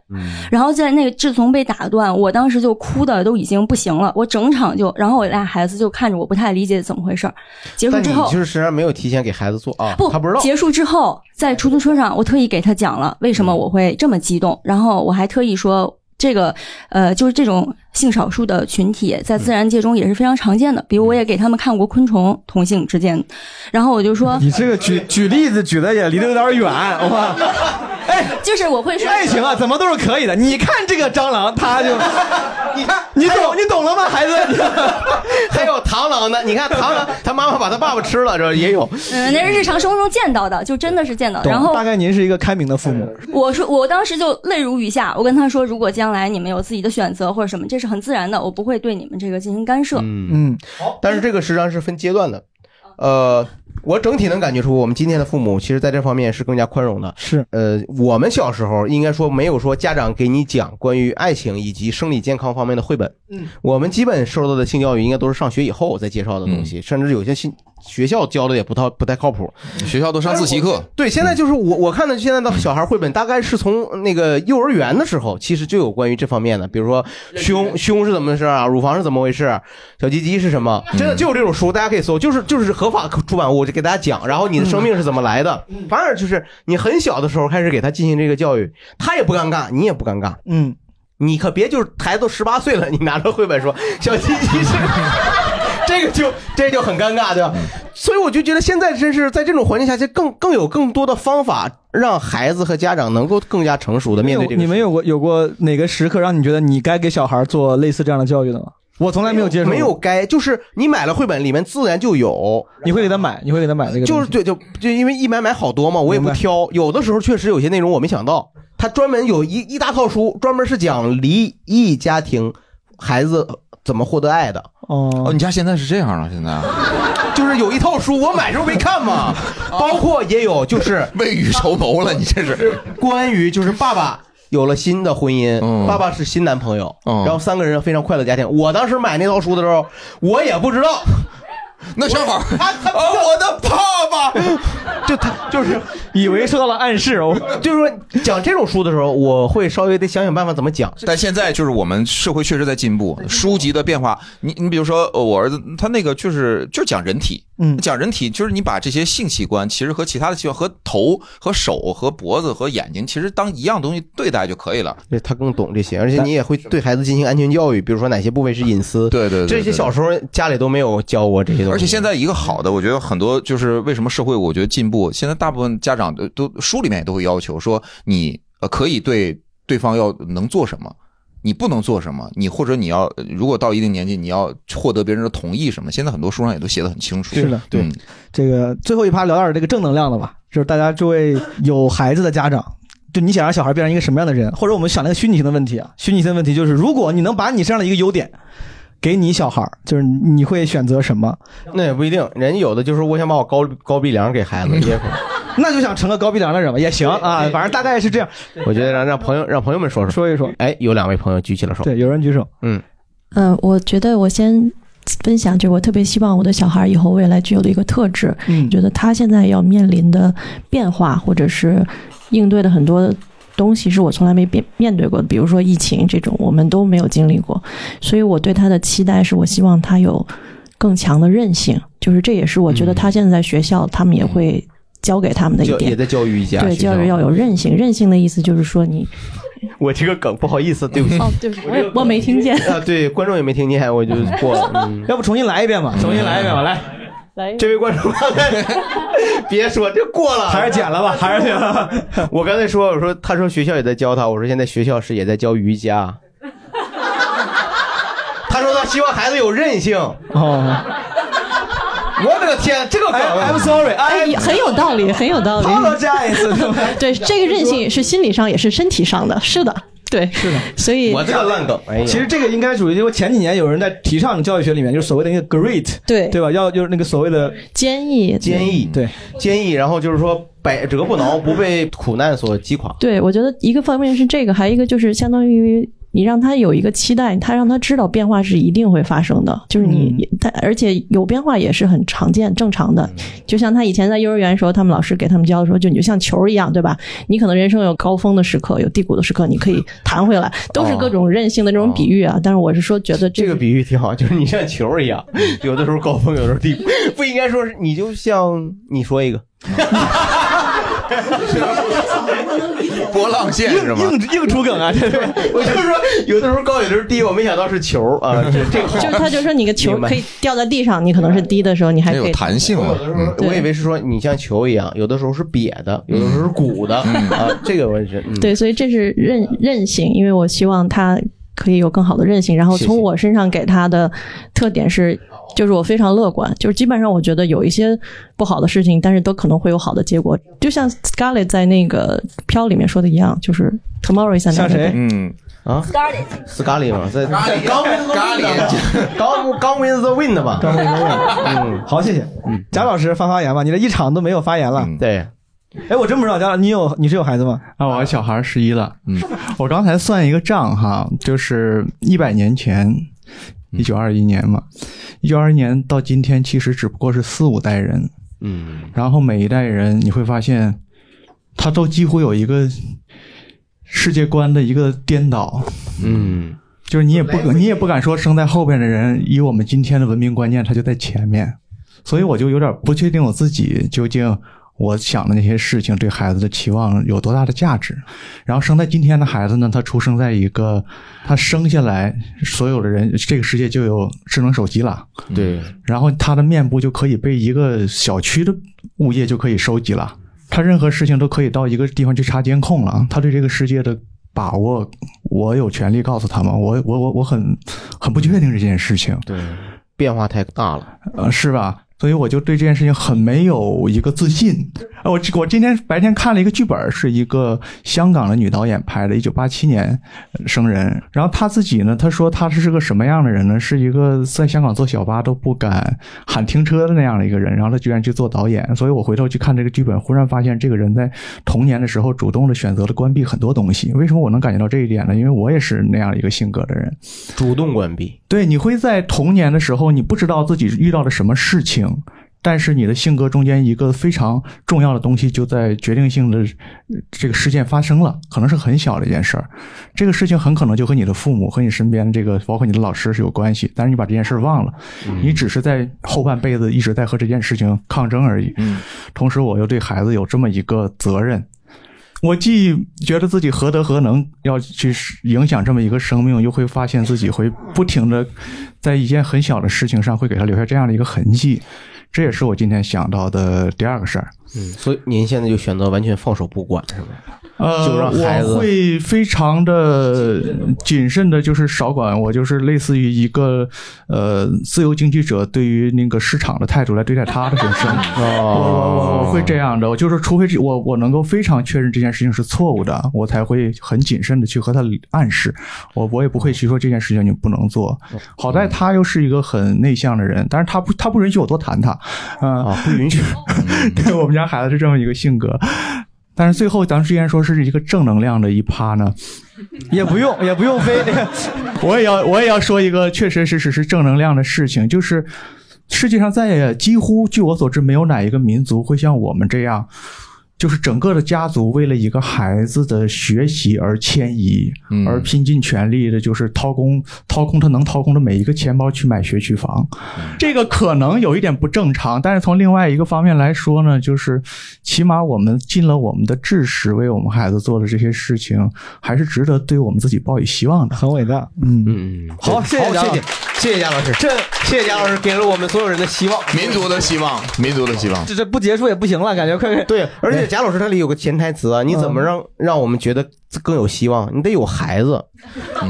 然后在那个自从被打断，我当时就哭的都已经不行了，我整场就，然后我俩孩子就看着我不太理解怎么回事儿。结束
但你
之后，
就是实际上没有提前给孩子做啊，
不，
他不知道。
结束之后，在出租车上，我特意给他讲了为什
嗯
么我会这么激动，然后我还特意说。这个，呃，就是这种性少数的群体在
嗯
自然界中也是非常常见的。比如，我也给他们看过昆虫同性之间，然后我就说，
你这个举举例子举的也离得有点远，哇！ [laughs]
就是我会说
爱情啊，怎么都是可以的。你看这个蟑螂，它 [laughs] 就，
你看，
你懂你懂了吗，孩子？
[laughs] 还有螳螂呢，你看螳螂，他妈妈把他爸爸吃了，这也有。
嗯，那是日常生活中见到的，就真的是见到的。
懂
然后
大概您是一个开明的父母，
[laughs] 我说，我当时就泪如雨下。我跟他说，如果将来你们有自己的选择或者什么，这是很自然的，我不会对你们这个进行干涉。
嗯，
但是这个实际上是分阶段的，呃。我整体能感觉出，我们今天的父母其实在这方面是更加宽容的。
是，
呃，我们小时候应该说没有说家长给你讲关于爱情以及生理健康方面的绘本。
嗯，
我们基本受到的性教育应该都是上学以后再介绍的东
嗯
西，甚至有些性学校教的也不太不太靠谱。
学校都上自习课。
对，现在就是我我看的现在的小孩绘本，大概是从那个幼儿园的时候，其实就有关于这方面的，比如说胸胸是怎么回事啊，乳房是怎么回事，小鸡鸡是什么，真的就有这种书，大家可以搜，就是就是合法出版物，我就给大家讲，然后你的生命是怎么来的，
嗯
反而就是你很小的时候开始给他进行这个教育，他也不尴尬，你也不尴尬，
嗯，
你可别就是孩子都十八岁了，你拿着绘
[laughs]
本说小鸡鸡是。 [laughs] 这个就这就很尴尬，对吧？
嗯
所以我就觉得现在真是在这种环境下，其实更更有更多的方法让孩子和家长能够更加成熟的面对这个
你。们有过有过哪个时刻让你觉得你该给小孩做类似这样的教育的吗？我从来没有接受过，
没有该，就是你买了绘本，里面自然就有。
你会给他买，你会给他买那个东西，
就是对，就就因为一买买好多嘛，我也不挑。有的时候确实有些内容我没想到，他专门有一一大套书，专门是讲离异家庭孩子怎么获得爱的。
哦，
你家现在是这样啊？现在
[laughs] 就是有一套书，我买时候没
[laughs]
看嘛，包括也有就是
哦未雨绸缪了，你这是
关于就是爸爸。有了新的婚姻，
嗯
爸爸是新男朋友，然后三个人非常快乐家庭。我当时买那套书的时候，我也不知道，
[laughs] 那正
[laughs]
好，
他他
啊，我的爸爸，
就他就是
以为受到了暗示，我
就是说讲这种书的时候，我会稍微得想想办法怎么讲。
但现在就是我们社会确实在进步，书籍的变化，你你比如说呃我儿子他那个就是就是讲人体，
嗯，
讲人体就是你把这些性器官其实和其他的器官和头和手和脖子和眼睛其实当一样东西对待就可以了。
对他更懂这些，而且你也会对孩子进行安全教育，比如说哪些部位是隐私，
对对对对
这些小时候家里都没有教我这些东西。
而且现在一个好的，我觉得很多就是为什么社会我觉得进步，现在大部分家长都都书里面也都会要求说你呃可以对对方要能做什么。你不能做什么，你或者你要呃如果到一定年纪，你要获得别人的同意什么，现在很多书上也都写的很清楚。
是的对
嗯
这个最后一趴聊点这个正能量的吧，就是大家诸位有孩子的家长，就你想让小孩变成一个什么样的人，或者我们想了一个虚拟性的问题啊，虚拟性的问题就是，如果你能把你身上的一个优点给你小孩，就是你会选择什
[laughs]
么？
那也不一定，人家有的就是我想把我高高鼻梁给孩子，也有
[laughs] 那就想成个高鼻梁的人吧，也行啊，反正大概是这样。
我觉得让让朋友让朋友们说说
说一说。
哎，有两位朋友举起了手，
对，有人举 [laughs] 手，
嗯，
嗯，我觉得我先分享，就是我特别希望我的小孩以后未来具有的一个特质，
嗯，
觉得他现在要面临的变化，或者是应对的很多东西，是我从来没面面对过的，比如说疫情这种，我们都没有经历过，所以我对他的期待是我希望他有更强的韧性，就是这也是我觉
嗯
得他现在在学校，他们也会教给他们的一
教
点，
也在嗯教育一家，
对，
学啊校
教育要有韧性，韧性的意思就是说你
我这个梗不好意思，对不起。
哦，对
[laughs]
不起，我也我没听见。
啊，对，观众也没听见，我就过了。嗯
要不重新来一遍吧，重新来一遍吧，
[laughs]
来，
来，
这位观众，
[laughs]
[laughs] 别说这过了，还
是剪了吧，还是剪了吧。
我刚才说，我说他说学校也在教他，我说现在学校是也在教瑜伽。他说他希望孩子有韧性。
[laughs] 哦，
我的个天，这个梗
I'm sorry，
哎，很有道理，很有道理。
Apologize
[laughs] 对，这个韧性是心理上也是身体上的，是的，对，
是的。
所以
我这个烂梗，哎呀，
其实这个应该属于，因为前几年有人在提倡教育学里面，就是所谓的那个 great，
对
对吧？要就是那个所谓的
坚毅，
坚毅，
对，
坚毅，然后就是说百折不挠，不被苦难所击垮。
对，我觉得一个方面是这个，还有一个就是相当于你让他有一个期待，他让他知道变化是一定会发生的，就是
嗯
你他、而且有变化也是很常见正常的。
嗯
就像他以前在幼儿园的时候，他们老师给他们教的时候，就你就像球儿一样，对吧？你可能人生有高峰的时刻，有低谷的时刻，你可以弹回来，都
哦
是各种任性的这种比喻啊。但是我是嗯说，觉得这
这个比喻挺好，就是你像球一样，有的时候高峰，有的时候低谷，不应该说是你就像你说一个，
波浪线是吗？
硬硬出梗啊！这个
我就是说有的时候高，有的时候低，我没想到是球啊，这这个
[laughs]
好
就是他就说你个球
明白
可以掉在地上，你可能是低的时候，你还可以啊
我有的时候嗯我以为是说你像球一样，有的时候是瘪的，有的时候是鼓的啊，这个我也是嗯
对，所以这是韧韧性，因为我希望他可以有更好的韧性。然后
谢谢
从我身上给他的特点是，就是我非常乐观，就是基本上我觉得有一些不好的事情，但是都可能会有好的结果。就像 Scarlett 在那个《飘》里面说的一样，就是 Tomorrow is another
像谁
day
嗯
啊，是咖喱吗？在咖喱，刚 win the win 的，刚刚 win the win 的吧？
刚 win the win，
嗯，
好，谢谢。嗯，贾老师发发言吧，你这一场都没有发言了。
对，
哎，我真不知道，贾老师，你有你是有孩子吗？
啊，我小孩十一了。嗯，我刚才算一个账哈，就是一百年前，
嗯
一九二一年嘛，一九二一年到今天，其实只不过是四五代人。
嗯，
然后每一代人，你会发现，他都几乎有一个世界观的一个颠倒。
嗯，
就是你也不你也不敢说生在后边的人，以我们今天的文明观念，他就在前面。所以我就有点不确定我自己究竟我想的那些事情对孩子的期望有多大的价值。然后生在今天的孩子呢，他出生在一个他生下来所有的人，这个世界就有智能手机了，
对，
然后他的面部就可以被一个小区的物业就可以收集了，他任何事情都可以到一个地方去查监控了，他对这个世界的。把握，我有权利告诉他吗？我我我我很很不确定这件事情。
对，变化太大了，
呃，是吧？所以我就对这件事情很没有一个自信。呃我我今天白天看了一个剧本，是一个香港的女导演拍的，一九八七年生人。然后她自己呢，她说她是个什么样的人呢？是一个在香港坐小巴都不敢喊停车的那样的一个人。然后她居然去做导演，所以我回头去看这个剧本，忽然发现这个人在童年的时候主动的选择了关闭很多东西。为什么我能感觉到这一点呢？因为我也是那样一个性格的人。
主动关闭，
对，你会在童年的时候，你不知道自己遇到了什么事情，但是你的性格中间一个非常重要的东西就在决定性的呃这个事件发生了，可能是很小的一件事儿，这个事情很可能就和你的父母和你身边的这个，包括你的老师是有关系，但是你把这件事儿忘了，你只是在后半辈子一直在和这件事情抗争而已。同时，我又对孩子有这么一个责任，我既觉得自己何德何能要去影响这么一个生命，又会发现自己会不停的在一件很小的事情上会给他留下这样的一个痕迹，这也是我今天想到的第二个事儿。
嗯，所以您现在就选择完全放手不管是吗？
呃，
就让孩子
我会非常的谨慎的，就是少管我，就是类似于一个呃自由经济者对于那个市场的态度来对待他的人生。
哦
我我我会这样的，我就是除非是我我能够非常确认这件事情是错误的，我才会很谨慎的去和他暗示。我我也不会去说这件事情你不能做。
哦
好在他又是一个很内向的人，但是他不他不允许我多谈他，嗯、
哦不允许。
[laughs] 对我们家孩子是这么一个性格。但是最后，咱们之前说是一个正能量的一趴呢，
也不用也不用非，
[laughs] 我也要我也要说一个确确实实是正能量的事情，就是世界上再也几乎据我所知没有哪一个民族会像我们这样，就是整个的家族为了一个孩子的学习而迁移，而拼尽全力的，就是掏空掏空他能掏空的每一个钱包去买学区房，这个可能有一点不正常，但是从另外一个方面来说呢，就是起码我们尽了我们的知识，为我们孩子做的这些事情，还是值得对我们自己抱以希望的，
很伟大。
嗯
嗯，
好，谢谢
好
贾老师
谢谢，谢谢贾老师，
这
谢谢贾老师给了我们所有人的希望，
民族的希望，民族的希望。
这这不结束也不行了，感觉快快
对，而且贾老师他里有个潜台词啊，你怎么让让我们觉得更有希望？你得有孩子，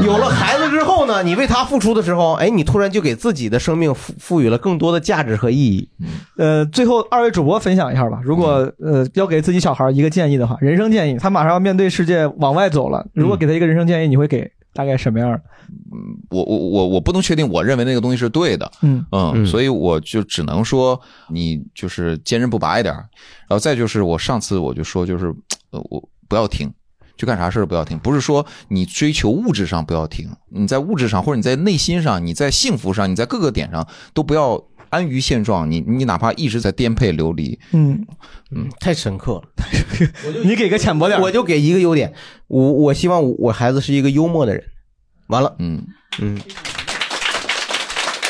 有了孩子之后呢，你为他付出的时候，哎，你突然就给自己的生命赋赋予了更多的价值和意义。
嗯
呃，最后二位主播分享一下吧。如果呃要给自己小孩一个建议的话，人生建议，他马上要面对世界往外走了，如果
嗯
给他一个人生建议，你会给大概什么样的？
我我我我不能确定，我认为那个东西是对的，
嗯
所以我就只能说你就是坚韧不拔一点儿，然后再就是我上次我就说就是呃我不要停，就干啥事儿都不要停，不是说你追求物质上不要停，你在物质上或者你在内心上，你在幸福上，你在各个点上都不要安于现状，你你哪怕一直在颠沛流离，
嗯
嗯，
太深刻了。
你给个浅薄点，
我就给一个优点，我我希望我孩子是一个幽默的人。完了，
嗯
嗯，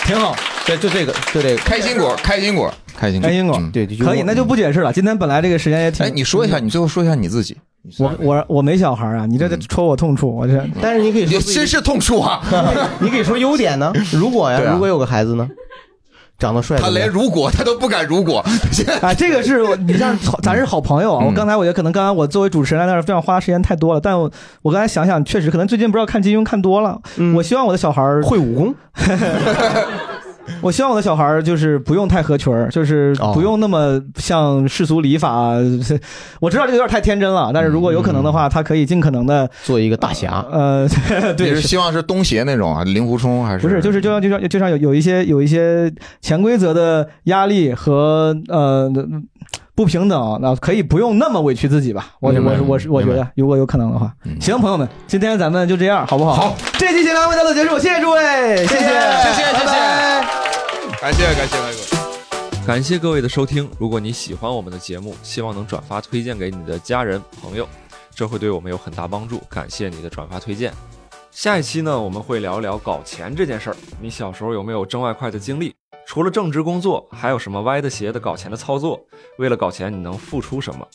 挺好，
对，就这个，就这个，
开心果，开心果，嗯开心
开心果，
对，
可以，那就不解释了。今天本来这个时间也挺……哎，
你说一下，你最后说一下你自己。嗯
我我我没小孩啊，你这戳我痛处，我这。
但是你可以说，
真是痛处
[laughs]
啊！
你可以说优点呢。如果呀，
对啊
如果有个孩子呢，长得帅，
他连如果他都不敢如果，
[laughs] 啊，这个是我你像咱是好朋友
嗯
啊。我刚才我觉得可能刚才我作为主持人在那儿这样花时间太多了，但我我刚才想想，确实可能最近不知道看金庸看多了。我希望我的小孩儿
嗯会武功。
我希望我的小孩儿就是不用太合群儿，就是
哦
不用那么像世俗礼法。啊 [laughs] 我知道这个有点太天真了，但是如果有可能的话，他可以尽可能的
做一个大侠。
呃， [laughs] 对，
你是希望是东邪那种啊，令狐冲还是
不是，就是就像就像就像有有一些有一些潜规则的压力和呃不平等，那可以不用那么委屈自己吧。我
明白嗯
我我是我觉
明
得，如果有可能的话，行，朋友们，今天咱们就这样，好不好？好，这期闲聊到此结束，谢谢诸位，谢谢，谢谢，谢谢。
[laughs] 感谢感谢感谢。
感谢各位的收听。如果你喜欢我们的节目，希望能转发推荐给你的家人朋友，这会对我们有很大帮助。感谢你的转发推荐。下一期呢，我们会聊聊搞钱这件事儿。你小时候有没有挣外快的经历？除了正职工作，还有什么歪的斜的搞钱的操作？为了搞钱，你能付出什么？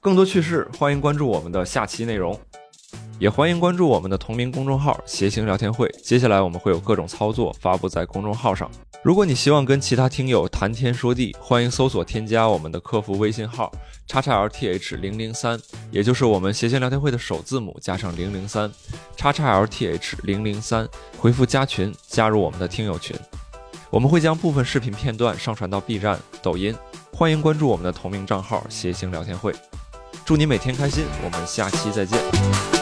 更多趣事，欢迎关注我们的下期内容。也欢迎关注我们的同名公众号“斜行聊天会”。接下来我们会有各种操作发布在公众号上。如果你希望跟其他听友谈天说地，欢迎搜索添加我们的客服微信号叉叉 LTH 零零三，也就是我们斜行聊天会的首字母加上零零三叉叉 LTH 零零三，回复加群加入我们的听友群。我们会将部分视频片段上传到 B 站、抖音，欢迎关注我们的同名账号“斜行聊天会”。祝你每天开心，我们下期再见。